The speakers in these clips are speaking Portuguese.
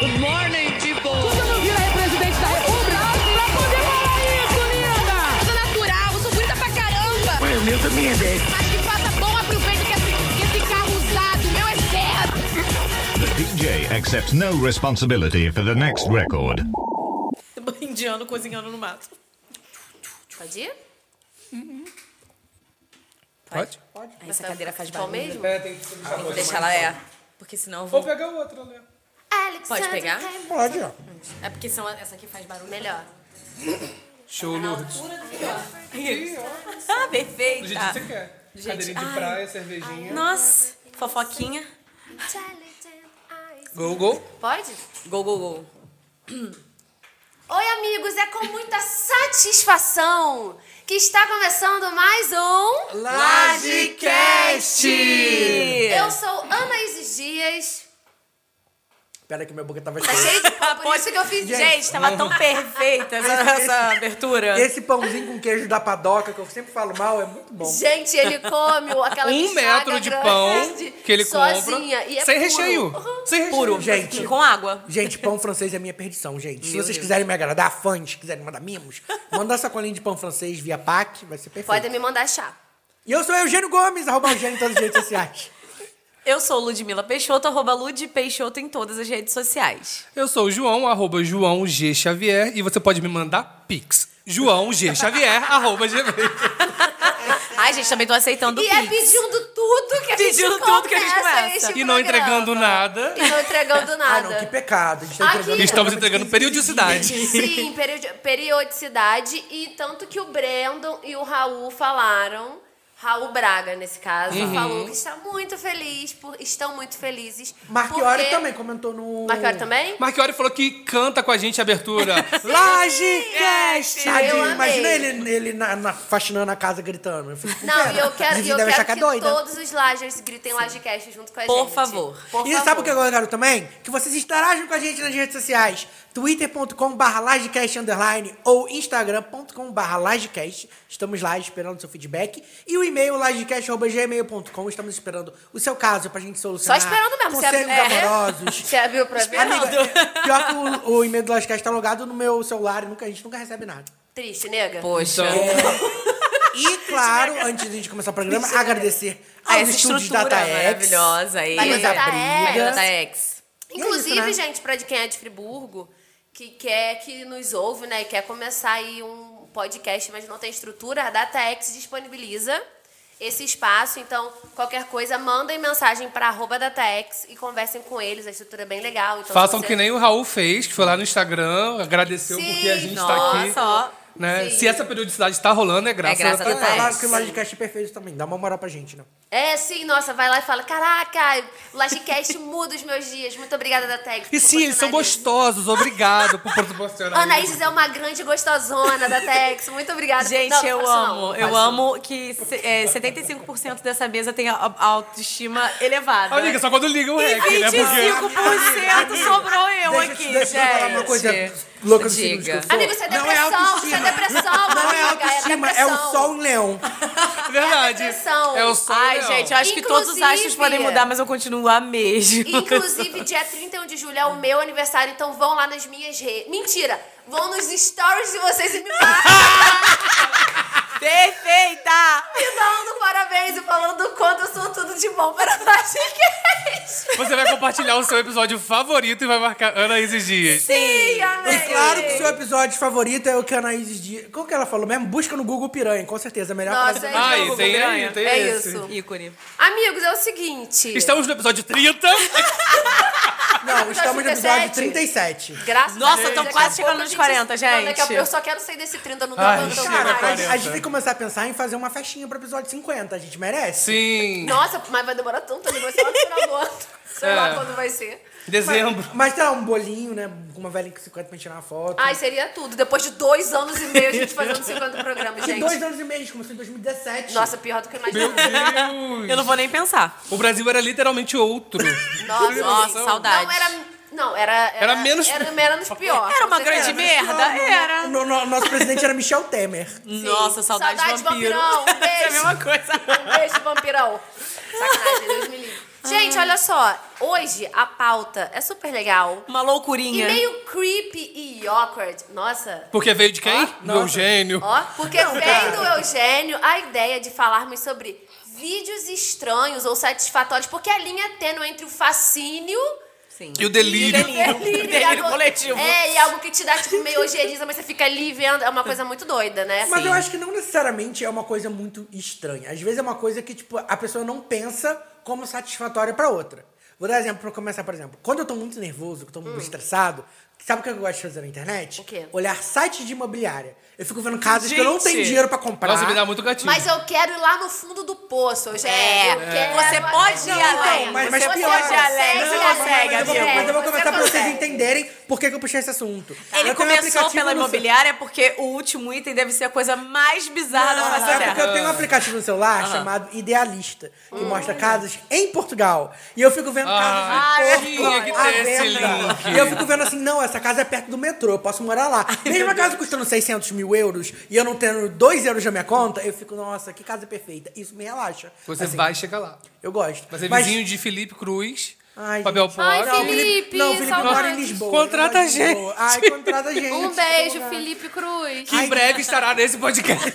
Good morning, people! Quando eu não vira a presidente da República pra poder falar isso, linda! sou natural, eu sou bonita pra caramba. Ué, o meu também é 10. Mas que faça bom, aproveita que esse, que esse carro usado, o meu é zero. The DJ accepts no responsibility for the next record. Indiano cozinhando no mato. Pode ir? Pode? Essa cadeira faz barulho. Tá mesmo? É, tem que subir. Vou deixar ela é. Porque senão eu Vou vou. pegar o outro, né? Pode pegar? Pode, ó. É porque senão essa aqui faz barulho. Melhor. Show, Lourdes. Ah, Do perfeita. jeito que você quer. Gente, Cadeirinha de ai. praia, cervejinha. Nossa, fofoquinha. Gol, gol. Pode? Gol, gol, gol. Oi, amigos, é com muita satisfação que está começando mais um. Lagecast! Eu sou Anaíses Dias. Pera que minha boca tava Tá cheia. cheio de pão, por isso que eu fiz. tá- Gente, tava tão perfeita essa, essa abertura. Esse pãozinho com queijo da padoca, que eu sempre falo mal, é muito bom. Gente, ele come aquela Um bichaga metro de grande pão que ele sozinha, E é Sem puro. recheio. Sem recheio. Puro. Gente, Com água. Gente, pão francês é minha perdição, gente. Se Meu vocês Deus. quiserem me agradar, fãs, quiserem mandar mimos, mandar sacolinha de pão francês via PAC, vai ser perfeito. Pode me mandar chá. E eu sou Eugênio Gomes, arroba Eugênio em todas as redes sociais. Eu sou Ludmila Peixoto, arroba Lud Peixoto em todas as redes sociais. Eu sou o João, arroba João G. Xavier, e você pode me mandar pix. João G. Xavier, arroba gmail. Ai, gente, também tô aceitando E pix. é pedindo tudo que a gente Pedindo tudo que a gente começa começa. este E não programa. entregando nada. E não entregando Ah, nada. não, que pecado. A gente tá Aqui- entregando- Estamos entregando periodicidade. Sim, periodi- periodicidade e tanto que o Brandon e o Raul falaram, Raul Braga nesse caso, Uhum. falou que está muito feliz, por, estão muito felizes. Marchiori porque- também comentou no... Marchiori também? Marchiori falou que canta com a gente a abertura. Lagecast! Eu amei. Tadinho, imagina ele, ele na, na- faxinando a casa gritando. Eu fico com Não, pena. e eu quero, Mas e eu ainda vai quero ficar que é doida. todos os Lagers gritem Lagecast junto com a Por gente. favor. Por E favor. sabe o que eu quero também? Que vocês interajam com a gente nas redes sociais. twitter.com lagecast underline ou instagram.com lagecast. Estamos lá esperando o seu feedback. E o e-mail lagecast.gmail.com. Estamos esperando o seu caso pra gente solucionar. Só esperando mesmo, você Conselhos abre- é. amorosos. Você abriu pra ver? Amiga, pior que o, o e-mail do Lagecast tá logado no meu celular e nunca, a gente nunca recebe nada. Triste, nega. Poxa. Então, E claro, antes de a gente começar o programa, agradecer Ah, aos essa estúdios estrutura da TAEX. maravilhosa aí. Valeu, Da Taex. briga. Taex. Inclusive, né? gente, pra quem é de Friburgo, que quer que nos ouve, né? E quer começar aí um podcast, mas não tem estrutura, a DataX disponibiliza esse espaço. Então, qualquer coisa, mandem mensagem pra arroba DataX e conversem com eles. A estrutura é bem legal. Então, se Façam você- que nem o Raul fez, que foi lá no Instagram, agradeceu Sim, porque a gente nossa, tá ó. aqui. Né? Sim. Se essa periodicidade tá rolando, é graças, graças a a Taex. Taex. Claro que o Lagecast é perfeito também. Dá uma moral pra gente, né? É, sim, nossa, vai lá e fala: Caraca, o Lagecast muda os meus dias. Muito obrigada, DataX. por E sim, eles são proporcionar isso." gostosos. Obrigado por proporcionar. isso. Anaíses é uma grande gostosona da Tex. Muito obrigada. Gente, Não, eu faço não, amo. faço um. Eu amo que se- é, 75% dessa mesa tem a- a autoestima elevada. Amiga, só quando liga o E é rec, né? Porque... 25% sobrou eu Deixa- um aqui, deixa eu falar gente. uma coisa louca do signo Diga. que eu sou. Amigo, isso é Não é depressão, isso autoestima. é depressão, Não é amiga, autoestima, é o depressão. sol em leão. Verdade. É a depressão. É o sol. Ai, não. gente, eu acho que todos os Inclusive- astros podem mudar, mas eu continuo a mesma. Inclusive, dia 31 de julho é o meu aniversário, então vão lá nas minhas redes. Mentira! Vão nos stories de vocês e me marcam. Perfeita! me dando parabéns e falando o quanto eu sou tudo de bom para podcast. Você vai compartilhar o seu episódio favorito e vai marcar Ana Isis Dias. Sim, amém. E claro que o seu episódio favorito é o que a Anaíses diz. Qual que ela falou mesmo? Busca no Google Piranha, com certeza. A melhor Nossa, frase é Ai, isso. tem aí, tem É esse. isso. Ícone. Amigos, é o seguinte. Estamos no episódio 30. Não, estamos no episódio 37. Graças Nossa, a Deus. tão daqui quase a chegando pouco nos a 40, Não, daqui a gente. pouco eu só quero sair desse 30, eu não tô Ai, aguentando chega, mais. Cara, a, a 40. gente tem que começar a pensar em fazer uma festinha pro episódio 50. A gente merece? Sim. Nossa, mas vai demorar tanto, ele vai ser lá no final do ano. Sei lá É. quando vai ser. Dezembro. Mas tá um bolinho, né? Com uma velha com 50 pra gente tirar uma foto. Ai, seria tudo. Depois de dois anos e meio a gente fazendo 50 programas, Tem gente. dois anos e meio, a gente começou em 2017. é Nossa, pior do que eu imaginava. Meu Eu não Deus. vou nem pensar. O Brasil era literalmente outro. Nossa, Nossa, gente. saudade. Não, era... Não, era... Era menos- Era menos pior. Era uma Com grande certeza. merda, era. O no- no- nosso presidente era Michel Temer. Sim. Nossa, saudade, de vampiro. vampirão. Um Isso é a beijo. mesma coisa. Um beijo, vampirão. Sacanagem, Deus me livre. Gente, olha só. Hoje a pauta é super legal. Uma E loucurinha. meio creepy e awkward. Nossa. Porque veio de quem? Ó, Do Eugênio. Ó, porque vem do Eugênio a ideia de falarmos sobre vídeos estranhos ou satisfatórios, porque a linha é tênue entre o fascínio Sim. E o delírio. delírio, delírio algo- coletivo. É, e algo que te dá, tipo, meio ojeriza, mas você fica ali vendo. É uma coisa muito doida, né? Mas eu acho que não necessariamente é uma coisa muito estranha. Às vezes é uma coisa que, tipo, a pessoa não pensa como satisfatória pra outra. Vou dar exemplo pra começar, por exemplo. Quando eu tô muito nervoso, que eu tô muito estressado, sabe o que eu gosto de fazer na internet? Hum. O quê? Olhar sites de imobiliária. Eu fico vendo casas que eu não tenho Gente! dinheiro pra comprar. Nossa, me dá um muito gatilho. Mas eu quero ir lá no fundo do poço, Eugênio. É, Eu quero- você pode ir Não, além, então, mas você pior- pode ir além, Não, você mas- consegue, mas eu vou, amigo. mas eu vou Você começar pra vocês consegue. entenderem por que, que eu puxei esse assunto. Ele Eu tenho um começou aplicativo pela no ce- imobiliária porque o último item deve ser a coisa mais bizarra da face da É porque terra. eu tenho um aplicativo no celular chamado Idealista, que Hum. mostra casas em Portugal. E eu fico vendo Ah, casas em tinha que Portugal à ter esse venda. link. E eu fico vendo assim, não, essa casa é perto do metrô, eu posso morar lá. Mesmo a casa custando 600 mil euros e eu não tendo 2 euros na minha conta, eu fico, nossa, que casa perfeita. Isso me relaxa. Você Assim, vai chegar lá. Eu gosto. Vai ser Mas- é vizinho de Felipe Cruz, Ai, Papel gente. Pó. Ai, Não, o Felipe, não, o Felipe saudades. mora em Lisboa. Contrata ele mora em a Lisboa. Ai, contrata a gente. Um beijo, Porra. Felipe Cruz. Que em breve estará nesse podcast.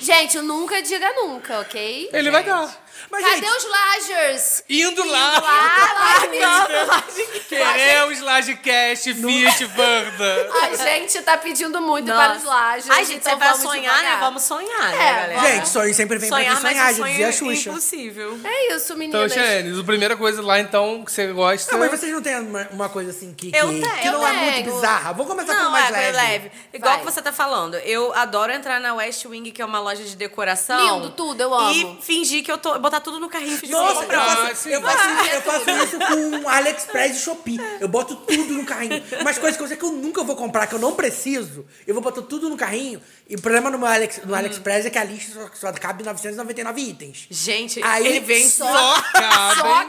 Gente, nunca diga nunca, ok? Ele vai dar. Mas, Cadê gente, os Lajers? Indo lá, Ah, lá, queremos Lajecast Fiat Vanda. A gente tá pedindo muito Nossa. para os Lajers. Ai, gente, então você vai vamos sonhar, devagar. né? Vamos sonhar, É, né, galera? Gente, sonho sempre vem pra sonhar, quem mas sonhar, o já sonho dizia a é Xuxa. impossível. É isso, Então, meninas. Xênis, a primeira coisa lá, então, que você gosta... Não, Ah, mas vocês não têm uma, uma coisa assim que, Eu que, tenho, que não eu é muito tenho. bizarra? Vou começar por Não, mais é, leve. leve. leve. Igual Vai. que você tá falando. Eu adoro entrar na West Wing, que é uma loja de decoração. Lindo, tudo, eu amo. E fingir que eu tô... Botar tudo no carrinho. fingir que eu Nossa, vou eu comprar. Ah, faço, sim. eu faço, isso, eu faço isso com um AliExpress e Shopee. Eu boto tudo no carrinho. Mas coisas, coisas que eu nunca vou comprar, que eu não preciso, eu vou botar tudo no carrinho. E o problema no, meu Alex, Hum. no AliExpress é que a lista só, só cabe 999 itens. Gente, Aí ele vem... Só Só cabem.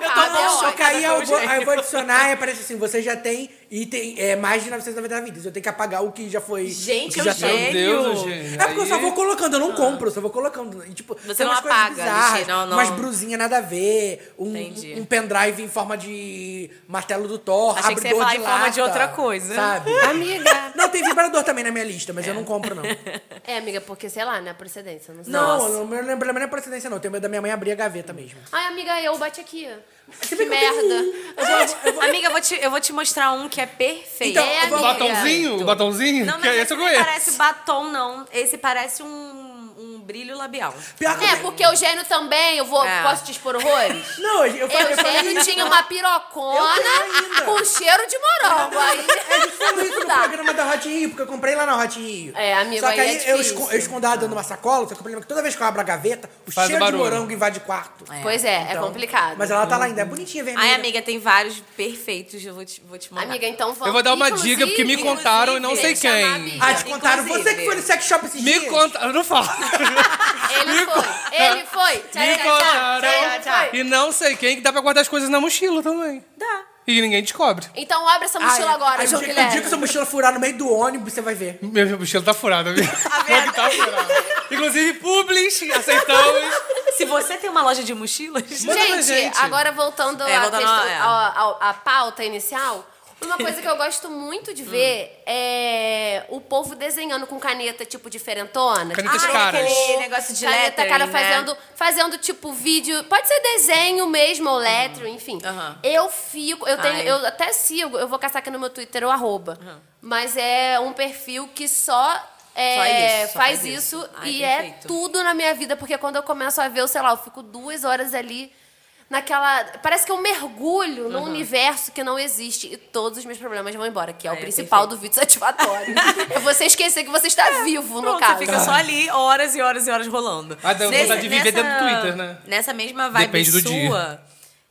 acaba, é Só ótimo. que aí eu vou, aí eu vou adicionar e aparece assim, você já tem item, é, mais de 999 itens. Eu tenho que apagar o que já foi... Gente, o que já eu tá- gênio. Meu Deus, Eugênio. É porque eu só aí- vou colocando, eu não compro, eu só vou colocando. E, tipo, Você tem não umas coisas apaga, bizarras, Alexandre, não, não. Umas brusinhas nada a ver, um, Entendi. um pendrive em forma de martelo do Thor, Achei que você ia abridor falar de em forma lata, de outra coisa. Sabe? Amiga. Não, tem vibrador também na minha lista, mas eu não compro, não. É, amiga, porque, sei lá, né? A procedência, não sei. Não, não, meu problema não é procedência, não. Eu tenho medo da minha mãe abrir a gaveta mesmo. Ai, amiga, eu bati aqui. Se que bem que eu tenho merda. Amiga, eu vou, te, eu vou te mostrar um que é perfeito. Então, é, eu vou- amiga. Batonzinho? Batonzinho? Não, que é é mas esse esse eu não conheço. parece batom, não. Esse parece um, um brilho labial. Pior que eu É, tenho- porque o Eugênio também, eu vou, É. posso te expor horrores? Não, eu falei, eu falei Eugênio isso. tinha uma pirocona Eu tenho ainda. com cheiro de morango. Aí A gente falou isso não é no dá. programa da Hot Rio, porque eu comprei lá na Hot Rio. É, amigo, Só que aí aí, é eu, difícil. esco eu escondo ela dentro de uma sacola, só que o problema é que toda vez que eu abro a gaveta, o Faz cheiro de barulho. morango invade o quarto. Pois é, é complicado. Mas ela tá lá ainda, é bonitinha, vermelha. Ai, amiga, tem vários perfeitos. Eu vou te, vou te mandar. Amiga, então vamos. Eu vou dar uma dica, porque me Inclusive, contaram e não sei inclusive, quem. chamar a Bia. Ah, te contaram. Inclusive. Você que foi no sex shop esses Me dias? conta... Eu não falo. Ele foi, ele foi. Tchau, Me tchau, tchau, tchau, contaram. tchau. E não sei quem, é que dá pra guardar as coisas na mochila também. Dá. E ninguém descobre. Então abre essa mochila Ai, agora, aí João o dia, o dia Guilherme. que sua mochila furar no meio do ônibus, você vai ver. Meu, meu mochila tá furada, viu? Pode tá furada. Inclusive, Publis, aceitamos. é Se você tem uma loja de mochilas... Manda pra Gente, gente. agora voltando É, à voltando questão- a- é. ao- ao- à pauta inicial, uma coisa que eu gosto muito Hum. de ver é o povo desenhando com caneta tipo diferentona. Caneta de Ai, caras. aquele negócio de caneta, lettering, tá cara, né? fazendo, fazendo tipo vídeo. Pode ser desenho mesmo, ou lettering, enfim. Uhum. Aham. Eu fico, eu tenho, Ai. eu até sigo, eu vou caçar aqui no meu Twitter o arroba. Mas é um perfil que só. é, Só isso, só faz, faz isso, isso. Ai, e é perfeito. tudo na minha vida, porque quando eu começo a ver, eu sei lá, eu fico duas horas ali naquela. Parece que eu mergulho num universo que não existe e todos os meus problemas vão embora, que é o Ai, é principal perfeito. É. do vídeo satisfatório. é você esquecer que você está vivo, no Pronto, caso. você fica só ali horas e horas e horas rolando. Tá. Ah, dá vontade de viver dentro do Twitter, né? Nessa mesma vibe Depende do sua... dia.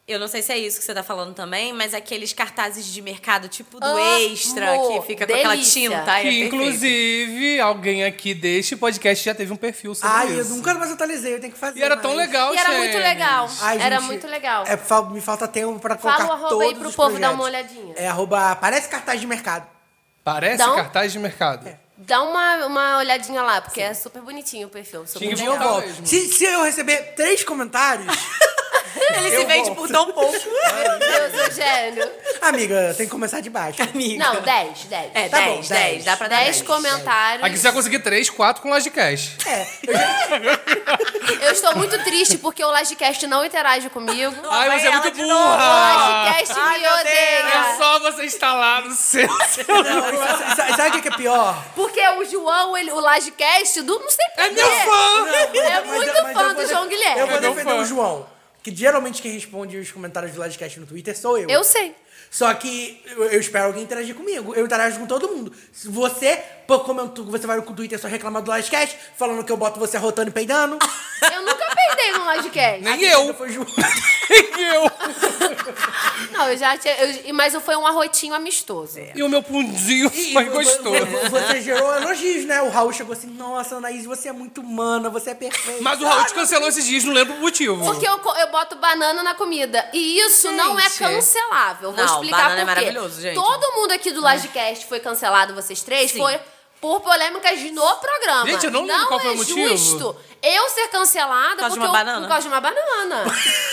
Eu não sei se é isso que você tá falando também, mas aqueles cartazes de mercado, tipo do Amo! Extra, que fica com aquela Delícia. tinta. ai, é Que, perfeito. inclusive, alguém aqui deste podcast já teve um perfil sobre Ai, eu isso. nunca mais atualizei, eu tenho que fazer. E era mais. tão legal, E era muito Xênis. legal. Ai, era gente, muito legal. é, fal- me falta tempo pra Fala colocar o arroba todos aí pro os povo projetos. dar uma olhadinha. É arroba, parece cartaz de mercado. Parece Dá um- cartaz de mercado. Dá uma, uma olhadinha lá, porque é super bonitinho o perfil. Super Tinha Um que dia eu voltar volto. mesmo. Se, se eu receber três comentários, Ele se vende por tão pouco. Meu Deus, Eugênio. Amiga, tem que começar de baixo. Amiga. Não, 10, 10. É, Tá bom, 10, 10. Dá pra dar 10 10. comentários. Aqui você vai conseguir três, quatro com laje cash. É. Eu estou muito triste porque o Lajcast não interage comigo. Ai, você é muito O burra! Lajcast Ai, me meu Deus. É odeia. só você instalar no seu. É. Não, e sa- e sabe o que que é pior? Porque o João, ele, o Lajcast, do não sei por É quê. meu É fã! Mas eu- mas muito eu fã vou do de- João Eu Guilherme. vou É meu defender fã. o João. Que geralmente quem responde os comentários do Livecast no Twitter sou eu. Eu sei. Só que eu, eu espero alguém interagir comigo. Eu interajo com todo mundo. Se você, pô, comentou, você vai no Twitter só reclamar do Livecast, falando que eu boto você arrotando e peidando. Eu nunca peidei no Lajcast. Nem eu! Foi João. Nem eu! Não, eu já tinha. Eu, mas foi um arrotinho amistoso. E o meu pundinho foi vo- gostoso. vo- Você gerou elogios, né? O Raul chegou assim, nossa, Anaís, você é muito humana, você é perfeita. Mas o Raul te cancelou esses dias, não lembro o motivo. Porque eu, co- eu boto banana na comida. E isso não é cancelável. Vou Não, explicar por banana quê. é maravilhoso, gente. É. Todo mundo aqui do Lodcast foi cancelado, vocês três, Sim. foi por polêmicas no programa. Gente, eu não lembro qual foi é o motivo. justo eu ser causa cancelada de porque uma eu- banana? por causa de uma banana.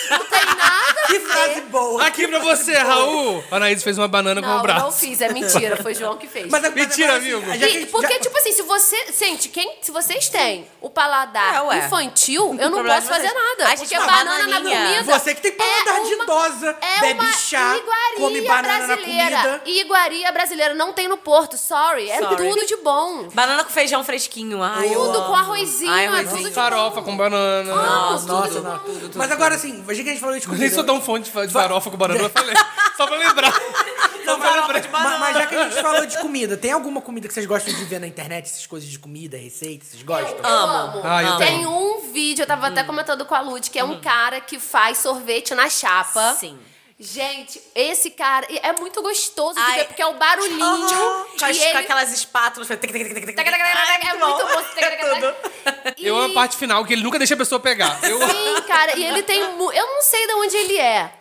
não tem nada. Que frase boa. Aqui pra você, Raul! A Anaís fez uma banana com Não, o eu não braço. fiz, é mentira. Foi João que fez. Mas agora- Mentira, agora, assim, amigo. já que a E- gente- porque, já- tipo assim, se você. Gente, quem, se vocês têm o paladar É, ué. infantil, eu não problema posso é de vocês. fazer nada. Acho porque que uma banana na bananinha- comida. Você que tem paladar é de uma- idosa, é bebe uma chá, iguaria come banana na brasileira. comida. Iguaria brasileira não tem no Porto, sorry. É Sorry. tudo de bom. Banana com feijão fresquinho. Ai, eu tudo amo. com arrozinho, Ai, é tudo de arrozinho. Farofa com banana. bom. Nossa, não. Mas agora assim, a gente que a gente falou de Ah. Eu comida. nem sou tão fã de, de farofa com banana, eu falei. Só pra lembrar. Só pra lembrar. Ma- mas, já que a gente falou de comida, tem alguma comida que vocês gostam de ver na internet? Essas coisas de comida, receita, vocês gostam? Eu amo. Ah, eu Tem um vídeo, eu tava até Hum. comentando com a Lud, que é um cara que faz sorvete na chapa. Sim. Gente, esse cara é muito gostoso de Ai. ver, porque é o barulhinho. Com, as- e com ele... aquelas espátulas. Tic, tic, tic, tic, tic, tic. Ai, É muito bom. E- Eu amo a parte final, que ele nunca deixa a pessoa pegar. Eu, Sim, cara, e ele tem. mu- Eu não sei de onde ele é.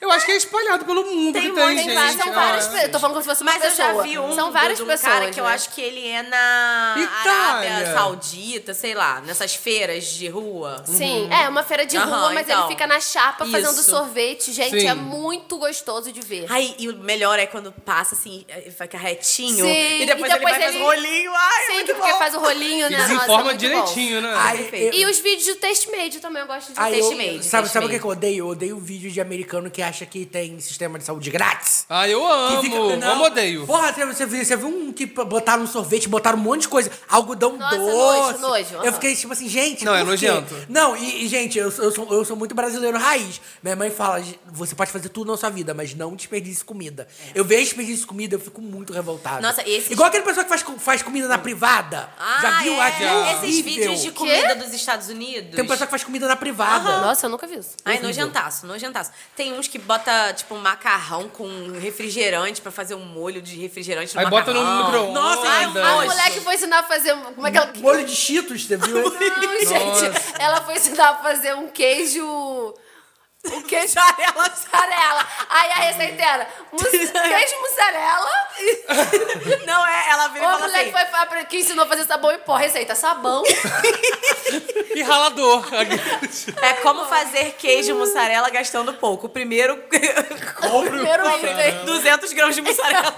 eu acho que é espalhado pelo mundo Tem que um tem, monte, tem gente. vários- São Ah, várias pessoas. Eu tô falando como se fosse uma Mas eu pessoa. já vi um, São várias de um pessoas. cara que eu né? acho que ele é na Itália. Arábia Saudita, sei lá, nessas feiras de rua. Sim, é uma feira de rua, Uhum. Aham, mas então. ele fica na chapa fazendo Isso. sorvete. Gente, Sim. é muito gostoso de ver. Ai, e o melhor é quando passa assim, ele fica retinho. Sim, E depois, e depois ele vai fazer ele- um rolinho. Ai, é Sempre muito porque bom. faz o rolinho, Que né? desinforma Nossa, é muito bom. direitinho, né? Ai, eu- E os vídeos do Taste Made também, eu gosto de ai, eu- Taste Taste made, sabe, taste sabe o que made. que eu odeio? Eu odeio vídeo de americano que acha que tem sistema de saúde grátis. Ah, eu Que amo. fica- não. Amo, odeio. Porra, você, você, viu- você viu um que botaram um sorvete, botaram um monte de coisa. Algodão Nossa, doce. nojo, nojo, aham. Eu fiquei tipo assim, gente. Não, é por quê? nojento. Não, e, e, gente, eu, sou- eu sou, eu sou muito brasileiro raiz. Minha mãe fala: você pode fazer tudo na sua vida, mas não desperdice comida. Eu vejo desperdício de comida, eu fico muito revoltado. É. Nossa, esse- Igual aquele pessoa que faz, co- faz comida na privada. Já viu? é. Aqui, Esses vídeos de comida dos Estados Unidos. Tem um pessoa que faz comida na privada. Nossa, eu nunca vi isso. Ai, nojentaço, nojentaço. Tem uns que bota, tipo, macarrão com um refrigerante pra fazer um molho de refrigerante no Aí bota no macarrão. micro-ondas. Nossa, ai, Ah, A um nojo. mulher que foi ensinar a fazer. Como é que ela. Molho de Cheetos, você viu? esse? Não, gente, ela foi ensinar a fazer um queijo. Um queijo Mussarela. mussarela. Aí a receita era mus- queijo mussarela. E Não, é, ela vira e a fala mulher assim... que, foi, fa- que ensinou a fazer sabão em pó. Receita sabão. E ralador. É como fazer queijo mussarela gastando pouco. O Primeiro, Primeiro item. 200 gramas de mussarela.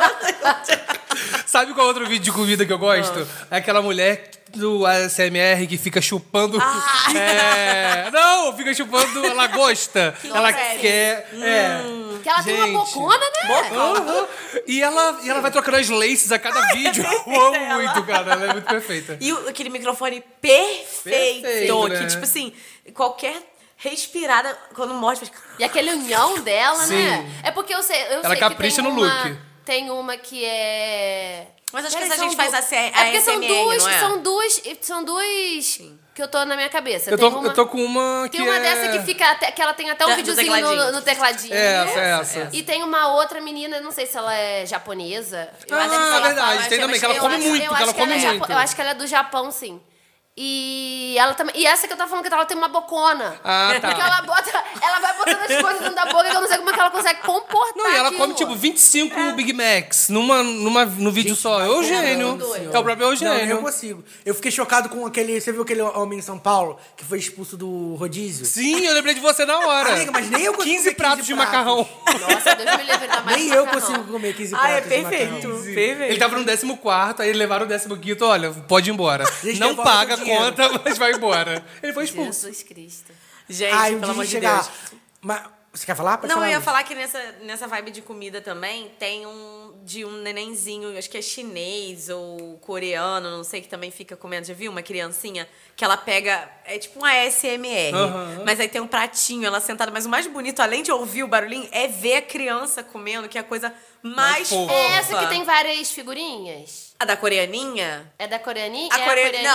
Sabe qual é outro vídeo de comida que eu gosto? Ah. É aquela mulher do ASMR que fica chupando. Ah. É, não, fica chupando lagosta. ela sério? quer. É. Hum. Que ela tem uma Gente. bocona, né? Aham. E ela, e ela vai trocando as laces a cada vídeo. Eu amo muito, cara. Ela é muito perfeita. E o- aquele microfone perfeito. Perfeito, né? Que, tipo assim, qualquer respirada, quando tipo, morde... faz- E aquele união dela, Sim. né? É porque eu sei. Eu Ela sei que capricha tem no uma, look. Tem uma que é. Mas acho Peraí, que essa são gente faz du- a C- É porque são ASMR, duas. não é? São duas. São duas. Que eu tô na minha cabeça. Eu Tem tô, uma- eu tô com uma que Tem uma é... dessa que fica até- que ela tem até um Da- do videozinho Tá, tecladinho. no, no tecladinho. É, essa, é essa. E tem uma outra menina, eu não sei se ela é japonesa. Eu Ah, acho que ela verdade, fala- tem também, que ela eu come acho- muito, eu que acho ela come é japo- muito. eu acho que ela é do Japão, sim. E ela também. E essa que eu tava falando que ela tem uma bocona. Ah, tá. Porque ela bota. Ela vai botando as coisas dentro da boca que eu não sei como é que ela consegue comportar. Não, e ela aquilo. come tipo 25 É. Big Macs numa, numa, no vídeo só. É o gênio. É o próprio Não, eu Eugênio. não consigo. Eu fiquei chocado com aquele. Você viu aquele homem em São Paulo que foi expulso do rodízio? Sim, eu lembrei de você na hora. Amiga, mas nem eu consigo 15 comer pratos 15 de pratos. macarrão. Nossa, Deus me livre da mais Nem eu macarrão. consigo comer 15 tá Ah, é pratos de macarrão. perfeito. Perfeito. Ele tava no 14, aí levaram o 15, olha, pode ir embora. Gente, não devolve paga o a dinheiro. conta, mas vai embora. Ele foi expulso. Jesus Cristo. Gente, Ai, um dia pelo a amor gente de chega lá. Deus. Mas, você quer falar? Pode Não, eu ia Luiz. falar que nessa, nessa vibe de comida também tem um de um nenenzinho, eu acho que é chinês ou coreano, não sei, que também fica comendo. Já viu uma criancinha que ela pega. É tipo uma ASMR. Aham. Mas aí tem um pratinho, ela sentada. Mas o mais bonito, além de ouvir o barulhinho, é ver a criança comendo, que é a coisa mais, Mais fofa. fofa. É essa que tem várias figurinhas? A da coreaninha? É da coreaninha? A é corea- a coreaninha?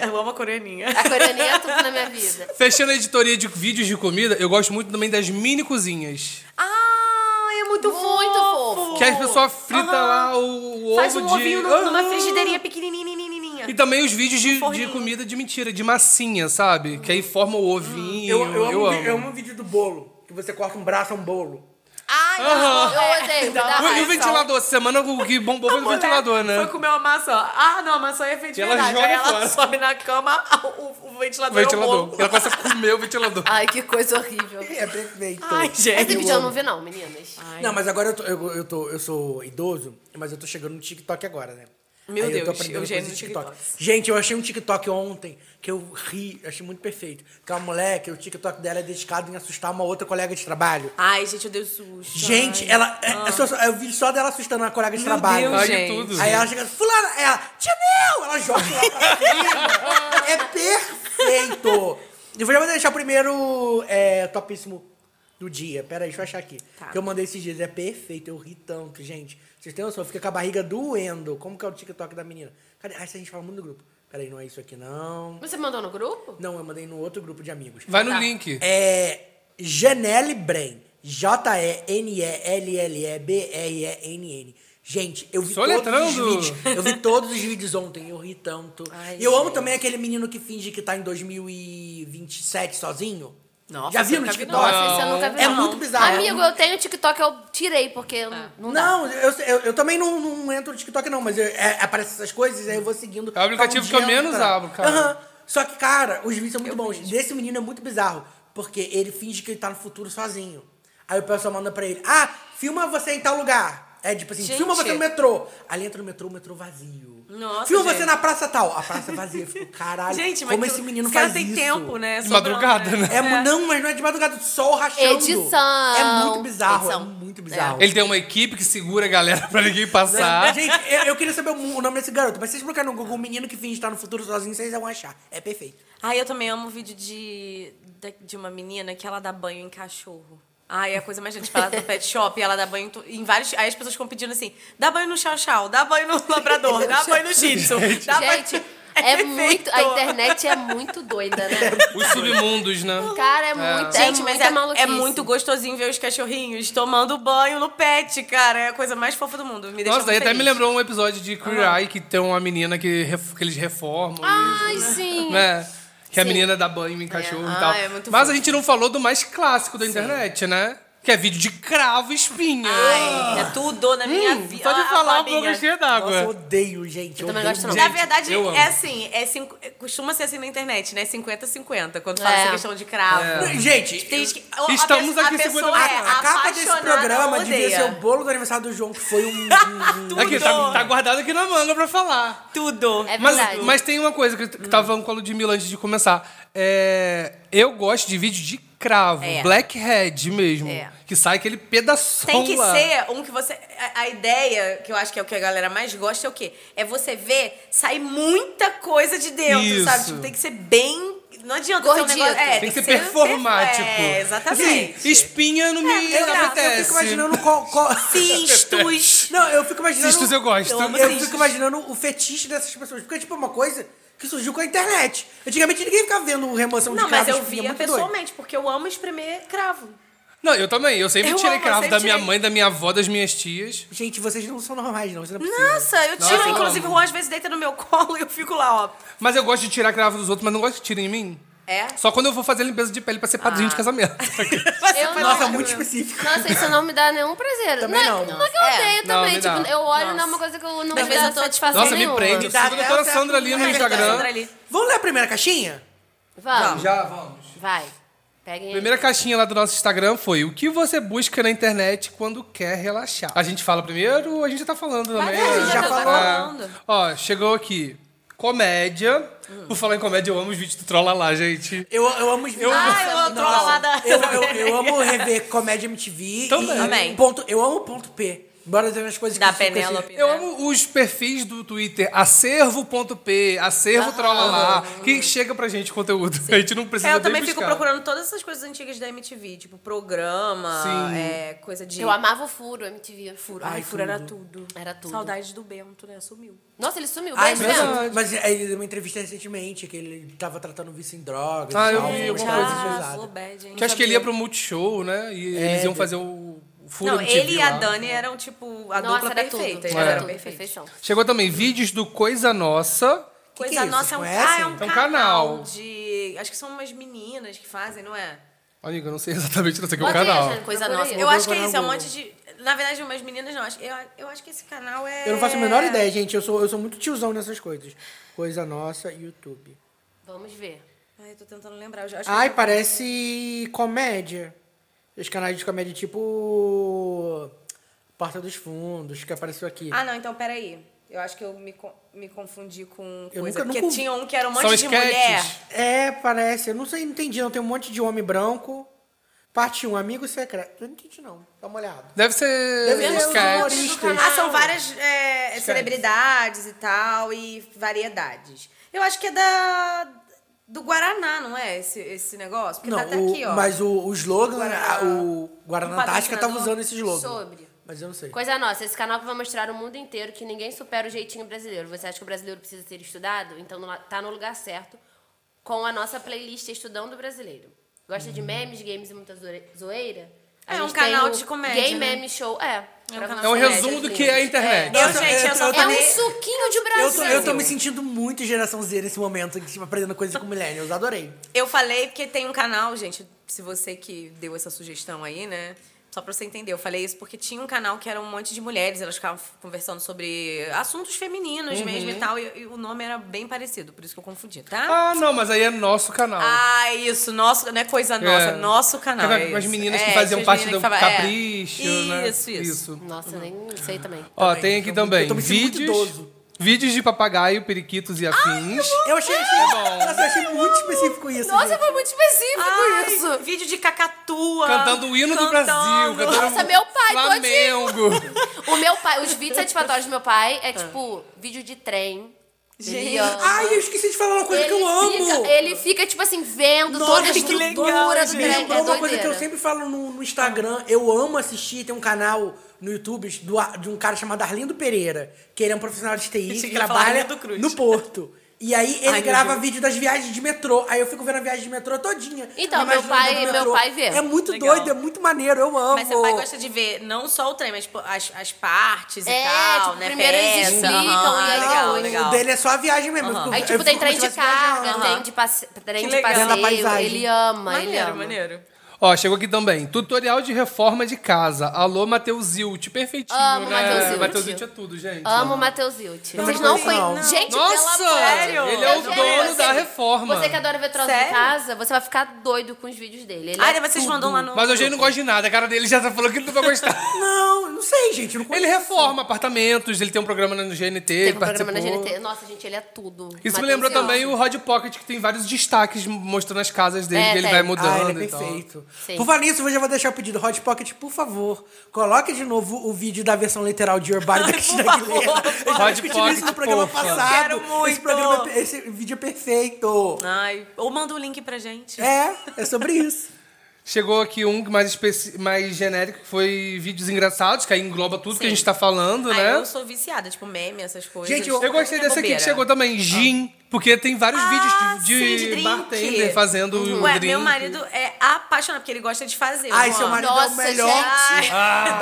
Não, a... eu amo a coreaninha. A coreaninha é tudo na minha vida. Fechando a editoria de vídeos de comida, eu gosto muito também das mini cozinhas. Ah, é muito, Muito fofo. fofo. Que as pessoas fritam lá o, o Faz ovo um de. Ah, ovinho no- numa Aham. frigideirinha pequenininha. E também os vídeos de, de forninho. comida de mentira, de massinha, sabe? Que aí forma o ovinho. Eu, eu, amo, vi- eu amo o vídeo do bolo. Que você corta um braço a um bolo. Ai, Aham. Eu odeio. me dá É, Dá E raiva. o ventilador? Essa semana o que bombou foi o ventilador, né? Foi comer uma maçã. Ah, não, a maçã é feita de E ela verdade. joga Aí ela fora. sobe na cama, o, o O ventilador. é o ventilador. bolo. Ela começa a comer o ventilador. Ai, que coisa horrível. É perfeito. Ai, Esse gente. vídeo eu não vi, não, meninas. Ah. Não, mas agora eu, tô, eu, eu tô- eu sou idoso, mas eu tô chegando no TikTok agora, né? Meu Aí eu tô Deus, aprendendo eu já coisa no de Gente, eu achei um TikTok ontem que eu ri, achei muito perfeito. Que é uma moleque, o TikTok dela é dedicado em assustar uma outra colega de trabalho. Ai, gente, eu dei um susto. Gente, Ai. Ah. ela. é- é só- só- eu vi só dela assustando uma colega de Meu trabalho. Deus, Ai, gente. de tudo. Aí ela chega, fulana, ela, tia Nel! Ela joga lá pra cima. é perfeito. Eu vou já deixar o primeiro é, topíssimo do dia. Pera aí, deixa eu achar aqui. Tá. Que eu mandei esses dias. É perfeito, eu ri tanto, gente. Vocês têm noção? Fica com a barriga doendo. Como que é o TikTok da menina? Cadê? Ah, isso a gente fala muito no grupo. Pera aí, não é isso aqui, não. Você mandou no grupo? Não, eu mandei no outro grupo de amigos. Vai no link. É. Janelle Bren. J-E-N-E-L-L-E-B-R-E-N-N. Gente, eu vi todos Soletrando. os vídeos. Eu vi todos os vídeos ontem, eu ri tanto. Ai, e eu amo também aquele menino que finge que tá em 2027 sozinho. Nossa, Já viu eu no nunca vi, TikTok? Nossa, esse eu nunca vi, É não. muito bizarro. Amigo, eu tenho TikTok, eu tirei, porque Tá. não, não dá. Não, eu, eu, eu também não, não entro no TikTok, não, mas eu- é- aparece essas coisas, aí eu vou seguindo. É o aplicativo Tá um que eu dia menos entra. abro, cara. Aham. Só que, cara, os vídeos são muito bons. Desse menino é muito bizarro, porque ele finge que ele tá no futuro sozinho. Aí o pessoal manda pra ele, ah, filma você em tal lugar. É tipo assim, Gente. filma você no metrô. Ali entra no metrô, o metrô vazio. Nossa, Filma gente. você na praça tal. A praça é vazia. Eu fico, caralho, Gente, mas como aquilo- esse menino esse faz cara isso? tem tempo, né? De Sobrando, madrugada, né? É, mu- Não, mas não é de madrugada, sol rachando. Edição. É muito bizarro, é Edição. muito bizarro. Ele tem uma equipe que segura a galera pra ninguém passar. É, Gente, eu, eu queria saber o mu- o nome desse garoto, mas se vocês colocarem no Google menino que finge estar no futuro sozinho, vocês vão achar. É perfeito. Ai, Ah, eu também amo o vídeo de, da- de uma menina que ela dá banho em cachorro. Ai, é a coisa mais gente fala do pet shop, e ela dá banho em tu- em vários. Aí as pessoas ficam pedindo assim: dá banho no chau chau, dá banho no labrador, dá banho no shih tzu, dá banho- Gente, é, perfeito. muito. A internet é muito doida, né? Os submundos, né? Cara, é muito. É. Gente, mas muita é, maluquice. é muito gostosinho ver os cachorrinhos tomando banho no pet, cara. É a coisa mais fofa do mundo. Me deixa Nossa, daí muito até me feliz. lembrou um episódio de Queer Eye que tem uma menina que, ref- que eles reformam. Ai, sim. né? Que a Sim. menina dá banho em cachorro Ah, e tal. é muito Mas a fofo. gente não falou do mais clássico da internet, né? Que é vídeo de cravo e espinha. Ai, é tudo na minha vida. Só de Ah, falar um babinha. pouco cheia Nossa, eu d'água. odeio, gente. Eu, também odeio gosto não. Na Gente, verdade, eu amo. é assim, é cinco- costuma ser assim na internet, né? 50-50, quando fala É. essa questão de cravo. muito. Gente, Tem gente que, a- a É. Estamos pe- a, aqui pessoa 50-50. é a capa desse apaixonada, programa odeia. devia ser o bolo do aniversário do João, que foi um. um- um- Aqui, tá, tá guardado aqui na manga pra falar. tudo. É Mas, verdade. mas tem uma coisa que eu tava falando com a Ludmilla antes de começar. É, eu gosto de vídeo de cravo, É. blackhead mesmo. É. Que sai aquele pedaço Tem que lá. ser um que você. A, a ideia, que eu acho que é o que a galera mais gosta, é o quê? É você ver sair muita coisa de dentro, Isso. sabe? Tipo, tem que ser bem. Não adianta ser um Gordito. negócio. É, Tem que ser performático. É, exatamente. Assim, espinha no meio, exato. não É, Eu eu acontece. fico imaginando qual. qual- Cistos. Não, eu fico imaginando. Cistos eu gosto. Eu, amo eu cistos. fico imaginando o fetiche dessas pessoas. Porque, tipo, é uma coisa que surgiu com a internet. Antigamente ninguém ficava vendo remoção de Não, mas cravo, eu espinha, via muito doido. pessoalmente, porque eu amo espremer cravo. Não, eu também. Eu sempre Eu tirei amo, eu cravo sempre da minha tirei. mãe, da minha avó, das minhas tias. Gente, vocês não são normais, não. Isso não é possível. Nossa, eu tiro. Nossa, eu Inclusive, o amo. Juan às vezes deita no meu colo e eu fico lá, ó. Mas eu gosto de tirar cravo dos outros, mas não gosto que tirem em mim. É? Ah. Só quando eu vou fazer limpeza de pele pra ser padrinho de casamento. Eu não- Nossa, muito específico. Nossa, isso não me dá nenhum prazer. Também não, é- não. não é que eu É. odeio Não, também. me dá. tipo, eu olho não é Nossa. uma coisa que eu não Às me vezes dá eu tô- satisfação Nossa, me nenhuma. prende. Eu dá sigo até a doutora um certo Sandra ali no momento, Instagram. Sandra ali. Vamos ler a primeira caixinha? Vamos, Já, vamos. vai. Peguem aí. Primeira caixinha lá do nosso Instagram foi o que você busca na internet quando quer relaxar. A gente fala primeiro ou a gente já tá falando é, também? a gente já Já tá falou. falando. Hum. Ó, chegou aqui. Comédia. Por falar em comédia, eu amo os vídeos do Trolla lá, gente. Eu, eu amo os vídeos. Ah, eu amo Nossa, trollada. Eu, eu, eu amo rever comédia MTV. Também. e Também. Ponto, eu amo ponto P. Bora ter umas coisas Da que eu fico assim- Penélope. Eu né? amo os perfis do Twitter, acervo.p, acervo Trolla lá, que chega pra gente conteúdo. A gente não precisa É, eu nem também buscar. fico procurando todas essas coisas antigas da MTV, tipo programa, Sim. é, coisa de. Eu amava o furo, MTV. Furo. Ai, furo era tudo. Era tudo. Saudade do Bento, né? Sumiu. Nossa, ele sumiu. Ai, Beijo, mas, mesmo? Bento. Verdade. mas é, ele deu uma entrevista recentemente que ele tava tratando vício em drogas. Ah, e eu tal, vi, eu umas vi. coisas Ah, pesadas. flow bad, hein? Que acho que ele ia pro Multishow, né? E eles iam fazer o o furo É, Não, MTV ele e a lá. Dani eram, tipo, a Nossa, dupla era perfeita. tudo. Eles É. eram tudo, perfeitos. perfeição. Chegou também vídeos do Coisa Nossa. Que que Coisa é isso? nossa é um, Conhecem? ah, é um É um canal, canal. de. Acho que são umas meninas que fazem, não é? Amiga, eu não sei exatamente, não sei que é o Bota aí, canal. Jane, Coisa procura nossa. aí. Eu acho que é procurar isso, é um no monte de. Na verdade, umas meninas não. acho- Eu, eu acho que esse canal é. Eu não faço a menor ideia, gente. Eu sou, eu sou muito tiozão nessas coisas. Coisa nossa, YouTube. Vamos ver. Ai, tô tentando lembrar. Eu já acho que- Ai, parece comédia. Os canais de comédia tipo. Porta dos Fundos, que apareceu aqui. Ah, não, então peraí. Eu acho que eu me, con- me confundi com Eu coisa. nunca- porque nunca- tinha um que era um monte São de mulher. sketches. É, parece. Eu não sei, não entendi, não. Tem um monte de homem branco. Parte 1, amigo secreto. Eu não entendi, não. Dá uma olhada. Deve ser Deve um ser os sketch. humoristas. Ah, são várias é, celebridades e tal, e variedades. Eu acho que é da. do Guaraná, não é? Esse, esse negócio? Porque Não, tá até o- aqui, ó. mas o, o slogan, Guaraná. a- o Guaraná Um Antártica tava patrocinador usando esse slogan. sobre. Mas eu não sei. Coisa nossa, esse canal vai mostrar o mundo inteiro que ninguém supera o jeitinho brasileiro. Você acha que o brasileiro precisa ser estudado? Então no- tá no lugar certo com a nossa playlist Estudando o Brasileiro. Gosta de memes, games e muita zoe- zoeira? A É gente um canal tem o de comédia, Gay né? Meme Show. É. pra canal você É um ver resumo essas do que é a coisas. internet. Eu, Nossa, gente, eu, eu- só eu É também- um falei. suquinho de Eu Brasil. tô, eu tô me sentindo muito geração Z nesse momento, tipo, aprendendo coisa com millennials. Adorei. Eu falei porque tem um canal, gente, se você que deu essa sugestão aí, né? Só pra você entender, eu falei isso porque tinha um canal que era um monte de mulheres, elas ficavam f- conversando sobre assuntos femininos Uhum. mesmo e tal, e, e o nome era bem parecido, por isso que eu confundi, tá? Ah, não, mas aí é nosso canal. Ah, isso, nosso, não é coisa nossa, É. nosso canal. Teve é umas isso. meninas que É, tinha faziam as parte do meninas que falavam- é. Capricho, né? Isso, isso. Nossa, nem sei também. então, Ó, tem aqui eu tô- também eu tô me sentindo muito vídeos, idoso. vídeos de papagaio, periquitos e afins. Eu achei, achei, nossa, eu achei muito específico isso. Nossa, gente. foi muito específico Ai, isso. Vídeo de cacatua. Cantando o hino do Brasil. cantando- Cantando Nossa, meu pai, todinho. Flamengo. O meu pai, os vídeos satisfatórios do meu pai é tipo vídeo de trem. Gente, Ah. Ai, eu esqueci de falar uma coisa que eu amo. Fica, ele fica, tipo assim, vendo Nossa, toda a que estrutura do Gente, trem. é É uma coisa que eu doideira. sempre falo no, no Instagram, eu amo assistir, tem um canal no YouTube do, de um cara chamado Arlindo Pereira, que ele é um profissional de TI Achei que que ele ia falar trabalha Arlindo Cruz. no Porto. E aí ele Ai, meu grava Deus. vídeo das viagens de metrô. Aí eu fico vendo a viagem de metrô todinha. Então, Me meu imaginando pai- dentro do meu metrô. pai vê. É muito Legal. doido, é muito maneiro, eu amo. Mas seu pai gosta de ver não só o trem, mas tipo, as, as partes e É, tal, tipo, né? primeiro eles explicam aham, e aí ah, legal, o legal. dele é só a viagem mesmo. Eu fico- Aí, eu tipo, fico tem como trem se de tivesse viajando. carga, aham. tem de passe... trem Que de legal. Vendo a passeio. paisagem. Ele ama, ele Maneiro, ama. maneiro. Ó, chegou aqui também. Tutorial de reforma de casa. Alô, Matheus Zilt. Perfeitinho, Amo né? Matheus Zilt. Matheus Zilt é tudo, gente. Amo o Matheus Hilt. Não, Vocês não não. conhecem. Gente, Nossa, pelo amor de sério? Deus, ele é o gente, dono você- da reforma. Você que é adora ver troço em Sério? casa, você vai ficar doido com os vídeos dele. Ele Ah, é ele- vocês mandam lá no. Mas hoje ele não grupo. gosta de nada. A cara dele já tá falando que ele não vai gostar. Não, não sei, gente. eu Não ele conheço. reforma apartamentos, ele tem um programa no GNT. Teve um participou. programa na GNT. Nossa, gente, ele é tudo. Isso me Matheus lembrou Hilt. também o Hot Pocket, que tem vários destaques mostrando as casas dele, É, que ele tem. vai Ah, mudando então. ele é e tal. perfeito. Sim. Por falar nisso, eu já vou deixar o pedido. Hot Pocket, por favor, coloque de novo o vídeo da versão literal de Your Body da Cristina favor, Aguilera. Eu já Hot discuti Pocket, isso no programa porra. passado. Quero muito. Ah. Esse, programa, é- esse vídeo é perfeito. Ai, ou manda o link pra gente. É, é sobre isso. Chegou aqui um mais, especi- mais genérico, que foi vídeos engraçados, que aí engloba tudo que a gente tá falando, Ai, né? eu sou viciada, tipo, meme, essas coisas. Gente, eu- Eu gostei desse aqui que chegou também. Gin, Porque tem vários Ah, vídeos de, sim, de drink. Uhum. bartender fazendo Uhum. o Ué, drink. meu marido é apaixonado, porque ele gosta de fazer. Ai, Ah, Juan. seu marido é o Nossa, melhor. Ah. gente.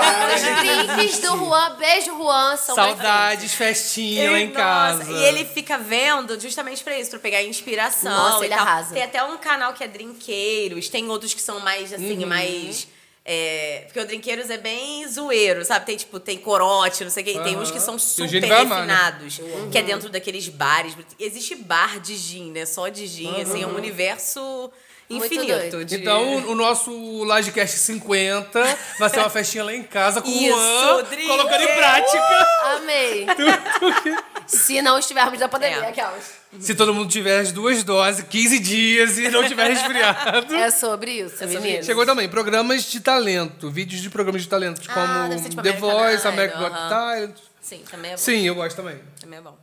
Os drinks do Juan. Beijo, Juan. São Saudades, festinha lá Ele- em nossa, casa. E ele fica vendo justamente pra isso, pra pegar inspiração. Nossa, e ele tal. arrasa. Tem até um canal que é Drinqueiros, tem outros que são mais, Uhum. assim, mais. é, porque o Drinqueiros é bem zoeiro, sabe? Tem, tipo, tem corote, não sei o quê. E tem Aham. uns que são E o super Gini vai amar, né? refinados. Que Uhum. é dentro daqueles bares. Existe bar de gin, né? Só de gin, assim, é um universo Muito infinito. doido. de- Então, o nosso Lagecast 50 vai ser uma festinha lá em casa com Isso, uh! o Juan Dri- colocando em prática. Amei. Se não estivermos na pandemia, É. aquelas. Se todo mundo tiver as duas doses, 15 dias e não tiver resfriado. É sobre isso, menino. Chegou também, programas de talento, vídeos de programas de talentos como deve ser tipo The American Voice, Idol, American Got aham. Talent. Sim, também é bom. Sim, eu gosto também. Também é bom.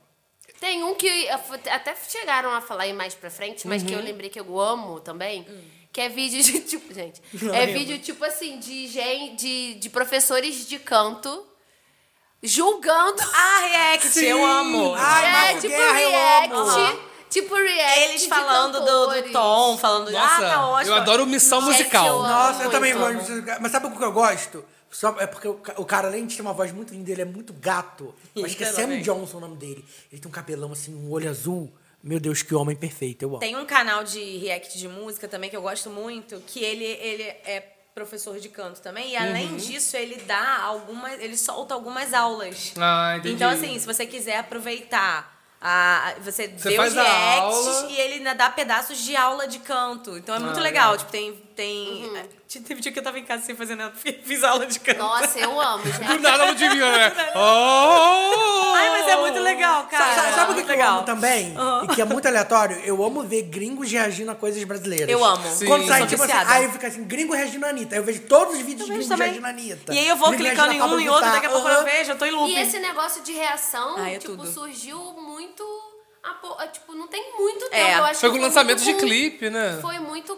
Tem um que eu f- até chegaram a falar aí mais pra frente, mas que eu lembrei que eu amo também. Que é vídeo de tipo, gente. é vídeo tipo assim, de, gen, de, de professores de canto julgando. Ah, react, eu amo. Ah, Ai, é, Marco tipo Guerra, eu react. amo. Tipo react. É Eles de falando do, do cantores. tom, falando de. Ah, Nossa, tá ótimo. eu adoro missão Gente, eu musical. amo. Nossa, eu Muito. também gosto. de- Mas sabe o que eu gosto? Só é porque o ca- o cara, além de ter uma voz muito linda, ele é muito gato. Acho que é Sam Literalmente. Johnson o nome dele. Ele tem um cabelão assim, um olho azul. Meu Deus, que homem perfeito. Eu amo. Tem um canal de react de música também que eu gosto muito, que ele, ele é professor de canto também. E além Uhum. disso, ele dá algumas. Ele solta algumas aulas. Ah, entendi. Então, assim, se você quiser aproveitar. A, a- você, Você deu faz a reacts aula. e ele ainda dá pedaços de aula de canto. Então é muito Ah, legal. legal. Tipo, tem. tem Uhum. é, Teve dia que eu tava em casa sem fazer nada, porque fiz aula de canto. Nossa, eu amo, Do gente. nada não te viu, né? Oh! Ai, mas é muito legal, cara. é Sa- sa- Sabe o que, Muito que eu amo também? E que é muito aleatório? Eu amo ver gringos reagindo a coisas brasileiras. Eu amo. Sim. Quando sai, Sou tipo assim, viciada. aí fica assim, gringo reagindo a Anitta. Eu vejo todos os vídeos de vejo gringos também. reagindo a Anitta. E aí eu vou Gringo clicando em reagindo a um e Pablo outro, daqui a Vittar. pouco eu Aham. vejo, eu tô em looping. E esse negócio de reação, Ah, é tipo, tudo. surgiu muito. há pou- ah, tipo, não tem muito tempo. É. Eu acho Foi que com o lançamento muito com- de clipe, né? Foi muito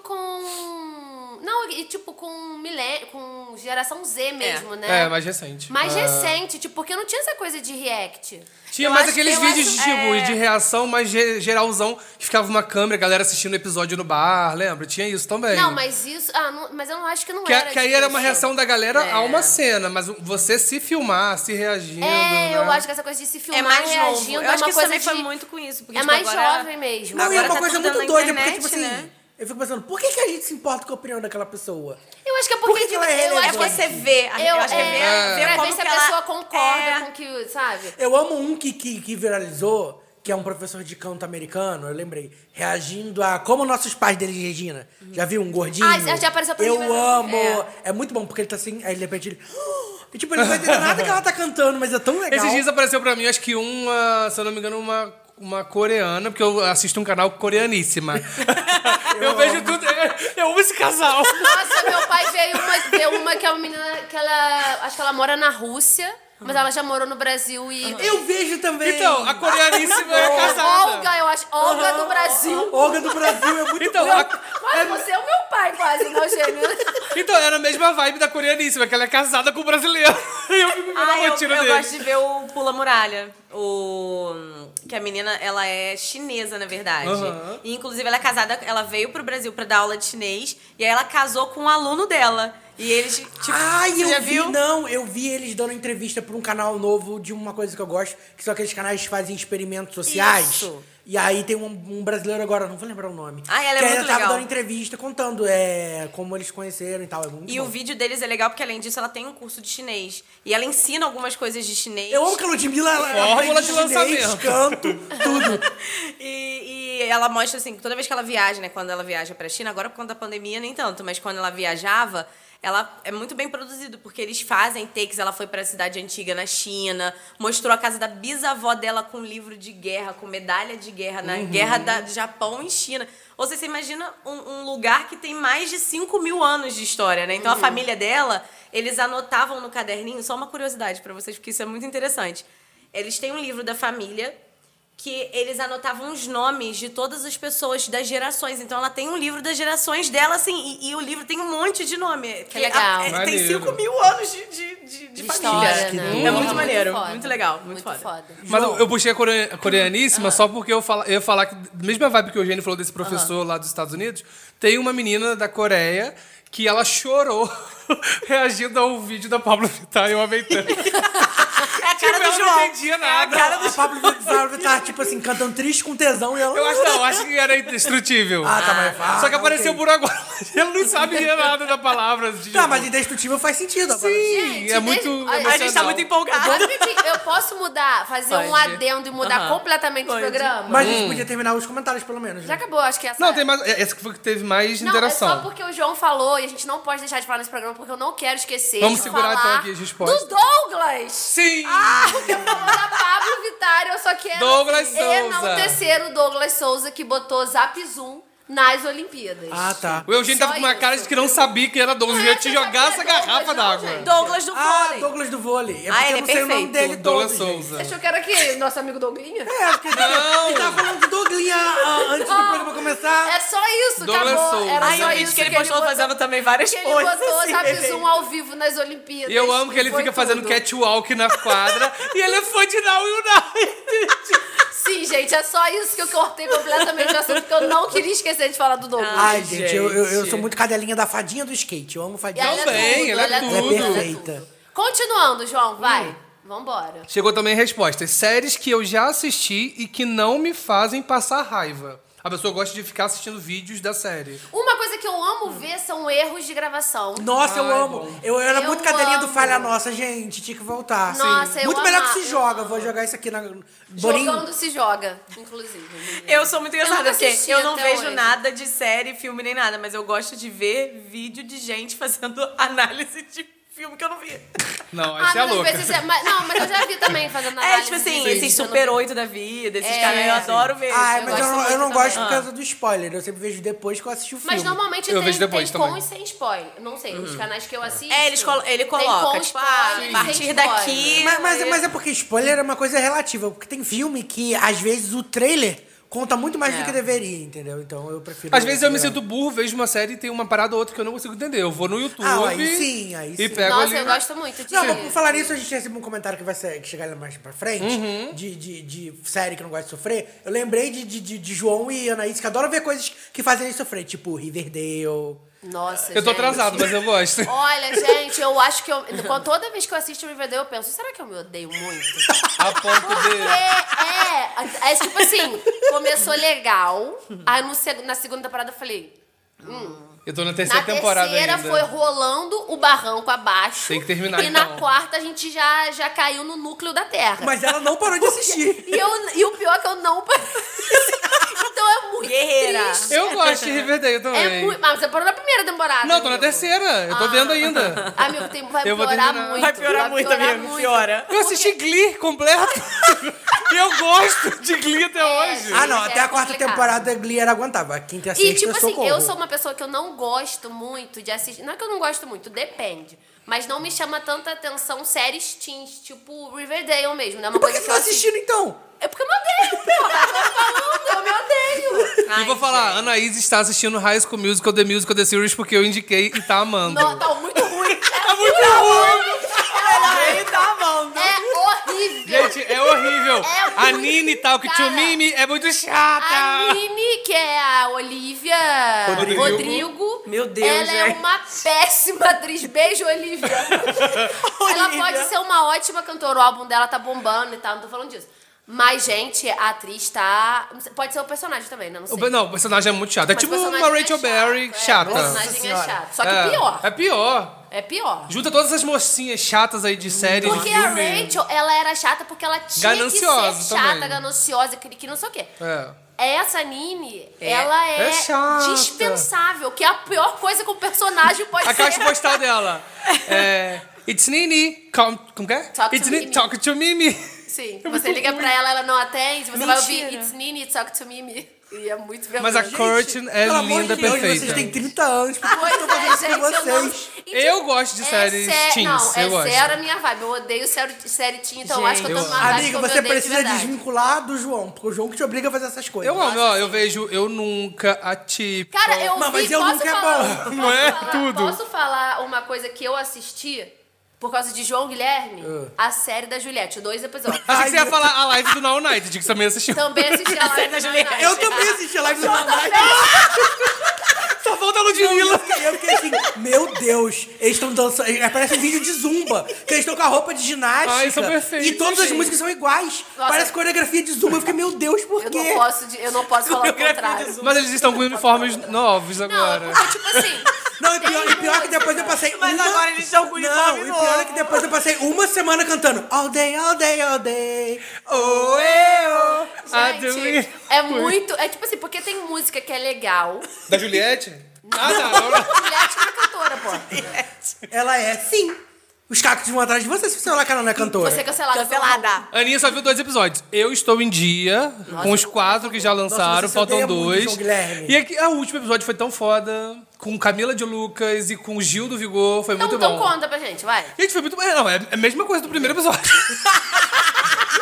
com. Não, e tipo, com milé... com geração Z mesmo, né? É, mais recente. Mais Ah. recente, tipo, porque não tinha essa coisa de react. Tinha Eu mais acho- aqueles eu vídeos de, acho- tipo, é. de reação, mas ge- geralzão, que ficava uma câmera, a galera assistindo o episódio no bar, lembra? Tinha isso também. Não, mas isso. Ah, não- mas eu não acho que não Que, era. que aí era disso. uma reação da galera a uma cena, mas você se filmar, se reagindo. É, né? eu acho que essa coisa de se filmar é mais reagindo novo. Eu é acho uma que isso coisa também de... foi muito com isso. Porque, é tipo, mais agora- jovem mesmo. Não, e é Agora uma tá coisa tudo muito na doida, porque, internet, tipo assim, né? eu fico pensando, por que, que a gente se importa com a opinião daquela pessoa? Eu acho que é Por porque que que ela é eu acho É que relevante? você ver. Eu, Eu, acho que é ver, é, ver pra como ver se a que ela- pessoa concorda É. com o que, sabe? Eu amo um que, que, que viralizou, que é um professor de canto americano, eu lembrei, reagindo a como nossos pais dele de Regina. Já viu um gordinho? Ah, já- já apareceu pra mim, mas Eu eu- amo. é. É. muito bom, porque ele tá assim, aí de repente ele... E, tipo, ele não vai entender nada que ela tá cantando, mas é tão legal. Esses dias apareceu pra mim, acho que uma, se eu não me engano, uma, uma coreana, porque eu assisto um canal coreaníssima. eu vejo tudo. eu- Eu amo esse casal. Nossa, meu pai veio uma, veio uma que é uma menina que ela. Acho que ela mora na Rússia, mas ela já morou no Brasil e. é Eu vejo também. Então, a coreaníssima é casada. Olga, eu acho. Olga do Brasil. Olga do Brasil é muito Então, bom. a- Mas você é o meu pai, quase, não, gêmeo. então, era a mesma vibe da coreaníssima, que ela é casada com um brasileiro. E eu fico Ah, vendo a eu, rotina eu dele. gosto de ver o Pula Muralha. O... Que a menina, ela é chinesa, na verdade. Aham. E, inclusive, ela é casada... Ela veio pro Brasil pra dar aula de chinês. E aí, ela casou com um aluno dela. E eles, tipo... Ai, você eu já vi, viu? não, eu vi eles dando entrevista pra um canal novo de uma coisa que eu gosto, que são aqueles canais que fazem experimentos sociais. Isso. E aí tem um, um brasileiro agora, não vou lembrar o nome. Ai, ela é que aí muito ela tava legal. dando entrevista contando é, como eles conheceram e tal. É muito E bom. o vídeo deles é legal porque, além disso, ela tem um curso de chinês. E ela ensina algumas coisas de chinês. Eu amo que a Ludmilla, ela ela Fórmula aprende de chinês, lançamento. canto, tudo. E, e ela mostra assim, que toda vez que ela viaja, né? Quando ela viaja pra China, agora por conta da pandemia nem tanto, mas quando ela viajava, ela é muito bem produzido, porque eles fazem takes, ela foi pra cidade antiga na China, mostrou a casa da bisavó dela com livro de guerra, com medalha de guerra, na guerra da, do Japão em China. Ou seja, você imagina um, um lugar que tem mais de 5 mil anos de história, né? Então a família dela, eles anotavam no caderninho, só uma curiosidade pra vocês, porque isso é muito interessante. Eles têm um livro da família que eles anotavam os nomes de todas as pessoas das gerações. Então ela tem um livro das gerações dela, assim, e, e o livro tem um monte de nome. Que, legal. a- é- tem Maneiro. 5 mil anos de, de, de, de De família. história, né? É muito Porra, maneiro, muito, foda. legal, muito, foda. Mas eu, eu puxei a corea- a coreaníssima só porque eu, fala, eu ia falar que, mesma vibe que o Eugênio falou desse professor lá dos Estados Unidos, tem uma menina da Coreia que ela chorou reagindo ao vídeo da Pablo Vittar e eu amei tanto. É a cara Tipo, ela do não João. entendia nada. A Pablo Vittar tá, tipo assim, cantando triste com tesão e ela. Eu acho, não, eu acho que era indestrutível. Ah, tá, mas. ah, Só que tá, apareceu ok. por agora. Ela não sabe de nada da palavra. de- Tá, mas indestrutível faz sentido agora. assim. Sim, é muito. desde- olha, emocional. A gente tá muito empolgado. Vamos pedir, eu posso mudar, fazer um Pode. adendo e mudar Aham. completamente Pode. o programa? Mas a Hum. gente podia terminar os comentários, pelo menos. Já né? acabou, acho que essa. Não, tem mais. é- Essa que foi que teve mais Não, é interação. só porque o João falou e a gente não pode deixar de falar nesse programa porque eu não quero esquecer Vamos de segurar, então, falar aqui as respostas. do Douglas. Sim! Porque falou da Pablo Vittar, eu só quero é Douglas Souza. enaltecer o Douglas Souza que botou Zap Zoom nas Olimpíadas. Ah, tá. o Eugênio só tava com uma cara de isso. que não sabia que era Douglas. Eu ia te Não é, jogar você essa sabia garrafa Douglas, não, d'água. gente. Douglas do Ah, vôlei. Douglas do vôlei. É Ah, porque ele eu não é sei o nome perfeito. dele Douglas todo, gente. Souza. Achou que era aqui, nosso amigo Douglinha? É, porque ele tava falando de Douglinha ah, antes do programa começar. É só isso, Douglas acabou. Souza. Era Aí só o vídeo isso que ele postou botou- fazendo também várias que ele coisas. botou assim, Zap ele- Zoom ao vivo nas Olimpíadas. E eu amo que é- ele Foi fica fazendo tudo. catwalk na quadra e é elefante na United. Sim, gente, é só isso que eu cortei completamente o assunto, porque eu não queria esquecer de falar Ah. do Douglas. Ai, gente, Eu, eu- eu gente. sou muito cadelinha da fadinha do skate. Eu amo E fadinha. ela é também, tudo, ela é tudo. ela Perfeita. Continuando, Hum. João, vai. Vambora. Chegou também a resposta. Séries que eu já assisti e que não me fazem passar raiva. A pessoa gosta de ficar assistindo vídeos da série. Uma coisa que eu amo ver são erros de gravação. Nossa, eu Ai, amo. bom. Eu, eu era Eu muito cadelinha do amo. falha nossa, gente. Tinha que voltar. assim. Nossa, eu Muito melhor amava, que se eu joga. amava. Vou jogar isso aqui na. Boninho. Jogando se joga, inclusive. Eu sou muito engraçada, nunca porque assisti eu não até vejo hoje. nada de série, filme, nem nada, mas eu gosto de ver vídeo de gente fazendo análise de filme que eu não vi. Não, Ah, essa é mas às louca. vezes é- mas- não, mas eu já vi também fazendo É, análise tipo de assim, vídeo, esses eu não- Super 8 da vida, esses É. caras, eu adoro ver. Ai, Eu mas eu, gosto não, eu muito não gosto também. por causa do spoiler. Eu sempre vejo depois que eu assisti o filme. Mas normalmente Eu tem, vejo depois tem também. com e sem spoiler. Não sei, os canais que eu assisto. É, eles colo- ele tem coloca, com tipo, ah, spoiler e a sem partir spoiler. daqui... Mas, mas, mas é porque spoiler é uma coisa relativa. Porque tem filme que, às vezes, o trailer conta muito mais do que deveria, entendeu? Então eu prefiro. Às vezes eu me esperar. sinto burro, vejo uma série e tem uma parada ou outra que eu não consigo entender. Eu vou no YouTube Ah, aí sim, aí sim. e pego Nossa, ali. né? eu gosto muito de. Não, mas por falar nisso, a gente recebeu um comentário que vai ser, que chegar mais pra frente, Uhum. de, de, de série que não gosta de sofrer. Eu lembrei de, de, de- de João e Anaís, que adoram ver coisas que fazem eles sofrer, tipo Riverdale. Nossa, Eu tô gente. atrasado, mas eu gosto. Olha, gente, eu acho que eu. quando- Toda vez que eu assisto o Riverdale, eu penso, será que eu me odeio muito? A ponto Porque de. é, é tipo assim, começou legal. Aí no, seg- na segunda temporada eu falei. Eu tô na Na terceira é temporada terceira ainda. foi rolando o barranco abaixo. Tem que terminar, E então. na quarta a gente já, já caiu no núcleo da Terra. Mas ela não parou de assistir. E, eu, e o pior é que eu não Então é muito Guerreira. triste. Eu gosto de Riverdale também. É muito. Mas você parou na primeira temporada. Não, tô na amigo. terceira. Eu tô vendo ainda. Amigo, tem, vai, Eu vou piorar terminar. muito, Vai piorar muito, amigo, piora. Eu assisti Glee completo. e eu gosto de Glee até É, hoje. Ah, não, É até a quarta complicado. temporada Glee era aguentável. A quinta e a E, sexta, tipo assim, socorro. eu sou uma pessoa que eu não gosto muito de assistir. Não é que eu não gosto muito, depende. Mas não me chama tanta atenção séries teens, tipo Riverdale mesmo, né? Uma E por que você coisa que tá eu assisto. assistindo, então? É porque eu me odeio, porra. Eu tô falando, eu me odeio. e vou falar, Anaís está assistindo High School Musical, The Musical, The Series, porque eu indiquei e tá amando. Não, tá muito ruim. Tá muito ruim! Aí tá bom. É horrível. Gente, é horrível. É a muito- Nini Talk to Cara, Mimi é muito A chata. Nini, que é a Olivia tá. Rodrigo. Rodrigo. Meu Deus, Ela é gente. uma péssima atriz. Beijo, Olivia. ela pode ser uma ótima cantora. O álbum dela tá bombando e tal. Não tô falando disso. Mas, gente, a atriz tá. não sei, Pode ser o personagem também, né? Não sei. O- Não, o personagem é muito chato. É Mas o tipo personagem uma Rachel é chato. Berry chata. É, o personagem é Nossa chato. Só que pior. É pior. É pior. Junta todas essas mocinhas chatas aí de série, de Porque a filme. Rachel, ela era chata porque ela tinha que ser Gananciosa chata, também. gananciosa, que, que não sei o quê. É. Essa Nini, ela é, é chata. dispensável, que é a pior coisa que um personagem pode A ser. caixa postal dela. É... It's Nini. Come, como que é? Talk to It's Nini. Mimi. Talk to Mimi. Sim. Você liga pra ela, ela não atende, você vai ouvir Mentira. It's Nini, talk to Mimi. E é muito Mas a vergonha. Curtin é Pelo amor linda, de Deus, perfeita. vocês têm 30 anos, por que eu tô fazendo Pois isso é, com gente, eu não- vocês? Eu gosto de É séries sé- teens, Não, é eu gosto. zero a minha vibe. Eu odeio série, série teen, então eu acho que eu tô Gente. numa vibe que Amiga, eu me você odeio precisa verdade. desvincular do João, porque o João que te obriga a fazer essas coisas. Eu amo, ó, eu vejo Eu Nunca, a Tipo. Cara, eu Mas- ouvi, mas eu posso nunca é falar, bom. posso Não é falar- tudo. Posso falar uma coisa que eu assisti por causa de João Guilherme? A série da Juliette, dois episódios. Achei que você ia Ai, Então, falar a live do Now United, que você também assistiu. Também assisti a série da Juliette. Eu também assisti a live do Mamai. Só falta a Ludmilla. E eu fiquei assim, meu Deus, eles estão dançando. Parece um vídeo de zumba. Que eles estão com a roupa de ginástica. Ai, isso é perfeito, e todas as gente. músicas são iguais. Nossa. Parece coreografia de zumba. Eu fiquei, meu Deus, por Eu quê? não posso, de- eu não posso falar o contrário. Mas eles estão com uniformes novos Não, é agora. porque, tipo assim... Não, e pior, tem e pior que depois eu música. passei. Mas uma... agora eles estão com Não, uniforme e pior é que novo. depois eu passei uma semana cantando All day, all day, all day. Oh, eu. Ah, Adui. Gente, é muito... É tipo assim, porque tem música que é legal. Da Juliette? Ah, tá. não, não. Juliette é uma cantora, pô. Ela é, sim. Os cactos vão atrás de você se você olhar que ela não é cantora. Você é cancelada. Cancelada. Aninha só viu dois episódios. Eu estou em dia, com os quatro que já lançaram, Nossa, você faltam odeia muito, dois. João Guilherme. e aqui, a último episódio foi tão foda, com Camila de Lucas e com o Gil do Vigor, foi Então, muito então bom. conta pra gente, vai. Gente, foi muito bom. Não, é é a mesma coisa do primeiro episódio.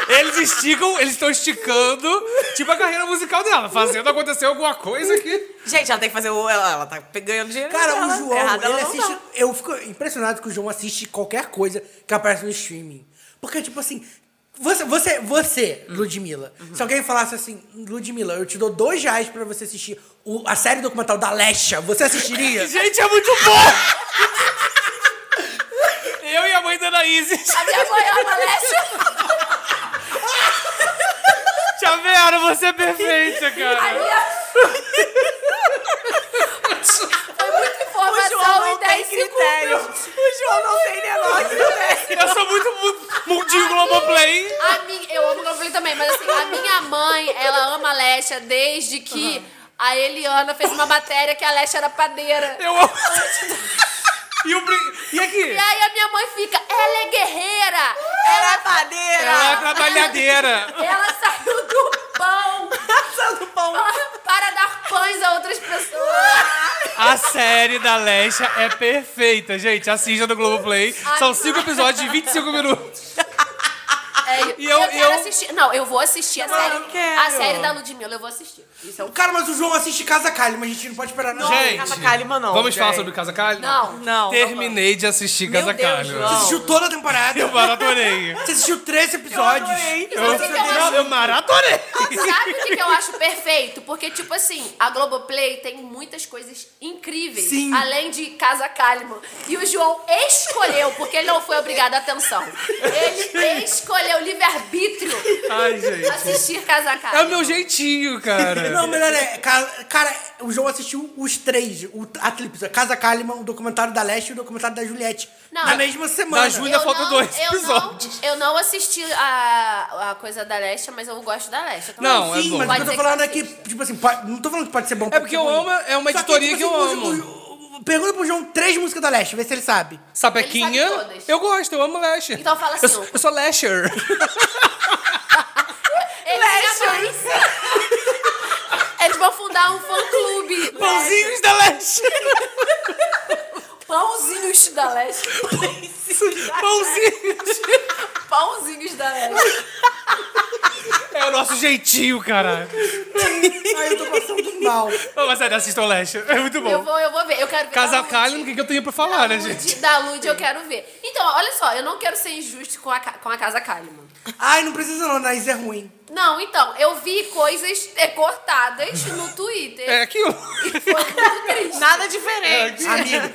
Eles esticam, eles estão esticando, tipo a carreira musical dela, fazendo acontecer alguma coisa aqui. Gente, ela tem que fazer o. Ela, ela tá ganhando dinheiro. Cara, dela. o João, Errado, ela ele não assiste. tá. Eu fico impressionado que o João assiste qualquer coisa que aparece no streaming. Porque, tipo assim. Você, você, você Ludmilla, Uhum. se alguém falasse assim, Ludmilla, eu te dou dois reais pra você assistir o- a série documental da Lesha, você assistiria? Gente, é muito bom! Eu e a mãe da Anaíses. A minha mãe "É ama Leste. Xaviera, você é perfeita, cara. A minha... Foi muita informação em 10 segundos. O João não tem menor ideia. Eu sou muito mu- mundinho Globoplay. A minha, eu amo Globoplay também, mas assim, a minha mãe, ela ama a Lesha desde que a Eliana fez uma matéria que a Lesha era padeira. Eu amo. E, o brin- e aqui? E aí a minha mãe fica, ela é guerreira, Ela é padeira. Ela é trabalhadeira. ela saiu do pão Essa do pão. para- para dar pães a outras pessoas. A série da Lesha é perfeita, gente. Assista no Globoplay. São cinco episódios de 25 minutos. É, E eu, eu- quero eu- assistir. Não, eu vou assistir a série. eu quero. A série da Ludmilla, eu vou assistir. Isso é um... Cara, mas o João assiste Casa Calho, mas a gente não pode esperar nada. gente, Casa Kalima não, vamos falar gente. sobre Casa Calho? Não. tá. Não. Terminei de assistir Meu Casa Deus, Calho. Você João. assistiu toda a temporada. Eu maratonei. Você assistiu três episódios. adorei. Eu Você sei que assistiu- acho- Eu maratonei. Sabe o que, que eu acho perfeito? Porque, tipo assim, a Globoplay tem muitas coisas incríveis. Sim. Além de Casa Kalimann. E o João escolheu, porque ele não foi obrigado à atenção. Ele escolheu livre-arbítrio Ai, gente. assistir Casa É o Kalimann. meu jeitinho, cara. Não, melhor é. Cara, cara, o João assistiu os três, o, a tríplice, Casa Kalimann, o documentário da Leste e o documentário da Juliette. Não. na mesma semana. Da Júlia- Ainda faltam dois eu não, episódios. eu não assisti a, a coisa da Leste, mas eu gosto da Leste. também. Não, é Sim, bom. mas o Pode que eu tô ser falando que é que, tipo assim, pode- não tô falando que pode ser bom. tipo É porque eu amo, é uma editoria que assim, eu amo. amo. Pergunta pro João três músicas da Leste, vê se ele sabe. Sapequinha, Ele sabe todas. eu gosto, eu amo Lasher. Então fala assim, Eu sou, ó. eu sou Lasher. Ele Leste. Eles vão fundar um fã-clube. Pãozinhos da Lasher. Pãozinhos da Leste. Pãozinhos. Pãozinhos da Leste. É o nosso jeitinho, cara. Ai, eu tô passando mal. Não, Mas sério, assistam Lasher. É muito Eu bom. vou, eu vou ver. Eu quero ver. da Casa Lud. Calho, o que, que eu tenho pra falar, né, Da Lud- gente? Da Lud eu quero ver. Então, olha só, eu não quero ser injusto com a, ca- com a Casa Kalimann. Ai, não precisa não, Naís é ruim. Não, então, eu vi coisas é, cortadas no Twitter. tá É aquilo. E foi muito triste. Nada diferente. Amigo,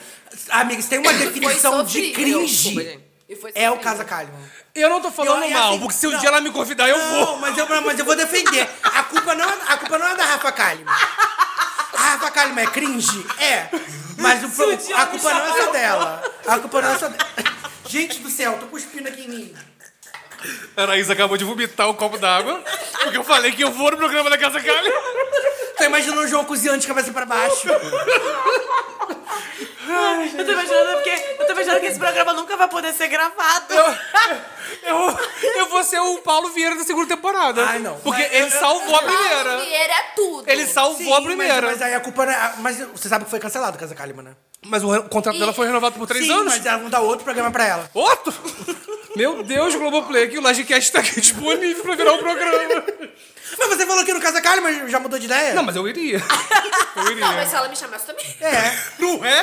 amigo, se tem uma definição É, de sofrível. Desculpa, cringe, gente. E foi é o sofrido. Casa Kalimann. Eu não tô falando Eu- é mal, assim, porque se um não. dia ela me convidar, eu Não, vou. mas eu, mas eu vou defender. A culpa não é, a culpa não é da Rafa Kalimann. A Rafa Kalimann é cringe? É. Mas o pro- a culpa não é só dela. A culpa não é só dela. Gente do céu, tô cuspindo aqui em mim. A Anaísa acabou de vomitar um copo d'água, porque eu falei que eu vou no programa da Casa Calho. Tô imaginando o João cozinhando de cabeça pra baixo. Eu tô imaginando porque eu tô imaginando que esse programa nunca vai poder ser gravado. Eu, eu, eu vou ser o Paulo Vieira da segunda temporada. Ai, não. Porque Mas ele salvou a Paulo primeira. Vieira é tudo. Ele salvou a Sim, primeira. Mas, Mas, mas aí a culpa não é. Mas você sabe que foi cancelado o Casa Kalima, né? o re- contrato E- dela foi renovado por três Sim, anos. Mas ela não dá outro programa pra ela. Outro? Meu Deus, Globoplay, que o Lajecast tá aqui disponível pra virar o programa. Mas você falou que no Casa Kalima já mudou de ideia? Não, mas eu iria. Eu iria. Não, mas se ela me chamasse também. É. Não é?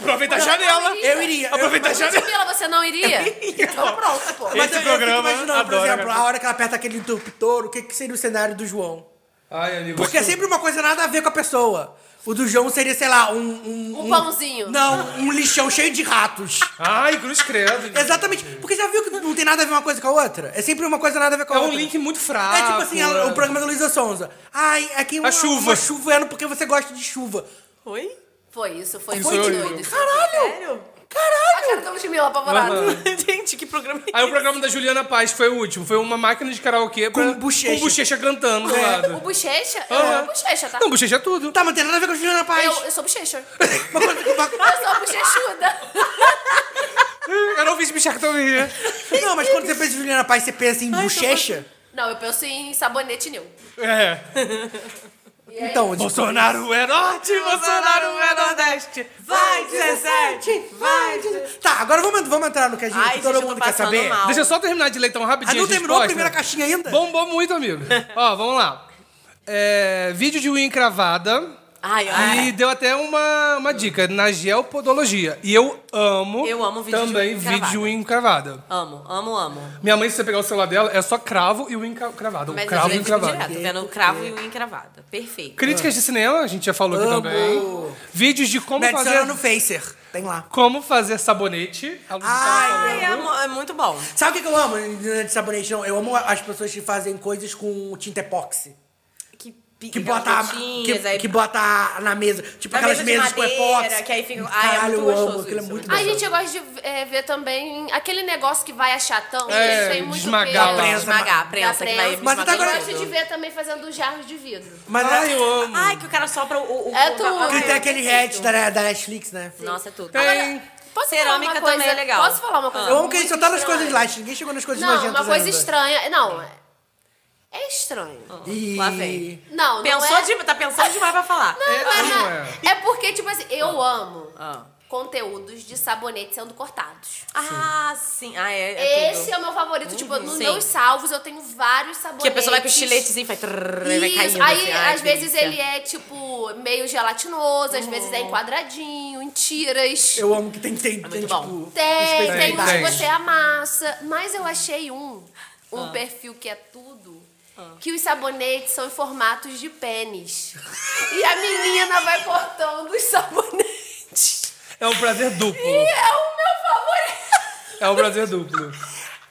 Aproveita a janela. iria. Eu iria. Aproveita a Mas, janela. Ludmilla, você não iria? Então pronto, pô. Mas Esse eu- eu programa, fico imaginando, por adoro, exemplo, cara. a hora que ela aperta aquele interruptor, o que, que seria o cenário do João? Ai, amigo. Porque é sempre uma coisa nada a ver com a pessoa. O do João seria, sei lá, um. Um, Um pãozinho. Não, um lixão cheio de ratos. Ai, cruz credo. Exatamente. Porque já viu que não tem nada a ver uma coisa com a outra? É sempre uma coisa nada a ver com a É um outra. link muito fraco. É tipo assim, ela- o programa da Luísa Sonza. Ai, aqui uma, chuva. uma chovendo porque você gosta de chuva. Oi? Foi isso, foi Isso muito é horrível. doido. Isso. Caralho! Caralho! A cara da Ludmilla apavorada. Aham. Gente, que programa é Aí o programa da Juliana Paz que foi o último. Foi uma máquina de karaokê pra- Com bochecha. com bochecha cantando do É. O lado. bochecha? Eu Aham. amo bochecha, tá? Não, bochecha é tudo. Tá, mas tem nada a ver com a Juliana Paz. Eu, eu sou bochecha. Uma coisa que- uma- Eu sou bochechuda. Eu não fiz bichaca também. Não, mas quando você pensa em Juliana Paz, você pensa em bochecha? Não, eu penso em sabonete new. É. Então, tipo, Bolsonaro é norte, Bolsonaro Bolsonaro é Nordeste. Vai, 17! Vai, 17! Tá, agora vamos, vamos entrar no que a gente, Ai, que todo gente, eu mundo tô quer passando saber. mal. Deixa eu só terminar de ler então Ah, rapidinho. não as terminou a respostas. primeira caixinha ainda? Bombou muito, amigo. Ó, vamos lá. É, vídeo de unha encravada. Ai, ai. E deu até uma, uma dica na geopodologia. E eu amo, Eu amo vídeo de também unha vídeo de encravada. unha encravada. Amo, amo, amo. Minha mãe, se você pegar o celular dela, é só cravo e unha enca- cravada. Um Mas cravo eu e já unha fico cravada. direto, vendo o cravo e o encravado. Perfeito. Críticas de cinema, a gente já falou aqui também. Vídeos de como Me adiciona fazer, no Facer. Tem lá. como fazer sabonete. A Luísa tava Ai, falando. amo, é muito bom. Sabe o que que eu amo de sabonete? Não, eu amo as pessoas que fazem coisas com tinta epóxi. Que, pica Que aquelas bota, a- gotinhas, que, aí- que bota a- na mesa. Tipo Na aquelas mesa de mesas com madeira, epóxi. que aí fica- Ai, é Caralho, muito eu amo. gostoso Aquilo é isso, muito bom. Ai, gente, eu gosto de eh, ver também aquele negócio que vai achatão. É, eles têm muito esmagar pelo. lá. Prensa, Esmagar, a Da prensa, que vai prensa. Mas esmagar até agora- Eu tudo. gosto de ver também fazendo jarros de vidro. Mas Ai, é- eu amo. Ai, que o cara sopra o... o É o- tu. ai, que tem eu aquele head perfeito. da, da Netflix, né? Nossa, é tudo. Tem. Posso Cerâmica falar uma coisa? também é legal. Posso falar uma coisa? Eu amo que a gente muito só tá nas estranha? coisas light. Ninguém chegou nas coisas Não, nojentas uma coisa ainda. estranha. Não, é- é estranho. E... Lá vem. Ah. Não, não Pensou é... de- tá pensando demais pra falar. Não, É, mas não é- é porque, tipo assim, eu amo Ah. conteúdos de sabonete sendo cortados. Ah, sim. Ah, é, é Esse tudo. Uhum. é o meu favorito. Tipo, nos sim. meus salvos eu tenho vários sabonetes. Que a pessoa vai com o estiletezinho e vai... trrr, vai Isso. caindo. Aí, assim. Ai, às que vezes, delícia. ele é, tipo, meio gelatinoso, às vezes é em quadradinho, em tiras. Eu amo que tem, tem, tem É muito tipo... bom. Tem, tem uns que Tem. você amassa. Mas eu achei um, um perfil que é tudo. Que os sabonetes são em formatos de pênis. E a menina vai cortando os sabonetes. É um prazer duplo. E é o meu favorito. É um prazer duplo.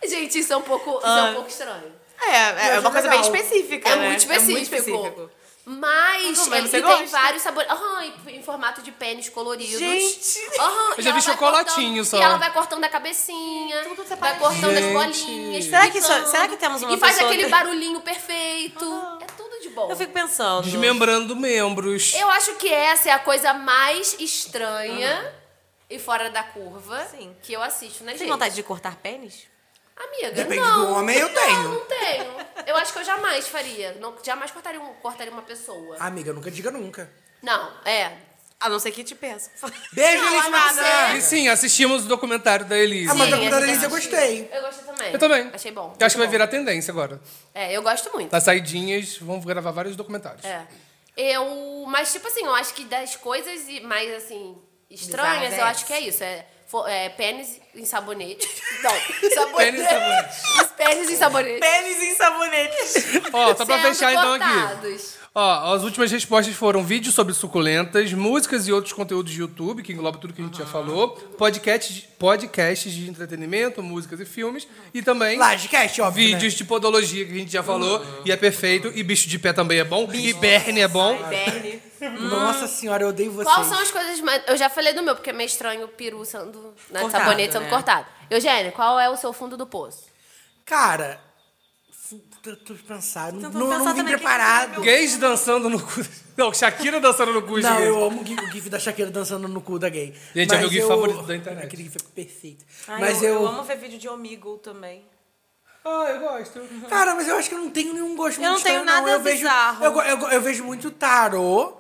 Gente, isso é um pouco, isso é um pouco estranho. Ah. É, é, Eu uma acho coisa legal. bem específica, É né? muito específico. específico. Mas, Não, mas ele você e gosta? tem vários sabores. Aham, e em formato de pênis coloridos. Gente! Aham, Eu e já ela vi vai chocolatinho cortando- só. E ela vai cortando a cabecinha, vai cortando as bolinhas. Será que isso- picando, será que temos uma E faz pessoa aquele que- barulhinho perfeito. É tudo de bom. Eu fico pensando. Desmembrando membros. Eu acho que essa é a coisa mais estranha e fora da curva Sim. que eu assisto, né, Tem gente? vontade de cortar pênis? Amiga, Depende não. do homem, eu Não, tenho. Não, tenho. Eu acho que eu jamais faria. Não, jamais cortaria, um- cortaria uma pessoa. Amiga, nunca diga nunca. Não, é. A não ser que te peça. Beijo, Não, Alice nada. Marcelo. E Ah, sim, assistimos o documentário da Elise. Ah, mas Sim, a da é Alice eu gostei. Eu gostei também. Eu também. Achei bom. Eu acho que vai Muito virar Tá tendência agora. bom. É, eu gosto muito. Nas saidinhas, vamos gravar vários documentários. É. Eu. Mas, tipo assim, eu acho que das coisas e- mais, assim, estranhas, Bizarras, eu é acho que é isso. É, fo- é pênis em sabonete. Não, sabonete. Pênis e sabonete. pênis em sabonete. Pênis em sabonete. Ó, só pra Sendo fechar então aqui. cortados. Ó, as últimas respostas foram vídeos sobre suculentas, músicas e outros conteúdos de YouTube, que engloba tudo que a Ah. gente já falou, podcasts, podcasts de entretenimento, músicas e filmes, e também Lajecast, óbvio, né? vídeos de podologia, que a gente já falou, e é perfeito, e bicho de pé também é bom, e berne é bom. Berne. Hum. Nossa senhora, eu odeio Tipo vocês. assim. Quais são as coisas mais. Eu já falei do meu, porque é meio estranho o peru sendo. Né, Cortado, sabonete sendo né? cortado. Eugênio, qual é o seu fundo do poço? Cara, fu- tô, tô pensando. Não, Tentando não pensar vim também é aqui, preparado. meu Gays dançando no cu. Não, Shakira dançando no cu, Não, gente. eu amo o gif, o gif da Shakira dançando no cu da gay. Gente, é meu gif favorito da internet. Aquele gif é perfeito. Ai, Mas eu, eu... eu amo ver vídeo de Omegle também. Ah, eu gosto. Cara, mas eu acho que eu não tenho nenhum gosto Eu muito não tenho estranho, nada Eu vejo, bizarro. Eu, go- eu, go- eu vejo muito tarô.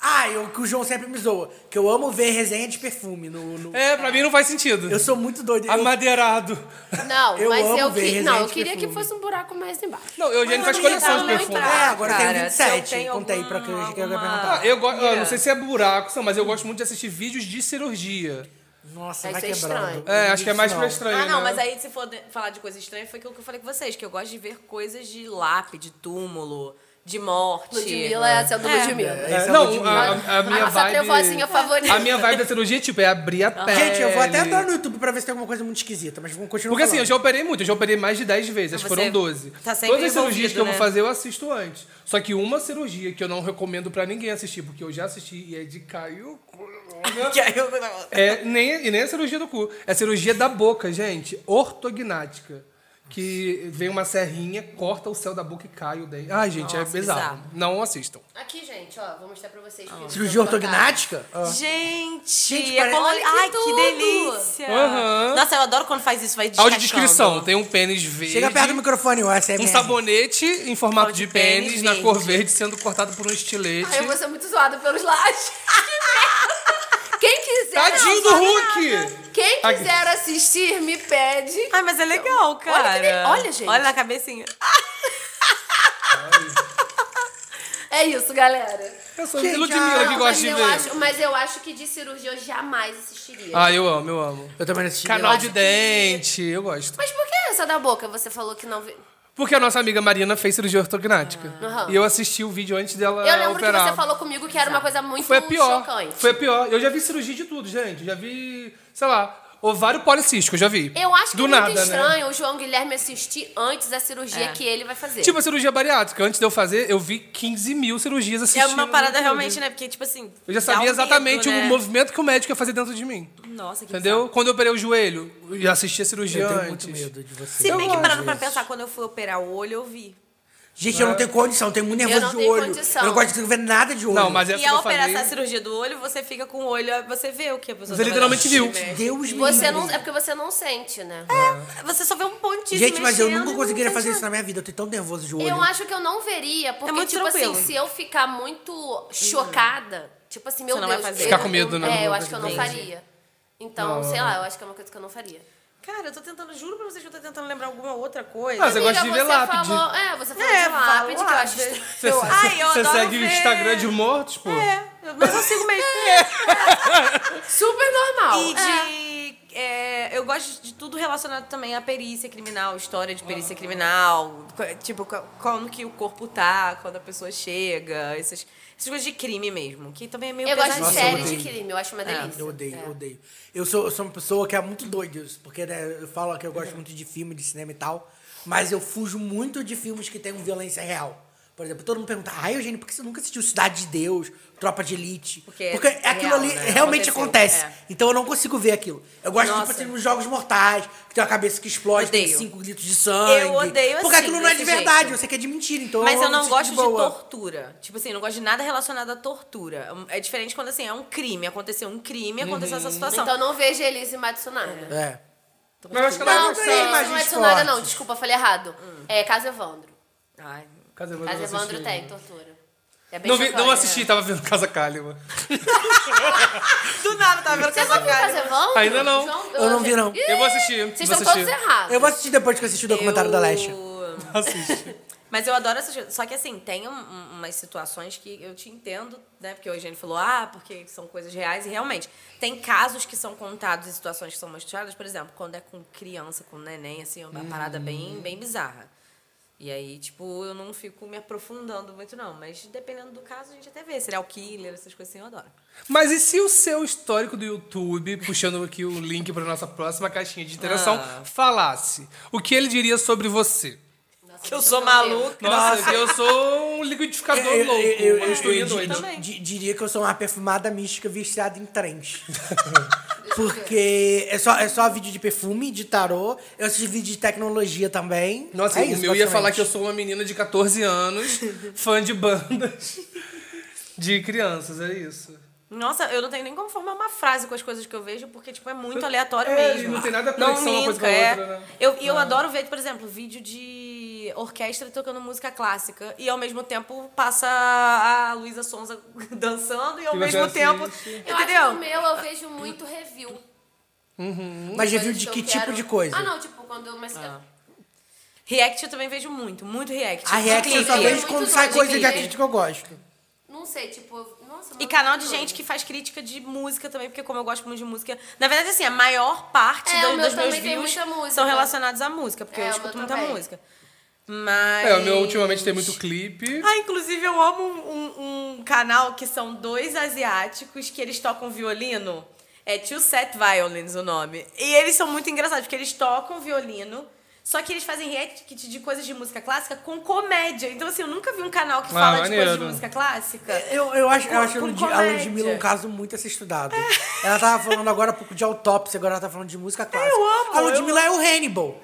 Ah, eu, que o João sempre me zoa. Que eu amo ver resenha de perfume. No, no- É, pra mim não faz sentido. Eu sou muito doido. Eu- Amadeirado. Não, Eu mas amo eu, ver que... resenha não, eu de queria que perfume. fosse um buraco mais embaixo. Não, Eugênio faz não me coleção de dá, não perfume. entra. É, agora Cara, tem se eu 27. tenho Contei pra que alguma- que eu ia perguntar. Ah, eu gosto. eu Não sei se é buraco, não, mas eu gosto muito de assistir vídeos de cirurgia. Nossa, Aí vai isso é quebrando. estranho. É, acho que é mais Não. pra estranho. Ah, não, né? mas aí se for de- falar de coisa estranha, foi aquilo que eu falei com vocês, que eu gosto de ver coisas de lápide, túmulo, de Tipo, morte. Ludmilla é a sendo É. Ludmilla. Esse é o não, Ludmilla. a, a- a minha nossa vibe. assim, trevozinha favorita. A minha vibe da cirurgia, tipo, é abrir a pele. Gente, eu vou até entrar no YouTube pra ver se tem alguma coisa muito esquisita, mas vamos continuar. Porque assim, eu falando. já operei muito, eu já operei mais de 10 vezes, acho que Você foram 12. tá sempre Todas as cirurgias que eu envolvido, vou né? fazer, eu assisto antes. Só que uma cirurgia que eu não recomendo pra ninguém assistir, porque eu já assisti e é de Caio. Que aí eu- É, nem, e nem a cirurgia do cu. É a cirurgia da boca, gente. Ortognática. Que vem uma serrinha, corta o céu da boca e cai o dente. Ai, gente, é Nossa, bizarro. bizarro. Não assistam. Aqui, gente, ó, vou mostrar pra vocês. Ah. que eu Cirurgia tô tocada. ortognática? Ah. assim. Gente, Gente, é parece- colo- Olha que Ai, que tudo! delícia! Aham. Nossa, eu adoro quando faz isso, vai Áudio descascando. descrição. Tem um pênis verde. Chega perto do microfone, ó, essa é Um minha. sabonete em formato Áudio de pênis, pênis na verde. cor verde, sendo cortado por um estilete. Ai, Ah, eu vou ser muito zoada pelos lajes. Quem quiser. Tadinho do não, Hulk! Quem Aqui. quiser assistir, me pede. Ai, mas é legal, cara. Olha que de- olha, gente. Olha na cabecinha. É isso, galera. Eu sou Gente, Ludmilla ah, que Não, gosta mas de eu ver. acho- mas eu acho que de cirurgia eu jamais assistiria. Ah, eu amo, eu amo. Eu também não assisti. Canal eu de acho. dente, eu gosto. Mas por que essa da boca? Você falou que não vi. Porque a nossa amiga Marina fez cirurgia ortognática. Aham. E eu assisti o vídeo antes dela Eu lembro operar. que você falou comigo que um era uma coisa muito É, Foi a pior. chocante. Foi a pior. Eu já vi cirurgia de tudo, gente. Já vi, sei lá, ovário policístico, eu já vi. Eu acho que Do é nada, muito Né? estranho o João Guilherme assistir antes da É. cirurgia que ele vai fazer. Tipo a cirurgia bariátrica. Antes de eu fazer, eu vi 15 mil cirurgias É assistindo. uma parada realmente, né? Porque, tipo assim. Eu já dá um sabia exatamente medo, o né? movimento que o médico ia fazer dentro de mim. Nossa, que Entendeu? Quando eu operei o joelho, eu já assisti a cirurgia Eu tenho antes. muito medo de Se você. bem que gosto parando pra pensar, quando eu fui operar o olho, eu vi. Gente, eu não tenho condição, eu tenho muito nervoso não de tenho olho. condição. Eu não gosto de ver nada de olho. Não, mas essa E que ao eu operar falei... essa cirurgia do olho, você fica com o olho, você vê o que a pessoa Você tá literalmente fazendo. viu. Deus me Você livre. não. É porque você não sente, né? É. Você só vê um pontinho Gente, mas mexendo eu tá e nunca não conseguiria sente fazer isso nada. na minha vida. Eu tenho tão nervoso de olho. Eu acho que eu não veria, porque, É muito tipo assim, tranquilo. se eu ficar muito chocada, tipo assim, meu Você não vai Deus. fazer. eu Ficar não- com medo, né? É, eu acho que eu não faria. Então, sei lá, eu acho que é uma coisa que eu não faria. Cara, eu tô tentando, juro pra vocês que eu tô tentando lembrar alguma outra coisa. Ah, você gosta de ver lápide. Falou, é, você falou É, de lápide, que eu fala acho lápide. estranho. Você, Ai, eu você adoro segue o ver. Instagram de um mortos, pô? É, eu- mas eu sigo mesmo. super normal. E É. de. é, eu gosto de tudo relacionado também à perícia criminal, história de Ah. perícia criminal, co- tipo, co- como que o corpo tá, quando a pessoa chega, essas, essas coisas de crime mesmo, que também é meio Eu gosto de pesadinho. série de odeio. crime, eu É. acho uma delícia. Ah, Eu odeio, eu odeio. Eu sou, eu sou uma pessoa que é muito doida, isso, porque né, eu falo que eu gosto muito de filme, de cinema e tal, mas eu fujo muito de filmes que tenham violência real. Por exemplo, todo mundo pergunta, ai, Eugênio, por que você nunca assistiu Cidade de Deus, Tropa de Elite? Porque é aquilo real, ali né? realmente Aconteceu, é. acontece. Então eu não consigo ver aquilo. Eu gosto, tipo Nossa. assim, nos Jogos Mortais, que tem uma cabeça que explode, tem Odeio. cinco litros de sangue. Eu odeio Porque assim, aquilo não é de desse verdade, jeito. eu sei que é de mentira, então Mas eu me não sinto gosto de boa. tortura. Tipo assim, eu não gosto de nada relacionado à tortura. É diferente quando, assim, é um crime. Aconteceu um crime, aconteceu essa situação. Então não vejo Elise Matsunaga. É. Mas eu acho que ela Não, não, Mas aí, não, não, é imagens Matsunaga não, fortes. desculpa, falei errado. Hum. É Caso Evandro. Ai, Casa Evandro Caso eu não é Evandro assisti. tem tortura. É bem Não, vi, chocante. não assisti, tava vendo Casa Cálima. Do nada, tava vendo Você essa não viu Caso cara. Evandro? Ainda não. João- Eu não vi, não. Ih, Eu vou assistir, Vocês vou estão assistir. todos errados. Eu vou assistir depois que eu assisti o documentário da Lesha. Eu- Assiste. Mas eu adoro essas coisas. Só que assim, tem um- um- umas situações que eu te entendo, né? Porque o Eugênio falou, ah, porque são coisas reais. E realmente, tem casos que são contados e situações que são mostradas. Por exemplo, quando é com criança, com neném, assim, é uma parada bem, bem bizarra. E aí, tipo, eu não fico me aprofundando muito, não. Mas dependendo do caso, a gente até vê. Serial killer, essas coisas assim, eu adoro. Mas e se o seu histórico do YouTube, puxando aqui o link para nossa próxima caixinha de interação, Ah. falasse? O que ele diria sobre você? Que eu sou maluca. Nossa, que eu sou um liquidificador louco, uma misturinha di- doida. di- di- diria que eu sou uma perfumada mística viciada em trens. Porque é só, é só vídeo de perfume, de tarô. Eu assisti vídeo de tecnologia também. Nossa, é o isso, meu ia basicamente. falar que eu sou uma menina de 14 anos, fã de bandas de crianças, é isso. Nossa, eu não tenho nem como formar uma frase com as coisas que eu vejo, porque, tipo, é muito aleatório É, e mesmo. não tem nada a conexão uma coisa com a linka, outra, é. né? Eu, e eu adoro ver, por exemplo, vídeo de orquestra tocando música clássica e ao mesmo tempo passa a Luísa Sonza dançando e ao E você mesmo tempo. assiste. Eu entendeu? acho que no meu eu vejo muito review. Mas review Coisas de eu que quero- tipo de coisa? Ah, não, tipo, quando. Mas React eu também vejo muito, muito react. A De react eu tipo clipe. só é vejo muito quando doido, sai de coisa de clipe. artista que eu gosto. Não sei, tipo. Nossa, E mano, canal de muito gente doido. que faz crítica de música também, porque como eu gosto muito de música. Na verdade, assim, a maior parte É, do- o meu dos meus também tem views muita música. são relacionados à música, porque É, eu o escuto meu muita também. música. Mas. É, o meu ultimamente tem muito clipe. Ah, inclusive eu amo um, um canal que são dois asiáticos que eles tocam violino. É Two Set Violins o nome. E eles são muito engraçados, porque eles tocam violino, só que eles fazem react de coisas de música clássica com comédia. Então, assim, eu nunca vi um canal que Ah, fala de coisas de maneiro. música clássica. Eu, eu acho, eu Com- acho com a Lud- a Ludmilla comédia. um caso muito a ser estudado. Ela tava falando agora um pouco de autópsia, agora ela tá falando de música clássica. amo, A Ludmilla é o Hannibal.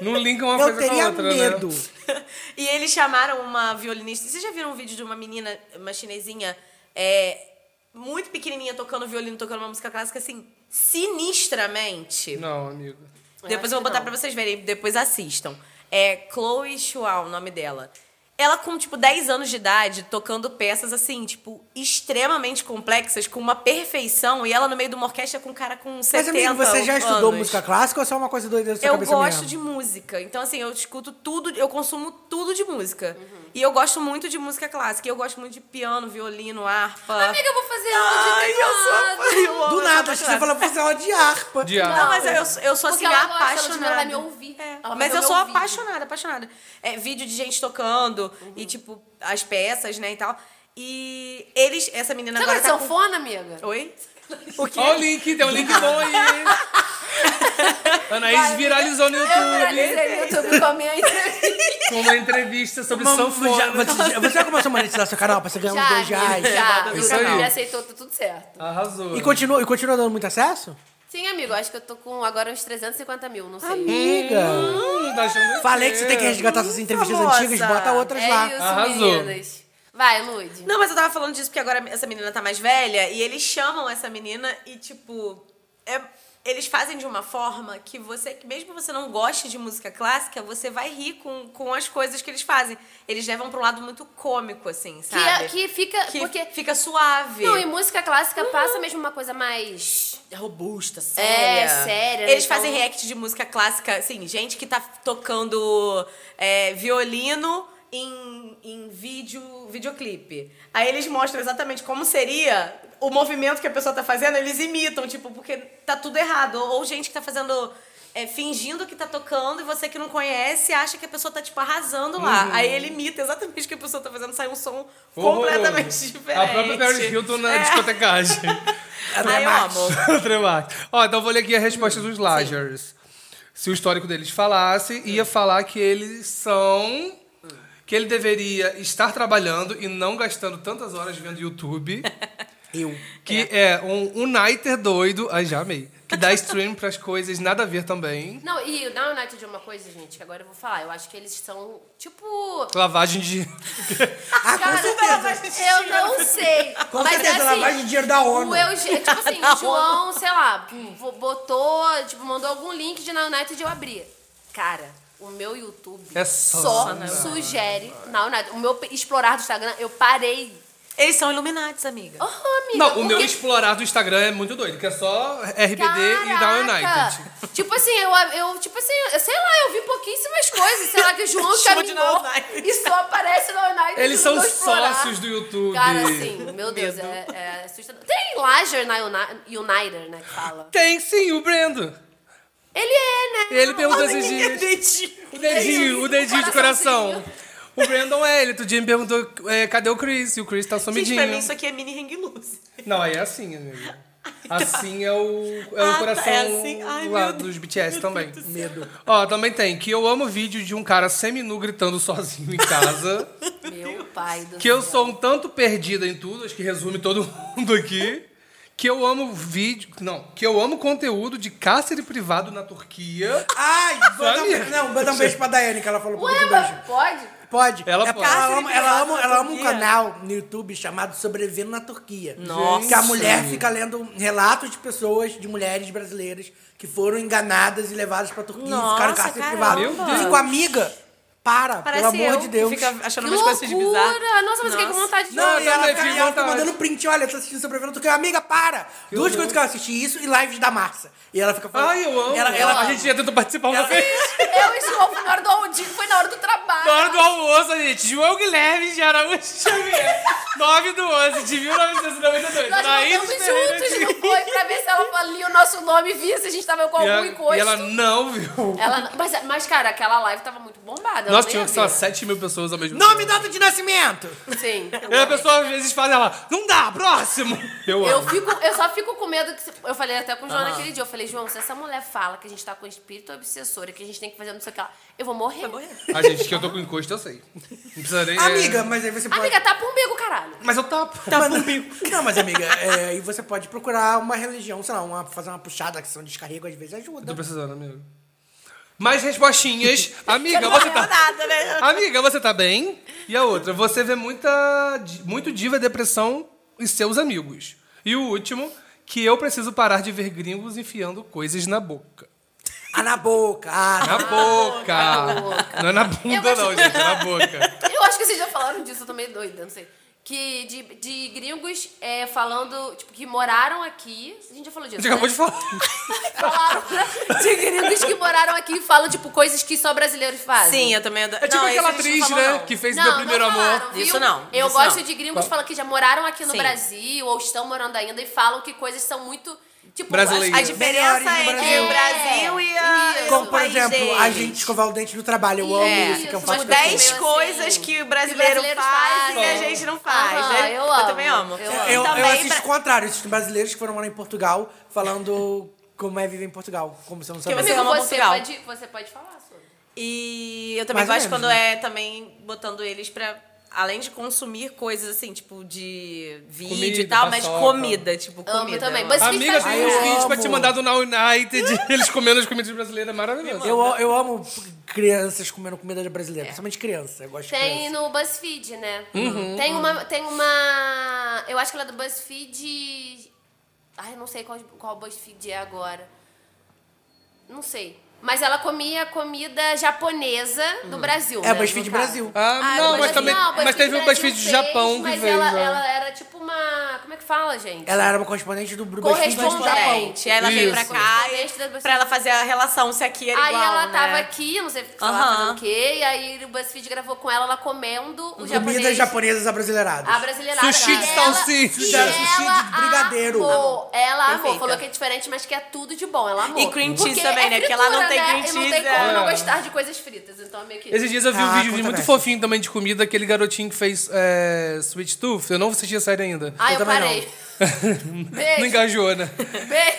Não linka é uma Eu coisa com a teria outra, medo. né? e eles chamaram uma violinista. Vocês já viram um vídeo de uma menina, uma chinesinha, é, muito pequenininha, tocando violino, tocando uma música clássica, assim, sinistramente? Não, amigo. Depois acho eu vou que botar não. pra vocês verem, depois assistam. É Chloe Shual, o nome dela. Ela com, tipo, 10 anos de idade, tocando peças, assim, tipo, extremamente complexas, com uma perfeição, e ela no meio de uma orquestra com um cara com 70 Mas, amigo, você já estudou um anos. música clássica ou é só uma coisa doida da sua Eu cabeça gosto mesmo? de música. Então, assim, eu escuto tudo, eu consumo tudo de música. Uhum. E eu gosto muito de música clássica. E eu gosto muito de piano, violino, harpa. Amiga, eu vou fazer Ai, aula de eu sou. teclado. Eu amo Do nada, acho essa que você música fala pra você aula de harpa. De ar. não, mas eu, sou- eu sou Porque assim, ela gosta, ela apaixonada. vai me ouvir. É. Ela vai Mas ver eu meu sou vídeo. apaixonada, apaixonada. É, vídeo de gente tocando Uhum. e, tipo, as peças, né, e tal. E eles, essa menina Você é agora gosta de tá com... sanfona, amiga? Oi? O quê? Olha o link, tem um link bom aí. hein? Anaís viralizou no YouTube Viralizei no YouTube com a minha entrevista. com uma entrevista sobre Vamos- já- sanfona. você, já- você já começou a monetizar seu canal pra você ganhar uns Já, dois reais? amigo, já. Isso Meu aí. canal me aceitou, tá tudo certo. Arrasou. E continua, e continua dando muito acesso? Sim, amigo, acho que eu tô com agora uns 350 mil, não sei. Amiga! Hum, tá achando Falei que você tem que resgatar suas entrevistas antigas, famosa. bota outras é lá. isso, Arrasou. meninas. Vai, Lude. Não, mas eu tava falando disso porque agora essa menina tá mais velha e eles chamam essa menina e, tipo, é- eles fazem de uma forma que você, que mesmo que você não goste de música clássica, você vai rir com, com as coisas que eles fazem. Eles levam pra um lado muito cômico, assim, Que, é- sabe? que fica... Que porque... fica suave. Não, e música clássica Uhum. passa mesmo uma coisa mais... robusta, séria. É, séria, né? Eles fazem Então- react de música clássica, assim, gente que tá tocando é, violino em, em vídeo, videoclipe. Aí eles mostram exatamente como seria o movimento que a pessoa tá fazendo, eles imitam, tipo, porque tá tudo errado. Ou, ou gente que tá fazendo. é, fingindo que tá tocando e você que não conhece acha que a pessoa tá, tipo, arrasando lá. Uhum. Aí ele imita exatamente o que a pessoa tá fazendo, sai um som Horroroso. completamente diferente. É. A própria Paris Hilton na É. discotecagem. Ai, eu amo. Tremark. Ó, então eu vou ler aqui a resposta dos Lagers. Se o histórico deles falasse, ia falar que eles são. Que ele deveria estar trabalhando e não gastando tantas horas vendo YouTube. Eu. Que é, um Uniter doido. Ai, já amei. Que dá stream pras coisas nada a ver também. Não, e o Down United é uma coisa, gente, que agora eu vou falar. Eu acho que eles são, tipo... Lavagem de. Ah, com Cara, certeza. Eu não sei. Com mas certeza, assim, lavagem de dinheiro da ONU. O Eugênio, tipo assim, o João, sei lá, vo- botou, tipo, mandou algum link de na United e eu abri. Cara, o meu YouTube É só só, na United. sugere na United. O meu pe- explorar do Instagram, eu parei. Eles são iluminados, amiga. Aham, amiga, Não, o meu porque- explorar do Instagram é muito doido, que é só RBD e Down Caraca! United. Tipo assim, eu, eu, tipo assim, eu- sei lá, eu vi pouquíssimas coisas. Sei lá que o João Show de caminhou Now United. e só aparece na United. Eles no são meu explorar. sócios do YouTube. Cara, assim, meu Deus, é, é assustador. Tem Lager na Uni- Uniter, né, que fala. Tem sim, o Brendo. Ele é, né? Ele um perguntou esses dias. O dedinho, o dedinho de coração. O Brandon é ele. Outro dia me perguntou é, cadê o Chris? E o Chris tá Gente, sumidinho. pra mim isso aqui é mini hang loose. Não, aí é assim, amigo. Assim é o, é o Então- Ah, tá, coração é assim. Ai, lá meu Deus. dos BTS também. Medo. Ó, também tem que eu amo vídeo de um cara seminu gritando sozinho em casa. Meu pai do que eu céu. sou um tanto perdida em tudo, acho que resume todo mundo aqui. que eu amo vídeo. Não, que eu amo conteúdo de cárcere privado na Turquia. Ai, vou dar Sabia? um, não, vou dar um beijo pra Daiane, que ela falou pra Ué, muito beijo. mas pode? Pode. Ela é porque pode. ela ama, ela ama, ela ama um Turquia. canal no YouTube chamado Sobrevivendo na Turquia. Nossa. Que a mulher fica lendo relatos de pessoas, de mulheres brasileiras, que foram enganadas e levadas pra Turquia e ficaram em Nossa, cárcere caramba. privado. Meu Eu Deus. Fico amiga. Para, Parece pelo amor eu de Deus. que fica achando Que umas coisas assim de bizarro. loucura! Nossa, mas eu fiquei com vontade de Não, Eu e também ela, fica- fico e ela tá vontade. mandando print, olha, tô assistindo Sobrevivendo na Turquia. Amiga, para! Duas coisas que eu assisti, isso e lives da Márcia. E ela fica falando... Ai, eu amo. Ela, ela- a gente já tentou participar uma Ela- vez. Eu e João, foi na hora do almoço, foi na hora do trabalho. Na hora do almoço, gente. João Guilherme de Araújo Xavier. 9 do 11 de 1992. Nós Laís voltamos Ferreira juntos, de- não foi? Pra ver se ela valia o nosso nome e via se a gente tava com E algum ela- encosto. E ela não viu. Ela- mas, mas, cara, aquela live tava muito bombada. Nós tínhamos tínhamos, sei lá, 7 mil pessoas ao mesmo Nome e tempo. data de nascimento! Sim. E a pessoa às vezes faz ela, não dá, próximo. Eu Eu, amo. fico, eu só fico com medo que. se- Eu falei até com o João naquele dia. Eu falei, João, se essa mulher fala que a gente tá com espírito obsessor e que a gente tem que fazer não sei o que lá, eu vou morrer. A Ah, gente que eu tô com encosto, eu sei. Não precisa nem. é- Amiga, mas aí você pode... Amiga, tá pro umbigo, caralho. Mas eu tapo. Mas- Não, mas amiga, é, e você pode procurar uma religião, sei lá, uma, fazer uma puxada, que são descarrego, às vezes ajuda. Tô precisando, amigo. Mais respostinhas. Amiga, Não você deu tá. nada, né? Amiga, você tá bem? E a outra, você vê muita, muito diva, depressão e seus amigos. E o último, que eu preciso parar de ver gringos enfiando coisas na boca. Ah, na boca, ah, Na boca! Não é na Eu bunda, gosto- não, gente, é na boca. Eu acho que vocês já falaram disso, eu tô meio doida, não sei. Que de, de gringos é, falando, tipo, que moraram aqui. A gente já falou A disso. gente acabou né? de falar. Falaram de gringos que moraram aqui e falam, tipo, coisas que só brasileiros fazem. Sim, eu também adoro. É tipo Não, esse aquela a gente não atriz, falou, né? não. Que fez o meu primeiro amor. viu? Isso não, Eu isso gosto não. de gringos falando que já moraram aqui no Sim. Brasil ou estão morando ainda e falam que coisas são muito. Tipo, Brasileiras. A as- as- diferença Melhores no entre Brasil. o Brasil e a... Isso. o como por país exemplo, deles. a gente escovar o dente no trabalho, eu É, amo isso, que eu isso, faço as com as mas 10 pessoas. assim, coisas que o brasileiro brasileiros faz e fazem. a gente não faz. Aham, né? eu amo, também amo. eu E amo. Eu, eu também assisto pra- o contrário, eu assisto brasileiros que foram morar em Portugal, falando como é viver em Portugal, como você não sabe. você Amigo, ama você, é Portugal. pode, você pode falar sobre. E eu também Mais gosto ou menos, quando né? é também botando eles pra. Além de consumir coisas assim, tipo de vídeo Comida, e tal, mas paçoca. comida, tipo Amo comida. também. eu Mas Ah, amo. Esse vídeo Amiga, tá tem uns bom. vídeos pra Amo. te mandar do Now United, eles comendo as comidas brasileiras, é maravilhoso. Eu, eu amo crianças comendo comida brasileira, principalmente criança, eu gosto de é Tem criança. no BuzzFeed, né? Uhum. Tem uma. Tem uma. Eu acho que ela é do BuzzFeed. Ai, eu não sei qual, qual BuzzFeed é agora. Não sei. Mas ela comia comida japonesa Uhum. do Brasil. É, né, BuzzFeed no caso. Brasil. Ah, Ah, não, mas mas assim, também. não, mas teve um Brasil BuzzFeed de fez, Japão que mas veio. Ela, né? ela era tipo uma. Como é que fala, gente? Ela era uma correspondente do Brasil do Japão. Correspondente. Aí ela veio pra Isso. cá e, pra ela fazer a relação se aqui era Aí igual, ela né? tava aqui, não sei se ela Aham. tava fazendo o quê, e aí o BuzzFeed gravou com ela, ela comendo o Comidas é, japonês. japonesas abrasileiradas. A brasileirada. Sushi de E salsicha. e Fizeram sushi de ela brigadeiro. Amou. Ela amou. Perfeita. Falou que é diferente, mas que é tudo de bom. Ela amou. E cream cheese Porque também, é né? Que ela não fritura, tem né? cream E cheese, Não tem como é. não gostar de coisas fritas. Então, meio que... Esses dias eu vi Ah, um vídeo conta muito dessa. fofinho também de comida, aquele garotinho que fez é, Sweet Tooth. Eu não assisti a série ainda. Ah, eu, Eu também parei. Não Beijo. engajou, né?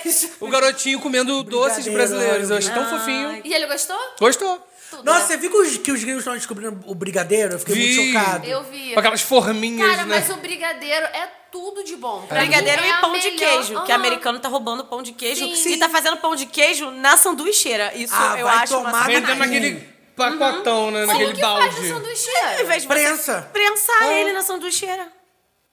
Beijo. O garotinho comendo doces Brigadeiro, brasileiros. Eu achei tão fofinho. E ele gostou? Gostou. Tudo, Nossa, né? você viu que os, que os gringos estão descobrindo o brigadeiro? Eu fiquei Vi. muito chocado. Eu vi. Com aquelas forminhas, Cara, né? mas o brigadeiro é tudo de bom. Pra Brigadeiro mim, é e a pão de melhor- queijo, que Aham. americano tá roubando pão de queijo Sim. e tá fazendo pão de queijo na sanduicheira. Isso Ah, eu vai acho tomar uma na Vendendo sacanagem. naquele pacotão, né? Uhum. Como Naquele que faz balde. no sanduíche? Ao invés de você Prensa. prensar ele na sanduicheira.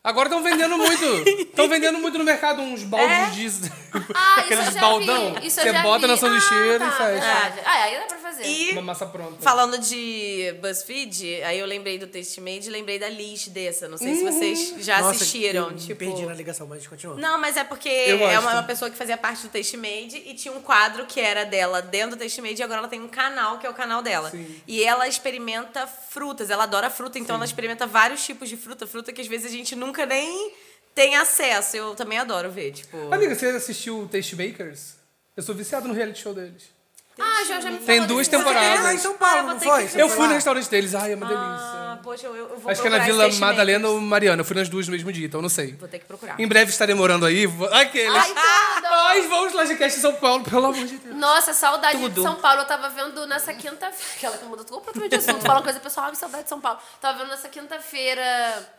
Agora estão vendendo muito. Estão vendendo muito no mercado uns baldes de. É? Ah, isso eu aqueles já baldão. vi. Isso eu você já bota vi. na sanduicheira ah, e tá, faz. verdade. Ah, aí dá pra fazer. E Uma massa pronta. Falando de BuzzFeed, aí eu lembrei do Tastemaid, lembrei da Liz dessa. Não sei se vocês já Nossa, assistiram. eu tipo... Perdi na ligação, mas continua. Não, mas é porque Eu é uma, gosto. uma pessoa que fazia parte do Tastemaid e tinha um quadro que era dela dentro do Tastemaid e agora ela tem um canal que é o canal dela. E ela experimenta frutas, ela adora fruta, então ela experimenta vários tipos de fruta, fruta que às vezes a gente nunca nem tem acesso. Eu também adoro ver, tipo... Amiga, você assistiu o Taste Makers? Eu sou viciado no reality show deles. Ah, João já me falou Tem duas desse- Foi lá temporadas. em São Paulo, Ah, vou então não ter foi? que- Você Eu foi fui lá? no restaurante deles. Ai, é uma Ah, delícia. poxa, eu, eu vou Acho que é na procurar esse Vila Taste Makers. Madalena ou Mariana. Eu fui nas duas no mesmo dia, então não sei. Vou ter que procurar. Em breve estarei morando aí. Vou- Aqueles. Ai, tudo! Nós vamos lá de cast em São Paulo, pelo amor de Deus. Nossa, saudade Tudo. de São Paulo. Eu tava vendo nessa quinta-feira. Aquela que mudou completamente de assunto. Fala uma coisa pessoal, ai, que saudade de São Paulo. Tava vendo nessa quinta-feira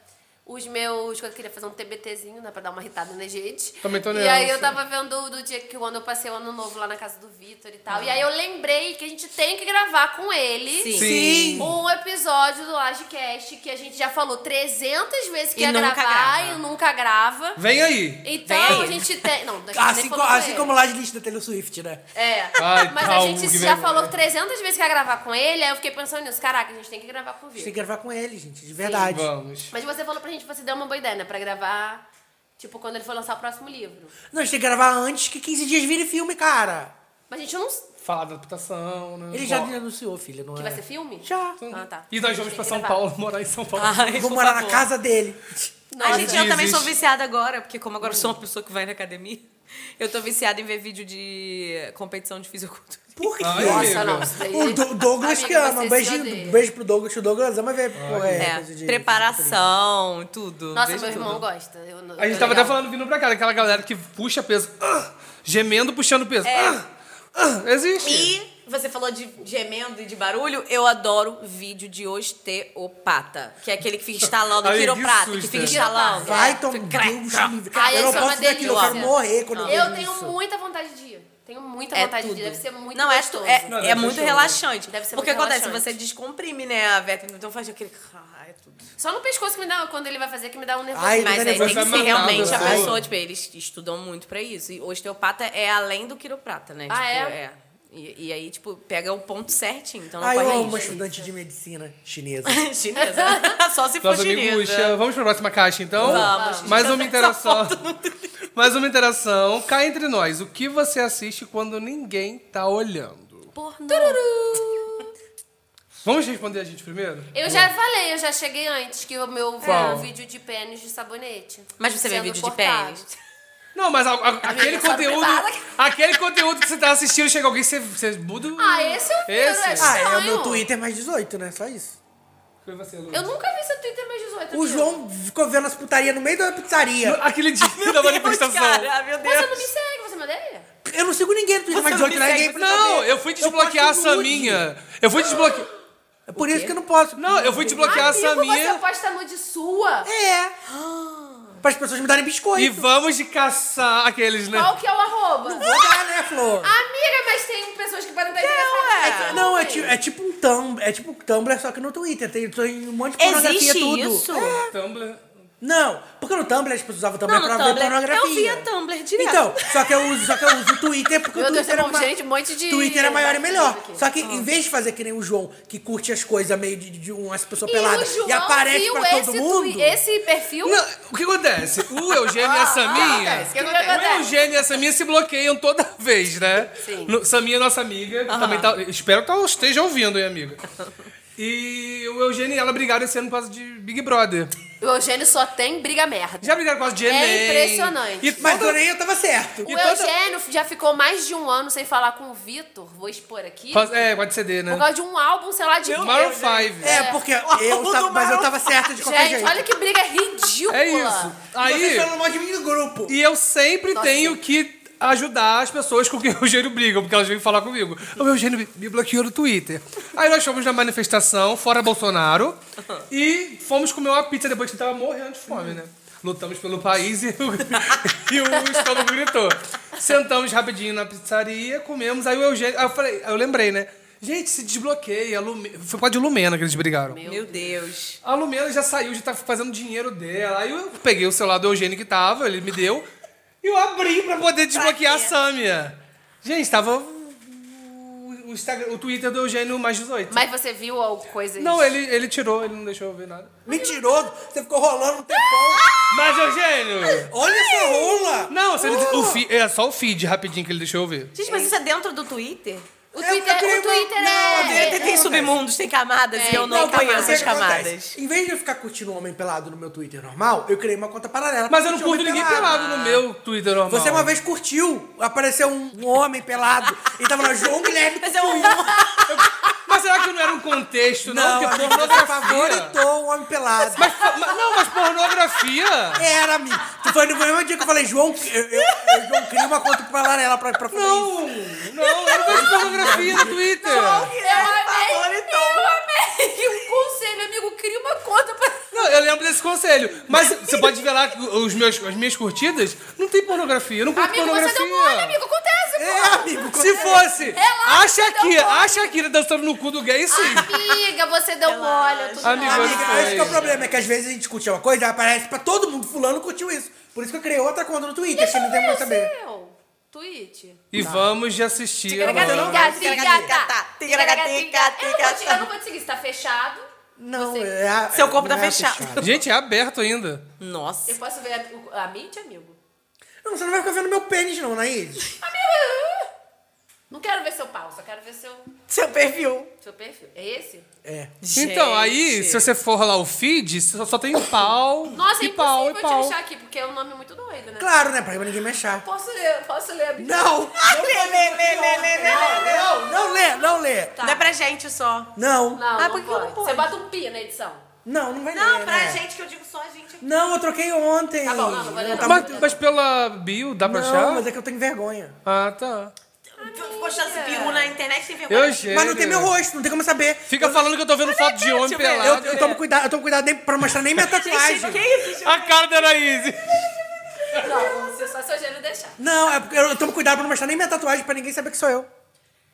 os meus. Quando eu queria fazer um TBTzinho, né? Pra dar uma irritada na gente. Também tô E nessa. aí eu tava vendo do dia que quando eu passei o ano novo lá na casa do Vitor e tal. E aí eu lembrei que a gente tem que gravar com ele. Sim. Sim. Um episódio do Lajcast que a gente já falou 300 vezes que E ia nunca gravar grava. e nunca grava. Vem aí. Então Vem aí. a gente tem. Não, a gente Ah, Assim, nem co- falou com assim ele. como lá de lista da Taylor Swift, né? É. Ai, Mas a calma, gente que já vergonha. falou 300 vezes que ia gravar com ele, aí eu fiquei pensando nisso. Caraca, a gente tem que gravar com o A gente tem Vitor. que gravar com ele, gente, de verdade. Vamos. Mas você falou pra gente que você deu uma boa ideia, né? Pra gravar, tipo, quando ele for lançar o próximo livro. Não, a gente tem que gravar antes que 15 dias vire filme, cara. Mas a gente não. Que Falar da adaptação, né? Ele já Bom, anunciou, filha, não é? vai ser filme? Já. Ah, Ah, tá. E nós vamos pra São Paulo, morar em São Paulo. Ai, Vou por morar na favor. casa dele. Nossa. a gente, eu também sou Existe. viciada agora, porque como agora eu sou uma pessoa que vai na academia, eu tô viciada em ver vídeo de competição de fisicultura. Por quê? Ai, Nossa, Amiga. não. isso daí- O Do- Douglas Amiga, que ama. você Um se beijo, odeia. beijo pro Douglas, que o Douglas ama ver pô, é, É, coisa de- preparação e tudo. Nossa, vejo meu irmão tudo. gosta. Eu, eu tô A gente ligada. tava até falando vindo pra cá, daquela galera que puxa peso, ah, gemendo, puxando peso. É. ah, ah, existe. E você falou de gemendo e de barulho, eu adoro vídeo de osteopata, que é aquele que fica instalando, Ai, que quiroprata, que, susto. fica instalando. Vai, É, Tom, fica- Deus livre. Ai, eu isso não é uma posso ver aquilo, eu delícia. quero morrer quando eu Eu vejo tenho isso. muita vontade de ir. Tenho muita É vontade de tudo. ir. Deve ser muito não, é, tu- gostoso. é, Não, é deve ser muito show. relaxante. Deve ser Porque muito acontece, relaxante. você descomprime, né, a vértebra, então faz aquele... Ah, é tudo. Só no pescoço que me dá, quando ele vai fazer, que me dá um nervoso. Ai, Mas Mas aí vai tem que matar ser realmente a você. pessoa, tipo, eles estudam muito pra isso. E osteopata é além do quiroprata, né? Ah, Tipo, é? E, e aí, tipo, pega o ponto certinho, então não Ai, Ah, eu corre amo uma risco. estudante de medicina chinesa. Chinesa. Só se for Nossa, chinesa. miguxa. Vamos pra próxima caixa, então? Vamos. Mais tá uma interação. Mais uma interação. Cá entre nós, o que você assiste quando ninguém tá olhando? Pornô. Vamos responder a gente primeiro? Eu já falei, eu já cheguei antes que o meu Qual? um vídeo de pênis de sabonete. É. Mas você vê sendo vídeo cortado. de pênis? Não, mas a- a- aquele só conteúdo. privada. Aquele conteúdo que você tá assistindo, chega alguém, você, você muda. o- Ah, esse eu vi, eu Esse? acho. Ah, é o meu Sonho. Twitter mais 18, né? Só isso. Foi você, Lu. Eu nunca vi seu Twitter mais 18. O viu? João ficou vendo as putaria no meio da pizzaria. Aquele dia da manifestação. Cara, meu Você não Deus. me segue, você é me odeia? Eu não sigo ninguém no Twitter mais Você não 18, me né? segue, Ninguém você precisa saber. Não, eu fui Eu posto desbloquear a nude. Saminha. Eu fui desbloquear. É por isso que eu não posso. Não, eu fui desbloquear a você Saminha. posta nude sua? É. Para as pessoas me darem biscoito. E vamos de caçar aqueles, né? Qual que é o arroba? Vou dar, né, Flor? Amiga, mas tem pessoas que podem estar É interessadas. que- não, é, ti- é tipo um Tumblr, é tipo um Tumblr, só que no Twitter. Tem, tem um monte de pornografia Existe tudo. É. isso? Tumblr. Não, porque no Tumblr as pessoas usavam Tumblr Não, no pra ver Tumblr. pornografia. Eu via Tumblr direto. Então, só que eu uso, só que eu uso o Twitter porque Meu o Deus, Twitter tem é um monte de gente, um monte de- Twitter é maior e melhor. Aqui. Ah. Só que em vez de fazer que nem o João, que curte as coisas meio de, de umas pessoas E o peladas João e aparece viu pra todo esse mundo. twi- esse perfil? Não, o que acontece? O Eugênio e a Saminha. O que O Ah, acontece? Eugênio e a Saminha se bloqueiam toda vez, né? Sim. No- Saminha é nossa amiga, que também tá. Espero que ela esteja ouvindo, hein, amiga? E o Eugênio e ela brigaram esse ano por causa de Big Brother. O Eugênio só tem briga merda. Já brigaram por causa de É Enem. impressionante. E Mas toda- porém eu tava certo. O E toda- Eugênio já ficou mais de um ano sem falar com o Vitor, vou expor aqui, É, pode ceder, né? por causa de um álbum, sei lá, de... Maroon 5. É, porque eu tava, mas eu tava certa de qualquer Gente, jeito. olha que briga ridícula. É isso. Vocês Aí. falam mal de mim do grupo. E eu sempre Nossa. tenho que ajudar as pessoas com quem o Eugênio briga, porque elas vêm falar comigo. O Eugênio me bloqueou no Twitter. Aí nós fomos na manifestação, fora Bolsonaro, e fomos comer uma pizza depois que tava morrendo de fome, né? Lutamos pelo país e, o- e o estômago gritou. Sentamos rapidinho na pizzaria, comemos, aí o Eugênio. Aí eu falei, aí eu lembrei, né? Gente, se desbloqueia. Lume... Foi por causa de Lumena que eles brigaram. Meu Deus. A Lumena já saiu, já tá fazendo dinheiro dela. Aí eu peguei o celular do Eugênio que tava, ele me deu. E eu abri pra poder desbloquear a Samia. Gente, tava o, o Instagram, o Twitter do Eugênio mais 18. Mas você viu alguma coisa? Não, ele, ele tirou, ele não deixou eu ver nada. Mentiroso, você ficou rolando um tempão. Mas, Eugênio! Olha essa rola! Não, você Uh! não- o fi- é só o feed rapidinho que ele deixou eu ver. Gente, mas isso é dentro do Twitter? O Eu Twitter, queria o Twitter uma- Não, é... Tem, dele- é... tem, tem submundos, tem camadas e eu não, porque tá, o conheço que as que acontece? camadas. Em vez de eu ficar curtindo um homem pelado no meu Twitter normal, eu criei uma conta paralela. pra Mas eu não curtir um curto homem Ah. ninguém pelado no meu Twitter normal. Você uma vez curtiu, apareceu um homem pelado e tava lá, João Guilherme. Mas é um Mas será que não era um contexto, não? Não, é Porque amigo, você pornografia... favoritou um homem pelado. Mas, mas- não, mas pornografia... Era, amigo. Tu foi no mesmo dia que eu falei, João, eu, eu, eu João, criei uma conta paralela pra, pra fazer isso. Não, não, eu não vejo pornografia no Twitter. Eu amei, eu amei. O conselho, amigo, cria uma conta pra... Não, eu lembro desse esse conselho. Mas você pode ver lá que os meus, as minhas curtidas, não tem pornografia. Eu não curto Amigo, você pornografia. deu mole, amigo. Acontece, É, pô. amigo, Se fosse, Relaxa, acha você aqui, deu mole. acha aqui tá dançando no cu do gay, sim. Amiga, você deu mole. eu tô de Amigo, mole. eu Amiga, esse que é o Foi. problema, é que às vezes a gente curte uma coisa, aparece pra todo mundo, fulano curtiu isso. Por isso que eu criei outra conta no Twitter, que não tem Cadê como o assim. saber. seu tweet? E vamos de assistir. Tica, agora. tica, tica, tica, tica, tica, Eu não vou te- Eu não vou te seguir, você tá fechado. Não, Você- é a- Seu corpo não tá é a fechado. fechada. Gente, é aberto ainda. Nossa. Eu posso ver a, o- a mídia, amigo? Não, você não vai ficar vendo meu pênis, não, Naís. Amigo! Não quero ver seu pau, só quero ver seu, Seu perfil. seu perfil. É esse? É. Então, aí, Gente. se você for lá o feed, só, só tem um pau Nossa, e é pau e impossível eu pau. te achar aqui, porque é um nome muito doido, né? Claro, né? Pra ninguém me achar. Posso ler, posso ler a mídia? Não! Não, não lê, não lê. Não é pra gente só. Não, Não, Ah, não, por que pode. não pode? Você bota um pi na edição. não, não vai Não, ler, pra né? gente que eu digo só a gente. Não, eu troquei ontem. Tá bom, não, não vou ler, Eu não. tava- Mas, mas pela bio, dá pra achar? Não, mas é que eu tenho vergonha. Ah, tá. Postando esse peru na internet tem vergonha. Eu gênero. Mas não tem meu rosto, não tem como saber. Fica é. falando que eu tô vendo é foto de homem Eu, pelado. eu tomo cuidado, eu tomo cuidado nem pra não mostrar nem minha tatuagem. A cara da Anaíse. Não, você só seu gênero deixar. Não, é porque eu eu tomo cuidado pra não mostrar nem minha tatuagem pra ninguém saber que sou eu.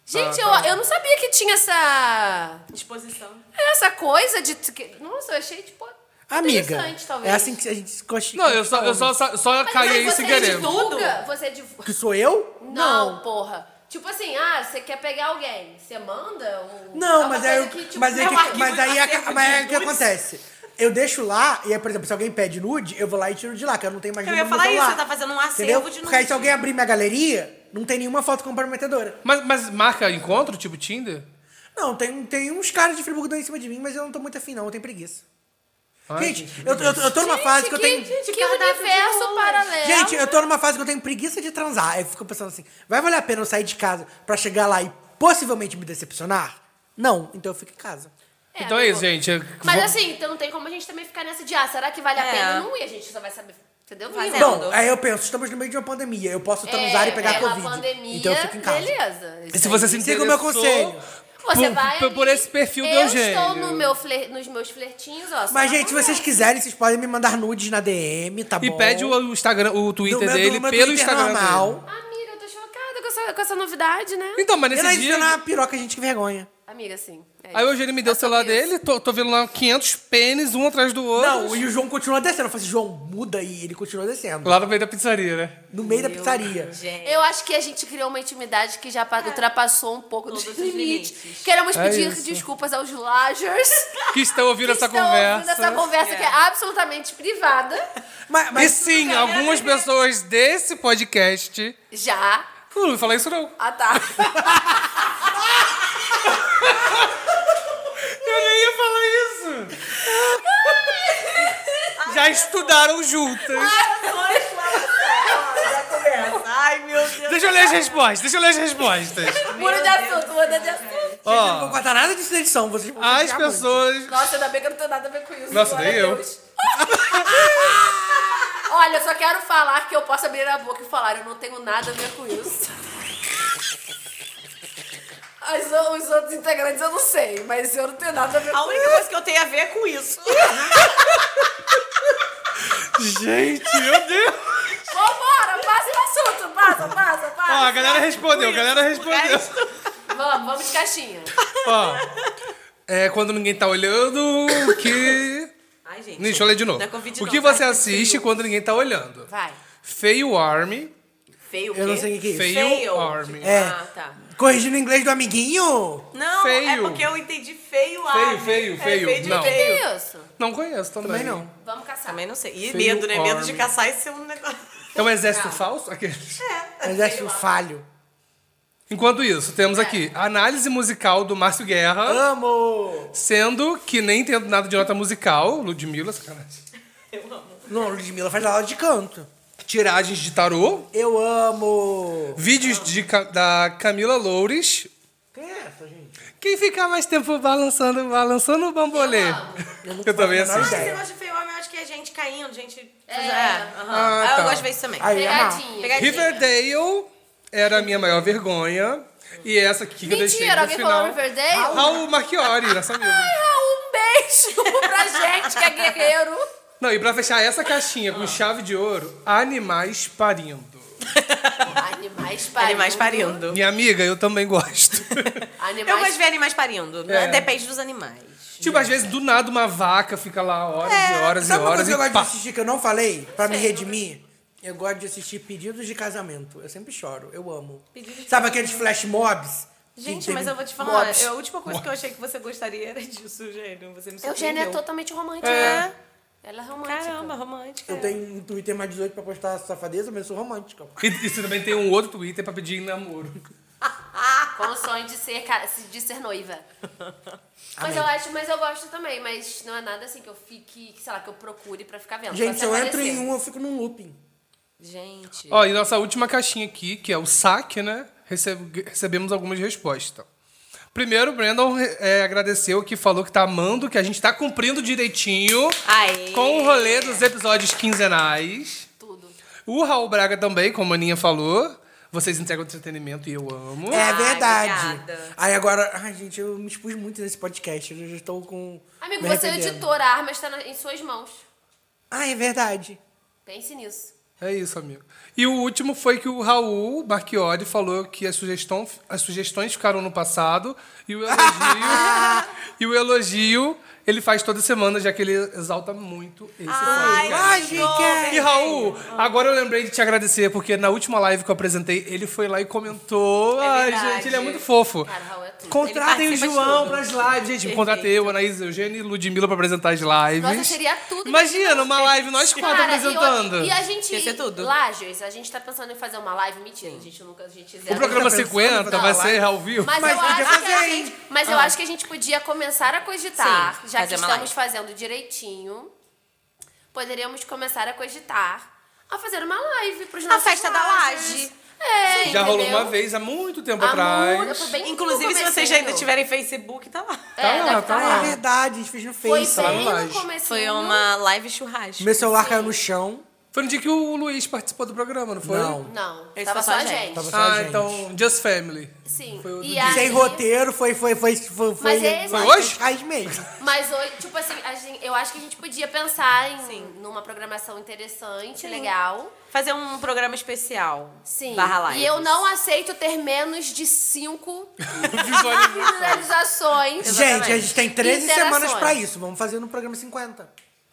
Gente, tá. eu, eu não sabia que tinha essa. Disposição. Essa coisa de. que- Nossa, eu achei, tipo. Amiga, Interessante, é talvez. assim que a gente se consti- Não, eu só, eu só, só, só Mas, caí aí mas sem você querer. divulga, você divulga. Que sou eu? Não, porra. Tipo assim, ah, você quer pegar alguém, você manda um... Não, É alguma mas coisa aí, que, tipo, mas aí, é um que- arquivo mas de aí, acervo aca- mas aí o de que nudes. acontece? Eu deixo lá, e aí, por exemplo, se alguém pede nude, eu vou lá e tiro de lá, que eu não tenho mais Eu nude ia no meu falar isso, celular. você tá fazendo um acervo Entendeu? de nude. Porque aí se alguém abrir minha galeria, não tem nenhuma foto comprometedora. Mas, mas marca encontro, tipo Tinder? Não, tem, tem uns caras de Friburgo dando em cima de mim, mas eu não tô muito afim, não, eu tenho preguiça. Ai, gente, eu, eu, eu tô numa fase que eu tenho. Gente, que cardápio de universo rolas. paralelo. Gente, eu tô numa fase que eu tenho preguiça de transar. Aí eu fico pensando assim, vai valer a pena eu sair de casa pra chegar lá e possivelmente me decepcionar? Não, então eu fico em casa. Então é amigo. isso, gente. Eu- Mas vou- assim, então não tem como a gente também ficar nessa de, ah, será que vale a É. pena? Não, e a gente só vai saber, entendeu? Fazendo. Vivo. Bom, aí eu penso, estamos no meio de uma pandemia, eu posso transar É, e pegar é uma Covid. pandemia, então eu fico em casa. beleza. E Isso se você aí. se Siga o meu interessou conselho. Você por, vai por- ali, por esse perfil do eu Eugênio. estou no meu fler- nos meus flertinhos, ó. Mas, só na gente, se vocês conversa. quiserem, vocês podem me mandar nudes na DM, tá E bom? pede o Instagram, o Do Twitter meu- do dele meu pelo Twitter Instagram normal. dele. Amiga, eu tô chocada com essa, com essa novidade, né? Então, mas Eu nesse não dia... dia... na piroca, gente, que vergonha. Amiga, sim. é Aí o isso. Eugênio me deu É o celular sobre isso. dele, tô, tô vendo lá 500 pênis, um atrás do outro. Não, e o João continua descendo. Eu falei assim, João, muda aí. Ele continua descendo. Lá no meio da pizzaria, né? No meio da pizzaria. Gente. Eu acho que a gente criou uma intimidade que já pa- ultrapassou um pouco dos Todos os limites. limites. Queremos É pedir isso. desculpas aos lajers Que estão ouvindo que essa estão ouvindo conversa. essa conversa que é absolutamente privada. Mas, E mas sim, algumas pessoas desse podcast. Já. Eu não vou falar isso, não. Ah, tá. Eu nem ia falar isso! Já estudaram juntas. Ai, meu Deus. Deixa eu ler as respostas, deixa eu ler as respostas. Muda de assunto, muda de assunto. eu não vou cortar nada disso na edição. Vocês vão As ficar pessoas. Nossa, ainda bem que eu não tenho nada a ver com isso. Nossa, glória nem a eu. Deus. Olha, eu só quero falar que eu posso abrir a boca e falar, eu não tenho nada a ver com isso. As o- os outros integrantes eu não sei, mas eu não tenho nada a ver A com única isso. coisa que eu tenho a ver é com isso. Gente, meu Deus! Vambora, passa o assunto, passa, passa, passa. Ó, a é- galera respondeu, a galera respondeu. Vamos, vamos de caixinha. Ó. É quando ninguém tá olhando, que. Ai, gente. Deixa eu ler de novo. Não é Covid, O não, que tá? você assiste quando ninguém tá olhando? Vai. Feio Army. Feio o Eu não quê? sei o que é isso. Feio, Feio. Army. É. Ah, tá. Corrigindo o inglês do amiguinho? Não, é Feio. porque eu entendi feio a. Feio, feio, feio. É feio de Não. Que feio. isso? Não conheço também. Também não. Vamos caçar. Também não sei. E Feio medo, né? Medo de army. caçar e ser um negócio. É um exército falso? Aqueles. Mas acho falho. Enquanto isso, temos aqui a análise musical do Márcio Guerra, Ah. Amo! sendo que nem tendo nada de nota musical, Ludmilla, sacanagem. Não, Ludmilla faz aula de canto. Tiragens de tarô, Eu amo! vídeos de Ca- da Camila Loures. Quem é essa, gente? Quem ficar mais tempo balançando, balançando o bambolê. Eu amo. Eu, não Eu também faço a menor assisto. ideia. Esse negócio de feio homem, eu acho que é gente caindo, gente. É. aham. Ah, Ah, tá. eu gosto de ver isso também. Aí, amar. Pegadinha. Pegadinha. Riverdale era a minha maior vergonha. E essa aqui que eu deixei Mentira, no alguém falou final. Riverdale? Ah, Raul Marchiori, nossa amiga. Ai, Raul, um beijo pra gente que é guerreiro. Não, e pra fechar essa caixinha com chave de ouro, animais parindo. Animais parindo. Animais parindo. Minha amiga, eu também gosto. Animais Eu gosto de ver animais parindo. né? É. Depende dos animais. tipo, às vezes, do nada, uma vaca fica lá horas e horas e É, Sabe uma horas coisa que eu e gosto de pá. assistir que eu não falei? Pra me redimir? Eu gosto de assistir pedidos de casamento. Eu sempre choro, eu amo. Pedido de Sabe aqueles flash mobs? Que Gente, teve- mas eu vou te falar, Mobs. é a última coisa que eu achei que você gostaria era disso, Eugênio. Você me surpreendeu. Eugênia é totalmente romântica. É. Ela é romântica. Caramba, romântica. Eu tenho um Twitter mais 18 pra postar safadeza, mas eu sou romântica. E, e você também tem um outro Twitter pra pedir em namoro. Ah, Com o sonho de ser, ca- de ser noiva. Mas eu acho, mas eu gosto também, mas não é nada assim que eu fique, que, sei lá, que eu procure pra ficar vendo. Gente, se Só eu entro em aparecer. um, eu fico num looping. Gente. Ó, e nossa última caixinha aqui, que é o saque, né? Receb- recebemos algumas respostas. Primeiro, o Brandon é, agradeceu que falou que tá amando, que a gente tá cumprindo direitinho Aê. com o rolê dos episódios quinzenais. Tudo. O Raul Braga também, como a Aninha falou. Vocês entregam entretenimento e eu amo. É verdade. obrigada. Aí agora, ai, gente, eu me expus muito nesse podcast. Eu já estou com. Amigo, me você é o arrependendo. editor, a arma está na- em suas mãos. Ah, é verdade. Pense nisso. É isso, amigo. E o último foi que o Raul Marchiori falou que as, sugestão, as sugestões ficaram no passado e o elogio. e o elogio ele faz toda semana, já que ele exalta muito esse Ai, podcast. Lógica! E Raul, agora eu lembrei de te agradecer, porque na última live que eu apresentei, ele foi lá e comentou. Ai, verdade. gente, ele é muito fofo. Cara, Raul é tudo. Contratem o Ele participa de João tudo. pras lives, gente. Contratei eu, Anaís, Eugênio e Ludmilla pra apresentar as lives. Nossa, seria tudo. Imagina, uma live, nós quatro Cara, e o- apresentando. E, a gente. Ia ser tudo. Lajes, a gente tá pensando em fazer uma live. Mentira, a gente nunca. A gente O programa 50 Não, lá- vai ser ao vivo. Mas, Mas eu, podia acho que fazer, a hein? gente, mas eu acho que a gente podia começar a cogitar, Sim, já que fazer uma live. estamos fazendo direitinho. Poderíamos começar a cogitar a fazer uma live pros nossos festa da lajes. laje. É, Já rolou entendeu? uma vez há muito tempo Há atrás. muito, foi bem no Inclusive, se vocês comecinho. ainda tiverem Facebook, tá lá. É, Tá lá, deve tá tá lá. Ah, é verdade, a gente fez no Foi Face. lá no bem no laje. comecinho. Foi uma live churrasco. Meu celular caiu no chão. Foi no dia que o Luiz participou do programa, não foi? Não. Não, Esse tava foi só a gente. Tava só a Ah, gente. então, Just Family. Sim. Foi o do E dia. aí- Sem roteiro, foi, foi, foi, foi, foi, é esse- Foi hoje? Raiz mesmo. Mas hoje, tipo assim, a gente- eu acho que a gente podia pensar em numa programação interessante, legal. Fazer um programa especial. Sim. Barra live. E eu não aceito ter menos de cinco Visualiza- visualizações. Gente, a gente tem 13 semanas Interações. pra isso. Vamos fazer no programa 50.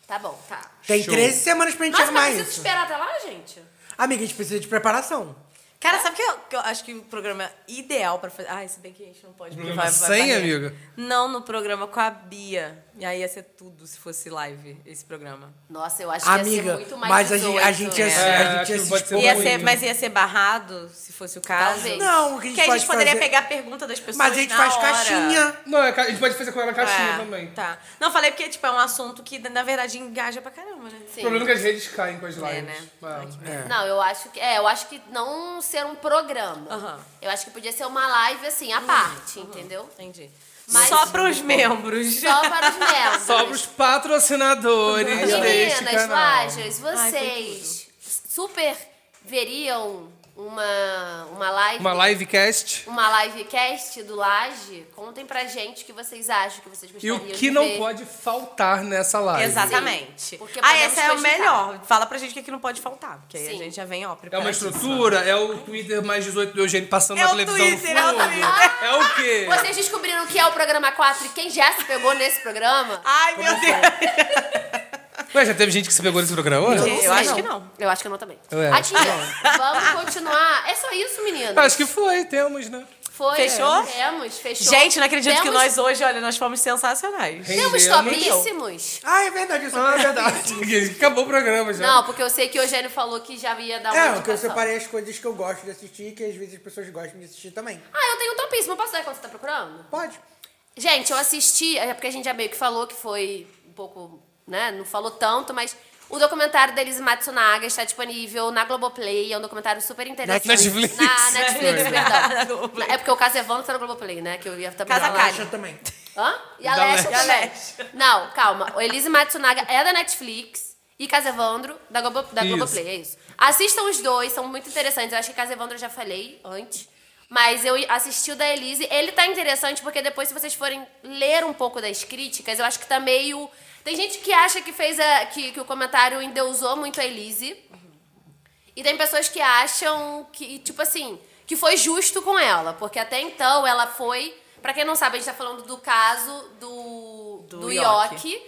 Tá bom, tá. Tem Show. 13 semanas pra gente Nossa, mas armar preciso isso. esperar até lá, gente? Amiga, a gente precisa de preparação. Cara, sabe que eu, que eu acho que o programa ideal pra fazer. Ai, se bem que a gente não pode. Hum, porque Programa sem, valer. amiga? Não, no programa com a Bia. E aí ia ser tudo se fosse live esse programa. Nossa, eu acho que ia ser Amiga, muito mais mas a gente, 18, a gente ia, né? É, a gente acho ia que se pode ser expor Ia Ui. muito. ser, mas ia ser barrado, se fosse o caso. Talvez. Não, o que a gente Porque a pode gente poderia fazer- pegar a pergunta das pessoas. Mas a gente na faz hora. caixinha. Não, é ca- a gente pode fazer com ela caixinha É, também. Tá. Não, falei porque, tipo, é um assunto que, na verdade, engaja pra caramba, né? O problema é que as redes caem com as lives. né? Ai, que É. Não, eu acho que. É, eu acho que não ser um programa. Aham. Eu acho que podia ser uma live, assim, à parte, entendeu? Entendi. Mas- Só pros membros. Só para os membros. Só pros patrocinadores deste Meninas, canal. Lajas, Ai, foi vocês super veriam uma, uma live. Uma livecast. uma livecast do Laje, contem pra gente o que vocês acham, que vocês E gostariam o que de não ver. pode faltar nessa live. Exatamente. Porque ah, podemos essa é o cogitar. melhor. Fala pra gente o que aqui não pode faltar, porque aí Sim. a gente já vem, ó, É uma preparadíssimo. estrutura, é o Twitter mais 18 do Eugênio passando É na o televisão no Twitter, é o fundo. Twitter. É o quê? Vocês descobriram o que é o programa 4 e quem já se pegou nesse programa? Ai, é meu Deus. Ué, já teve gente que se pegou nesse Eu programa? Não sei, acho que não. Eu acho que não também. Eu Aqui, vamos continuar. É só isso, meninas. Acho que foi, temos, né? Foi. Fechou? Temos, fechou. Gente, não acredito que Temos- nós hoje, olha, nós fomos sensacionais. Temos Rendemos. topíssimos. Ah, é verdade. Eu Ah, separei. é verdade. Acabou o programa já. Não, porque eu sei que o Eugênio falou que já ia dar uma É, porque eu indicação. separei as coisas que eu gosto de assistir e que às vezes as pessoas gostam de assistir também. Ah, eu tenho um topíssimo. Posso dar enquanto você tá procurando? Pode. Tá. Gente, eu assisti, é porque a gente já meio que falou que foi um pouco, né? Não falou tanto, mas o documentário da Elise Matsunaga está disponível na Globoplay, é um documentário super interessante. Netflix. Na É, Netflix, Na perdão. Globoplay. É porque o caso Evandro tá na Globoplay, né? Que eu ia também. Casa falar. Caixa. Eu também. Hã? E a Da Leste Leste. também. E a Leste. Não, calma. O Elise Matsunaga é da Netflix e Casevandro da, Globo, da Isso. Globoplay, é isso. Assistam os dois, são muito interessantes. Eu acho que Casevandro eu já falei antes. Mas eu assisti o da Elise. Ele tá interessante porque depois, se vocês forem ler um pouco das críticas, eu acho que tá meio. Tem gente que acha que fez a- que, que o comentário endeusou muito a Elise. E tem pessoas que acham que, tipo assim, que foi justo com ela. Porque até então ela foi. Pra quem não sabe, a gente tá falando do caso do. Do, Do Ioki.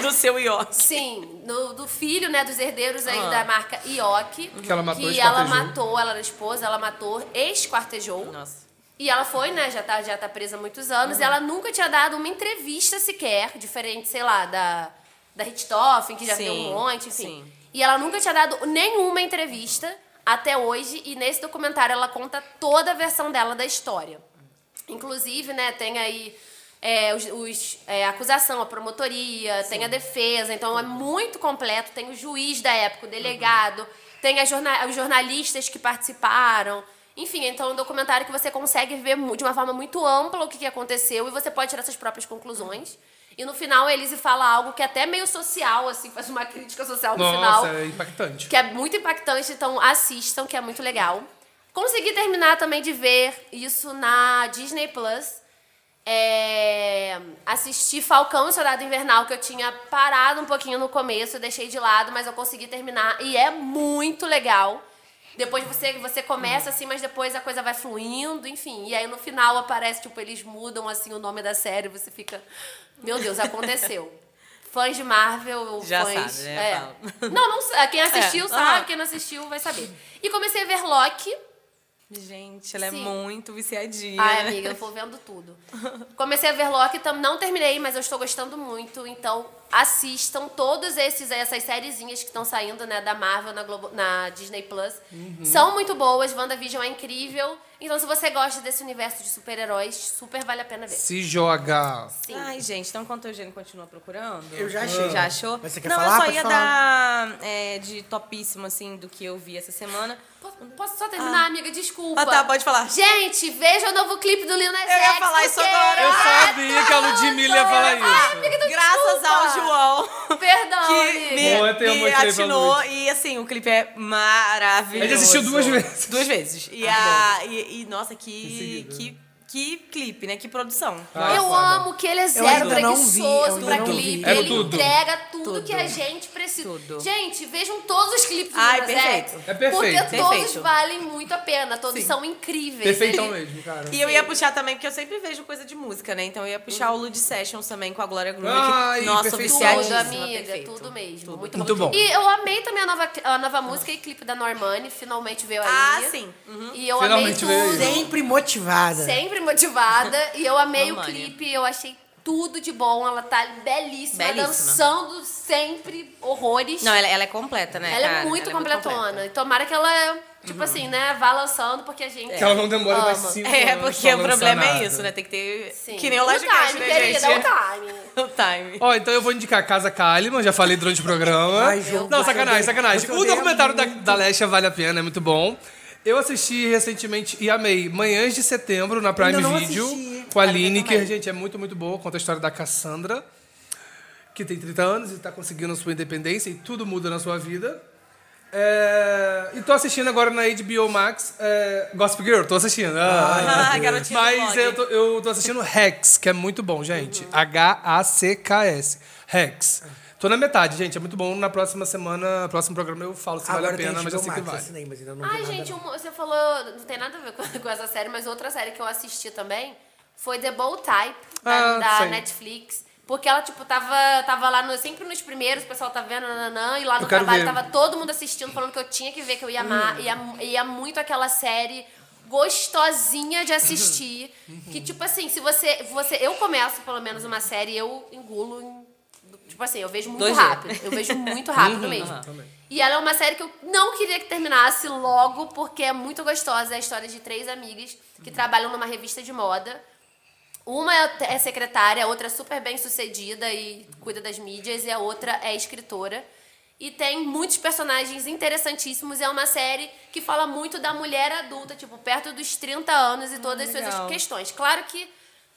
Do, do seu York. Sim, no- do filho, né, dos herdeiros aí da marca Ioki. Que ela matou, Que ela esquartejou. matou, ela era esposa, ela matou, esquartejou. Nossa. E ela foi, né, já tá, já tá presa há muitos anos. Uhum. E ela nunca tinha dado uma entrevista sequer, diferente, sei lá, da, da Richthofen, que já Sim, deu um monte, enfim. sim. E ela nunca tinha dado nenhuma entrevista até hoje. E nesse documentário ela conta toda a versão dela da história. Inclusive, né, tem aí é, os, os, é, a acusação, a promotoria, tem a defesa, então é Uhum. muito completo. Tem o juiz da época, o delegado, Uhum. tem as jorna- os jornalistas que participaram. Enfim, então é um documentário que você consegue ver mu- de uma forma muito ampla o que, que aconteceu e você pode tirar suas próprias Uhum. conclusões. E no final a Elise fala algo que é até meio social, assim, faz uma crítica social no final. Nossa, é impactante. Que é muito impactante, então assistam, que é muito legal. Consegui terminar também de ver isso na Disney Plus. É, assisti Falcão e Soldado Invernal, que eu tinha parado um pouquinho no começo, eu deixei de lado, mas eu consegui terminar e é muito legal. Depois você, você começa assim, mas depois a coisa vai fluindo, enfim. E aí no final aparece, tipo, eles mudam assim o nome da série, você fica. Meu Deus, aconteceu. fãs de Marvel, Já fãs. sabe, né? é. Fala. Não, não sa- Quem assistiu É, sabe, aham. quem não assistiu vai saber. E comecei a ver Loki. Gente, ela Sim. é muito viciadinha. Ai, né? amiga, eu tô vendo tudo. Comecei a ver Loki, tam, não terminei, mas eu estou gostando muito. Então, assistam todas esses, essas sériezinhas que estão saindo, né, da Marvel na, Globo, na Disney Plus. Uhum. São muito boas, WandaVision é incrível. Então, se você gosta desse universo de super-heróis, super vale a pena ver. Se joga. Sim. Ai, gente, então enquanto o Eugênio continua procurando. Eu já achei. Já achou? Ah. Mas você quer Não, falar? eu só Pode ia falar. dar é, de topíssimo, assim, do que eu vi essa semana. Po- Posso só terminar, amiga? Desculpa. Ah, tá, pode falar. Gente, veja o novo clipe do Lil Nas X. Eu ia falar isso porque- agora. Eu sabia que a Ludmilla ia falar Ai, isso. amiga, então Graças desculpa. ao João. Perdão, Que amiga. me, Ontem eu me mostrei pra atinou. Lud. E assim, o clipe é maravilhoso. A gente assistiu duas vezes. Ah, Duas vezes. E, a, e, e, nossa, que, que, que clipe, né? Que produção. Ah, eu foda. amo que ele é ainda zero não vi, eu preguiçoso ainda pra não vi. clipe. É ele tudo. entrega tudo, Tudo. que a gente precisa. Tudo. Gente, vejam todos os clipes do Ai, Lil Nas X, perfeito. É perfeito. Porque todos Perfeito. valem muito a pena. Todos são incríveis. Perfeitão Ele- mesmo, cara. E eu ia puxar também, porque eu sempre vejo coisa de música, né? Então eu ia puxar o Lud Sessions também com a Glória Groove. Ai, Nossa, perfeito. Tudo, viciadíssima. amiga, perfeito. tudo mesmo. Muito, Muito bom. bom. E eu amei também a nova, a nova música e clipe da Normani, finalmente veio aí. Ah, sim. E eu Finalmente amei veio tudo. aí. Sempre motivada. Sempre motivada. E eu amei o Mamãe. clipe, eu achei tudo de bom. Ela tá belíssima, Belíssima. dançando sempre horrores. Não, ela, ela é completa, né? ela é cara? muito Ela completona. completa. E tomara que ela, tipo assim, né, vá lançando, porque a gente. É. Que ela não demora mais Ama. cinco É, anos porque pra o lançar problema nada. é isso, né? Tem que ter. Sim. Que nem o O Lodcast, time, né, querida, gente? o time. O time. Ó, então eu vou indicar Casa Kalimann, já falei durante o programa. Ai, João, não, você sacanagem, odeia- sacanagem. você O odeia documentário da, da Lesha vale a pena, é muito bom. Eu assisti recentemente e amei Manhãs de Setembro na Prime Ainda não Video assisti. com a Quero ver Lineker. também. Gente, é muito, muito boa. Conta a história da Cassandra, que tem 30 anos e tá conseguindo a sua independência e tudo muda na sua vida. É... E tô assistindo agora na HBO Max é... Gossip Girl, tô assistindo. Ah, Ah, garotinha do Mas blog. eu tô, eu tô assistindo Rex, que é muito bom, gente. H-A-C-K-S. Rex. Tô na metade, gente. É muito bom. Na próxima semana, próximo programa eu falo se Agora vale a pena, tem mas HBO eu sei Max, que né? vale. assinei, mas é ainda não vi Ai, nada, gente, não. uma- você falou. Não tem nada a ver com, com essa série, mas outra série que eu assisti também foi The Bold Type, da, Ah, da sei. Netflix. Porque ela, tipo, tava, tava lá no- sempre nos primeiros, o pessoal tá vendo, nananã, e lá no Eu quero trabalho ver. tava todo mundo assistindo, falando que eu tinha que ver, que eu ia amar. E, é, e é muito aquela série gostosinha de assistir. Que, tipo assim, se você, você. Eu começo, pelo menos, uma série, eu engulo em. Tipo assim, eu vejo muito Dois dias. rápido. Eu vejo muito rápido Uhum. mesmo. E ela é uma série que eu não queria que terminasse logo, porque é muito gostosa. É a história de três amigas que trabalham numa revista de moda. Uma é é secretária, a outra é super bem sucedida e cuida das mídias, e a outra é escritora. E tem muitos personagens interessantíssimos. É uma série que fala muito da mulher adulta, tipo, perto dos 30 anos e todas essas Hum, legal. questões. Claro que,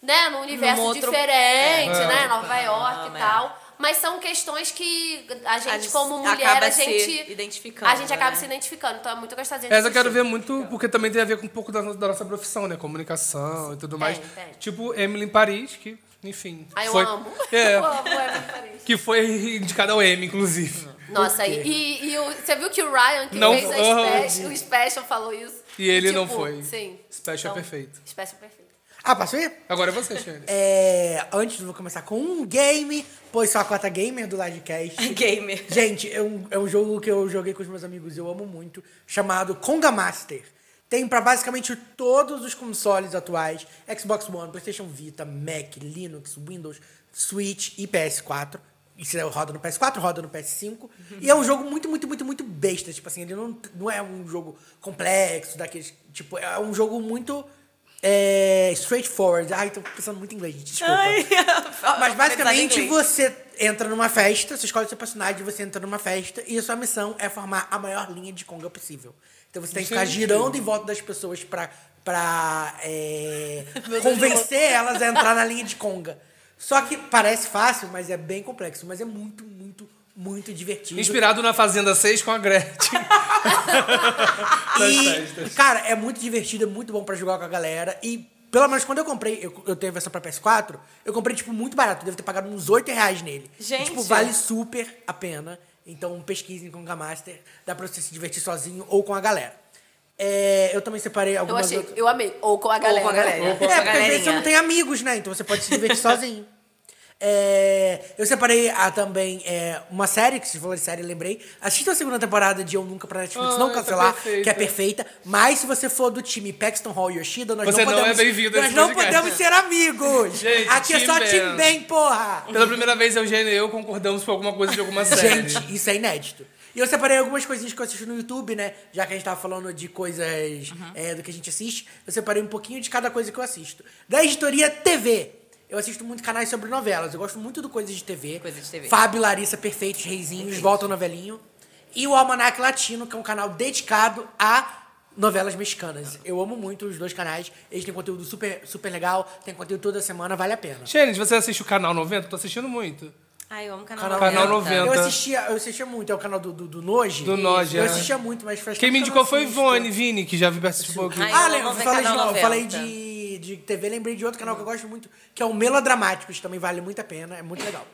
né, num universo outro- diferente, né? Nova York Ah, e tal. Mas são questões que a gente, gente como acaba mulher, a se gente. identificando, A gente acaba né? se identificando. Então é muito gostosinha de Essa eu quero assistir. ver muito, porque também tem a ver com um pouco da, da nossa profissão, né? Comunicação e tudo mais. tem. Tipo Emily em Paris, que, enfim. Ah, eu foi- amo. É, Eu amo Hum. Emily Paris. que foi indicada ao Emmy, inclusive. Nossa, e, e- e o- você viu que o Ryan, que Não- fez a Aham. special, o Special, falou isso. Tipo, E ele não foi. Sim. Special é Então, perfeito. Special é perfeito. Ah, posso ir? Agora é você, Shane. É, antes, eu vou começar com um game, pois sou a cota gamer do Livecast. Gamer. Gente, é um, é um jogo que eu joguei com os meus amigos, eu amo muito, chamado Conga Master. Tem pra basicamente todos os consoles atuais: Xbox One, PlayStation Vita, Mac, Linux, Windows, Switch e PS4. E se roda no PS4, roda no PS5. E é um jogo muito, muito, muito, muito besta. Tipo assim, ele não, não é um jogo complexo, daqueles. Tipo, é um jogo muito. É, straightforward. Ai, tô pensando muito em inglês, gente, desculpa. Mas basicamente você entra numa festa, você escolhe seu personagem, você entra numa festa e a sua missão é formar a maior linha de conga possível. Então você tem que ficar Gente. girando em volta das pessoas pra, pra é, convencer elas a entrar na linha de conga. Só que parece fácil, mas é bem complexo. Mas é muito, muito, muito divertido. Inspirado na Fazenda 6 com a Gretchen. das E, festas. cara, é muito divertido, é muito bom pra jogar com a galera. E, pelo menos, quando eu comprei, eu, eu tenho a versão pra PS4, eu comprei, tipo, muito barato. Eu devo ter pagado uns 8 reais nele. E, Gente. tipo, vale super a pena. Então, pesquisem com o Master. Dá pra você se divertir sozinho ou com a galera. É, eu também separei Eu algumas achei, outras- eu amei. Ou com a Ou galera. com a galera. Ou com é, a porque às vezes você galerinha. não tem amigos, né? Então você pode se divertir sozinho. É, eu separei ah, também é, uma série, que se falou de série, eu lembrei. Assista a segunda temporada de Eu Nunca pra Netflix Ah, não tá cancelar, perfeita. que é perfeita. Mas se você for do time Paxton Hall e Yoshida, nós Você não não podemos, é bem-vindo a nós esse não podcast. podemos ser amigos. Gente, Aqui é Team só Ben. Team Ben, porra. Pela primeira vez, Eugênio e eu concordamos por alguma coisa de alguma série. Gente, isso é inédito. E eu separei algumas coisinhas que eu assisto no YouTube, né? Já que a gente tava falando de coisas Uhum. é, do que a gente assiste, eu separei um pouquinho de cada coisa que eu assisto. Da editoria TV. Eu assisto muito canais sobre novelas. Eu gosto muito do Coisas de TV. Coisas de TV. Fábio, Larissa, Perfeitos, Reizinhos, Volta ao Novelinho. E o Almanac Latino, que é um canal dedicado a novelas mexicanas. Eu amo muito os dois canais. Eles têm conteúdo super, super legal. Tem conteúdo toda semana, vale a pena. Shane, você assiste o Canal 90? Tô assistindo muito. Ai, eu amo canal, Canal, Canal 90. 90. Eu assistia, eu assistia muito, é o canal do, do, do Noji. Do Noji, Eu é. assistia muito, mas faz Quem me tempo que indicou eu foi não Ivone, assisto. Vini, que já vi assistir um pouquinho. Ai, eu Ah, lembro, eu amo ver falei, de, canal não, eu falei 90. de, de TV, lembrei de outro canal que eu gosto muito, que é o Melodramáticos, também vale muito a pena, é muito legal.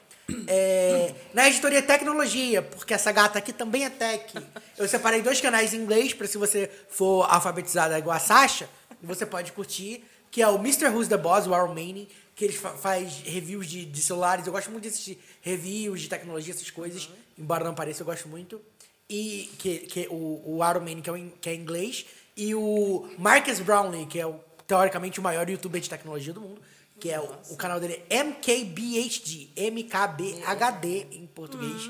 É, na editoria Tecnologia, porque essa gata aqui também é tech. Eu separei dois canais em inglês, pra se você for alfabetizada igual a Sasha, você pode curtir, que é o Mr. Who's the Boss, o Aaron Manning, que ele fa faz reviews de, de celulares. Eu gosto muito de assistir reviews de tecnologia, essas coisas, embora não pareça, eu gosto muito. e que, que o, o Iron Man, que é, o in- que é inglês, e o Marcus Brownlee, que é o, teoricamente o maior youtuber de tecnologia do mundo, que é o, o canal dele é MKBHD, MKBHD em português.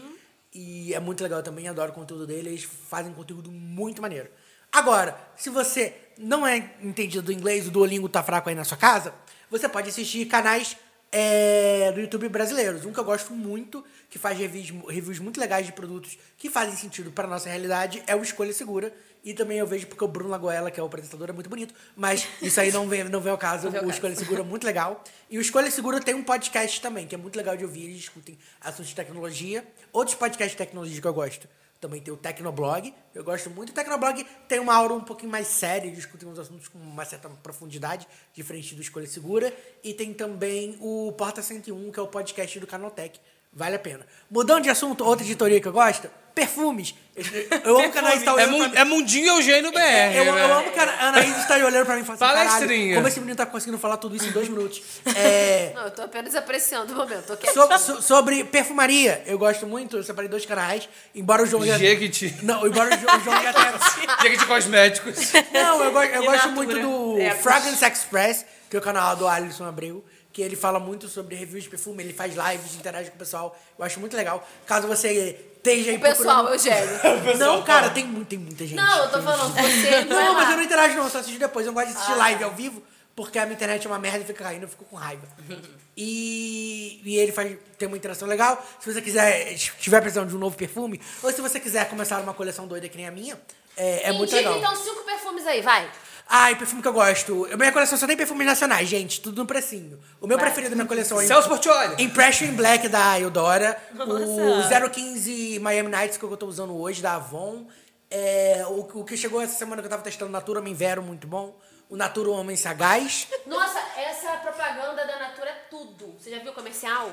E é muito legal também, adoro o conteúdo dele, eles fazem conteúdo muito maneiro. Agora, se você não é entendido do inglês, o Duolingo tá fraco aí na sua casa, você pode assistir canais é, do YouTube brasileiros. Um que eu gosto muito, que faz reviews, reviews muito legais de produtos que fazem sentido para nossa realidade, é o Escolha Segura. E também eu vejo porque o Bruno Lagoela, que é o apresentador, é muito bonito, mas isso aí não vem, não vem ao caso. o Escolha Segura é muito legal. E o Escolha Segura tem um podcast também, que é muito legal de ouvir. Eles discutem assuntos de tecnologia. Outros podcasts de tecnologia que eu gosto. Também tem o Tecnoblog, eu gosto muito. O Tecnoblog tem uma aura um pouquinho mais séria, discutem uns assuntos com uma certa profundidade, diferente do Escolha Segura. E tem também o Porta 101, que é o podcast do Canaltech. Vale a pena. Mudando de assunto, outra editoria que eu gosto, perfumes. Eu, eu amo o canal está É, tá olhando mun- pra mim. é Mundinho Eugênio BR. Eu, eu né? amo que a Anaís está olhando pra mim e falando assim, caralho, Palestrinha. como esse menino tá conseguindo falar tudo isso em dois minutos. É, Não, eu tô apenas apreciando o momento. Tô quietinha. So- so- sobre perfumaria, eu gosto muito, eu separei dois canais, embora o João já. Jequiti. Não, embora o João, o João já tenha. Chega de cosméticos. Não, eu, go- eu E gosto Natura. muito do É, Fragrance Express, que é o canal do Alisson Abreu, que ele fala muito sobre reviews de perfume, ele faz lives, interage com o pessoal. Eu acho muito legal. Caso você esteja aí O pessoal, procurando- Eugênio. Não, cara, tem, mu- tem muita gente. um Não, eu tô falando você. vai Não, lá. Ah. mas eu não interajo não, eu só assisto depois. Eu gosto de assistir live ao vivo, porque a minha internet é uma merda e fica caindo, eu fico com raiva. E, e ele faz, tem uma interação legal. Se você quiser, tiver precisando de um novo perfume, ou se você quiser começar uma coleção doida que nem a minha, é, é muito Indica, legal. então cinco perfumes aí, vai. Ai, perfume que eu gosto. A minha coleção só tem perfumes nacionais, gente. Tudo no precinho. O meu preferido da minha coleção é o Celso Portiolli. Impression in Black da Eudora. O 015 Miami Nights que eu tô usando hoje, da Avon. É, o, o que chegou essa semana que eu tava testando, Natura Homem Vero, muito bom. O Natura um Homem Sagaz. Nossa, essa propaganda da Natura é tudo. Você já viu o comercial?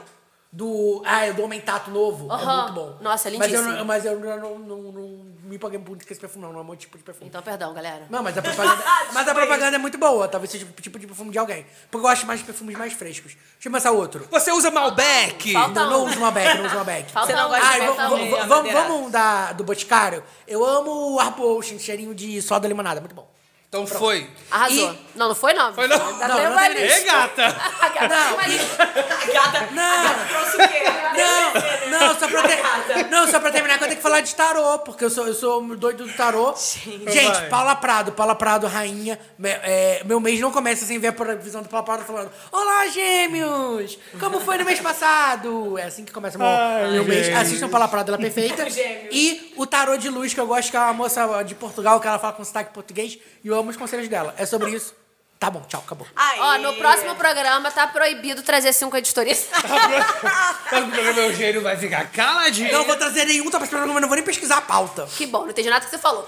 Do. Ah, é do Homem Tato novo. É Aham. muito bom. Nossa, é Mas eu, lindíssimo. não- mas eu não, não, não, não me paguei muito com esse perfume, não. Não é meu tipo de perfume. Então, perdão, galera. Não, mas a propaganda, Ah, mas a propaganda é muito boa. Talvez seja o tipo de perfume de alguém. Porque eu gosto mais de perfumes mais frescos. Deixa eu pensar outro. Você usa Malbec. Falta Não, não um. uso Malbec, não uso Malbec. Falta Você não um. gosta de Ai, vamos, apertar vamos, um, vamos, Andreas. vamos um da, do Boticário. Eu amo o Arpo Ocean, cheirinho de soda limonada. Muito bom. Então foi. Arrasou. Não, não foi não. Foi não. Tá Não, até não uma tem lista. É, gata. A gata tem uma lista. Não, Ah, Trouxe o quê? né? não, não, só pra, ter, não, só pra terminar, que eu tenho que falar de tarô, porque eu sou, eu sou um doido do tarô. Gente, Vai. Paula Prado, Paula Prado, rainha. Me- é, meu mês não começa sem ver a previsão do Paula Prado falando: Olá, gêmeos! Como foi no mês passado? É assim que começa meu, meu mês. Assistam Paula Prado, ela é perfeita. e o tarô de luz, que eu gosto, que é uma moça de Portugal, que ela fala com sotaque português, e eu amo os conselhos dela. É sobre isso. Tá bom, tchau, acabou. Aí. Ó, no próximo programa tá proibido trazer cinco editoristas. Mas o Tá programa Eugênio vai ficar caladinho. Não vou trazer nenhum, tá participando, mas não vou nem pesquisar a pauta. que bom, não entendi nada que você falou.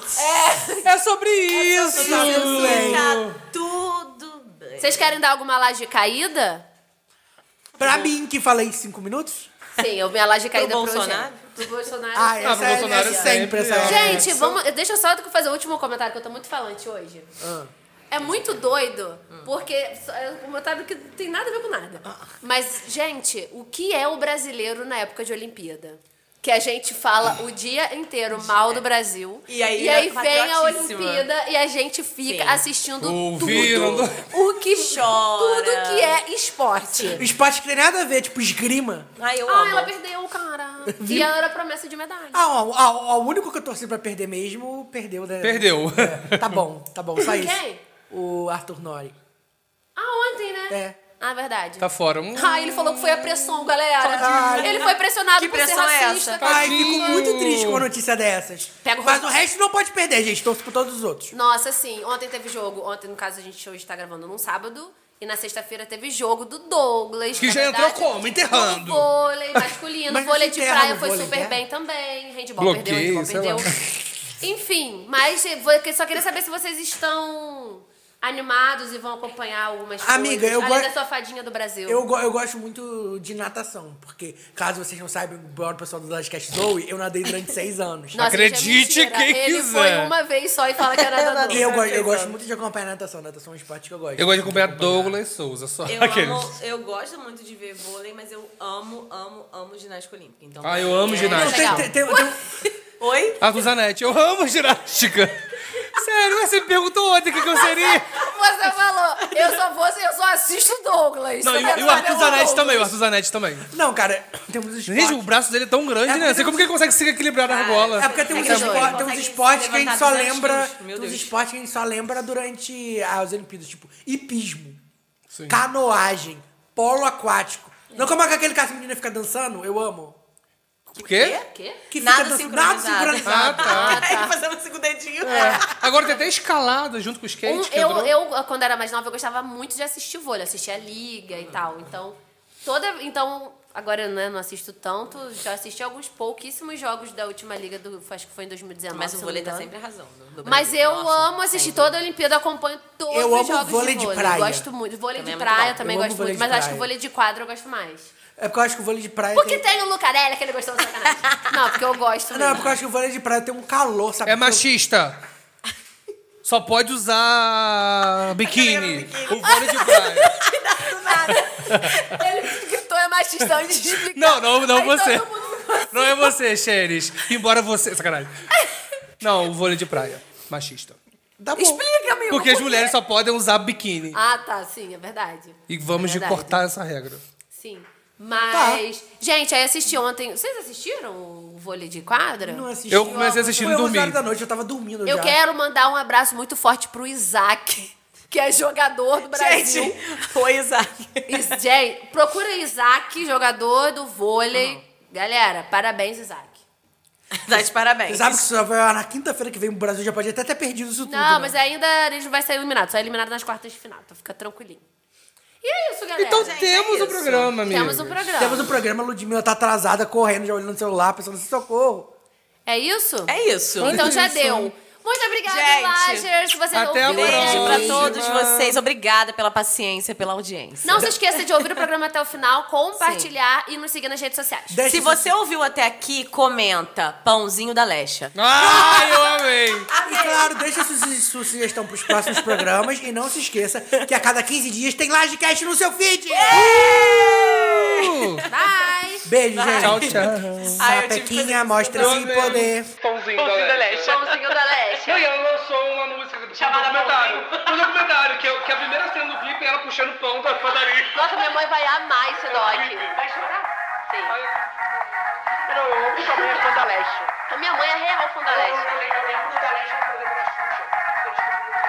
É sobre isso. é. Tá tudo bem. Vocês querem dar alguma laje caída? Pra mim, que falei cinco minutos? Sim, eu minha laje caída é pro Bolsonaro? Eugênio. Pro Bolsonaro. Ah, Ah, essa, pro é- Bolsonaro é sempre, sempre. é. Essa é- Gente, vamos. Deixa eu só fazer o último comentário, que eu tô muito falante hoje. É muito doido, porque só- é um comentário que não tem nada a ver com nada. Mas, gente, o que é o brasileiro na época de Olimpíada? Que a gente fala o dia inteiro mal do Brasil. E aí é vem a patriotíssima. Olimpíada e a gente fica Sim. assistindo Ouvindo. tudo. O que Chora. Tudo que é esporte. O esporte que tem nada a ver, tipo esgrima. Ai, eu Ah, amo. ela perdeu, cara. E ela era promessa de medalha. Ah, ó, ó, ó, o único que eu torci pra perder mesmo, perdeu, né? Perdeu. É, tá bom, tá bom, só isso. Quem? O Arthur Nori. Ah, ontem, né? É. Ah, verdade. Tá fora. Hum. Ah, ele falou que foi a pressão, galera. Ai. ele foi pressionado Que por pressão ser é racista. essa? Ai, Tadinho. fico muito triste com uma notícia dessas. Pega o Mas o rosto. resto não pode perder, gente. Torço por todos os outros. Nossa, sim. Ontem teve jogo. Ontem, no caso, a gente hoje tá gravando num sábado. E na sexta-feira teve jogo do Douglas. Que na já entrou verdade. como? Enterrando. No vôlei masculino. Mas vôlei você de enterra praia no foi vôlei, super né? bem também. Handball Bloqueio, sei perdeu, handball perdeu. Enfim, mas eu vou- eu só queria saber se vocês estão animados e vão acompanhar algumas Amiga, coisas. eu Além go- da sua fadinha do Brasil. Eu, go- eu gosto muito de natação, porque, caso vocês não saibam, embora o pessoal do Lodcast Zoe, eu nadei durante seis anos. Nossa, gente, é Acredite mentira. quem ele quiser. foi uma vez só e fala que era nadador. E eu, go- eu gosto muito de acompanhar natação. Natação é um esporte que eu gosto. Eu gosto de acompanhar Douglas Souza, só Eu, aqueles. amo, eu gosto muito de ver vôlei, mas eu amo, amo, amo ginástica olímpica. Então, Ah, eu Não, amo tem, ginástica. tem, tem- tem- Oi? A Suzanete, eu amo ginástica. Sério, você me perguntou ontem o que, que eu seria. Você falou, eu só, vou, assim, eu só assisto Douglas. Não, Eu e, quero e o saber Arthur Zanetti Douglas. também, o Arthur Zanetti também. Não, cara, temos os Gente, o esportes. braço dele é tão grande, né? Não sei como que ele consegue se equilibrar na argola. É porque tem uns, É que é espor- doido. tem uns Consegue esportes que a gente levantar só 200 lembra. quilos. Meu Tem uns Deus. esportes que a gente só lembra durante as Olimpíadas, tipo hipismo, canoagem, polo aquático. Não como é que aquele caso menina fica dançando, eu amo. O quê? Quê? Que Nada fica dançando- sincronizado. Nada sincronizado. tá. É, tipo Ah, Aí fazendo assim com o dedinho. É. Agora tem até escalada junto com o skate. Um, que é eu, entrou. eu, quando era mais nova, eu gostava muito de assistir vôlei, assistia a liga e tal. Então, toda. Então, agora eu né, não assisto tanto, já assisti alguns pouquíssimos jogos da última liga, do, acho que foi em 2019. Mas o se não vôlei tá me engano. sempre arrasando. do Brasil. Mas eu Nossa, amo assistir sempre. toda a Olimpíada, eu acompanho todos Eu os amo jogos vôlei de de vôlei. praia. Gosto muito. Vôlei Também de é muito praia bom. também Eu amo gosto vôlei muito, de mas acho que praia. vôlei de quadra eu gosto mais. É porque eu acho que o vôlei de praia. Porque tem... tem o Lucarelli, que ele gostou do sacanagem. Não, porque eu gosto Não, é mesmo. porque eu acho que o vôlei de praia tem um calor, sabe? É machista. Só pode usar biquíni. O vôlei de praia. Do nada. Ele gritou, é machista antes de explicar. Não, não, não Aí você. todo mundo- assim. Não é você, Xeris. Embora você... Sacanagem. Não, o vôlei de praia. Machista. Tá bom. Explica, amigo. Porque por as quê? mulheres só podem usar biquíni. Ah, tá, sim, é verdade. E vamos É de verdade. cortar essa regra. Sim. Mas. Tá. Gente, aí assisti ontem. Vocês assistiram o vôlei de quadra? Não assisti. Eu comecei a assistir Foi no 11 dormir. horas da noite, eu tava dormindo Eu já. quero mandar um abraço muito forte pro Isaac, que é jogador do Brasil. Gente, é. oi, Isaac. Is- Gente, procura Isaac, jogador do vôlei. Galera, parabéns, Isaac. Tá de parabéns. Você sabe que isso vai ao ar na quinta-feira que vem o Brasil já pode até ter perdido isso tudo. Não, né? mas ainda eles não vai ser eliminado. Só é eliminado nas quartas de final. Então fica tranquilinho. E é isso, galera. Então Gente, temos é o isso. programa, amigo. Temos o Tá. programa. Temos um programa, a Ludmilla tá atrasada, correndo, já olhando no celular, pensando, socorro. É isso? É isso. Então já deu. Muito obrigada, Gente, Lagers. Vocês até a ouviram. Um Beijo pra Próxima. todos vocês. Obrigada pela paciência, pela audiência. Não se esqueça de ouvir o programa até o final, compartilhar e nos seguir nas redes sociais. Deixa Se isso- você ouviu até aqui, comenta Pãozinho da Lecha. Ai, eu amei. E claro, deixa sua, su- sua sugestão pros próximos programas e não se esqueça que a cada 15 dias tem Livecast no seu feed. Bye! Beijo, gente. Tchau, tchau. Ai, eu tive que Sapequinha mostra seu Eu amei. poder. Pãozinho da Leste. Pãozinho da Leste. Não, e ela lançou uma música do documentário. Um documentário, que, é- que a primeira cena do clipe é ela puxando pão da padaria. Nossa, minha mãe vai amar esse Vai chorar? Sim. Não, sua mãe é fã da Leste. A minha mãe é real fã da Leste. é, É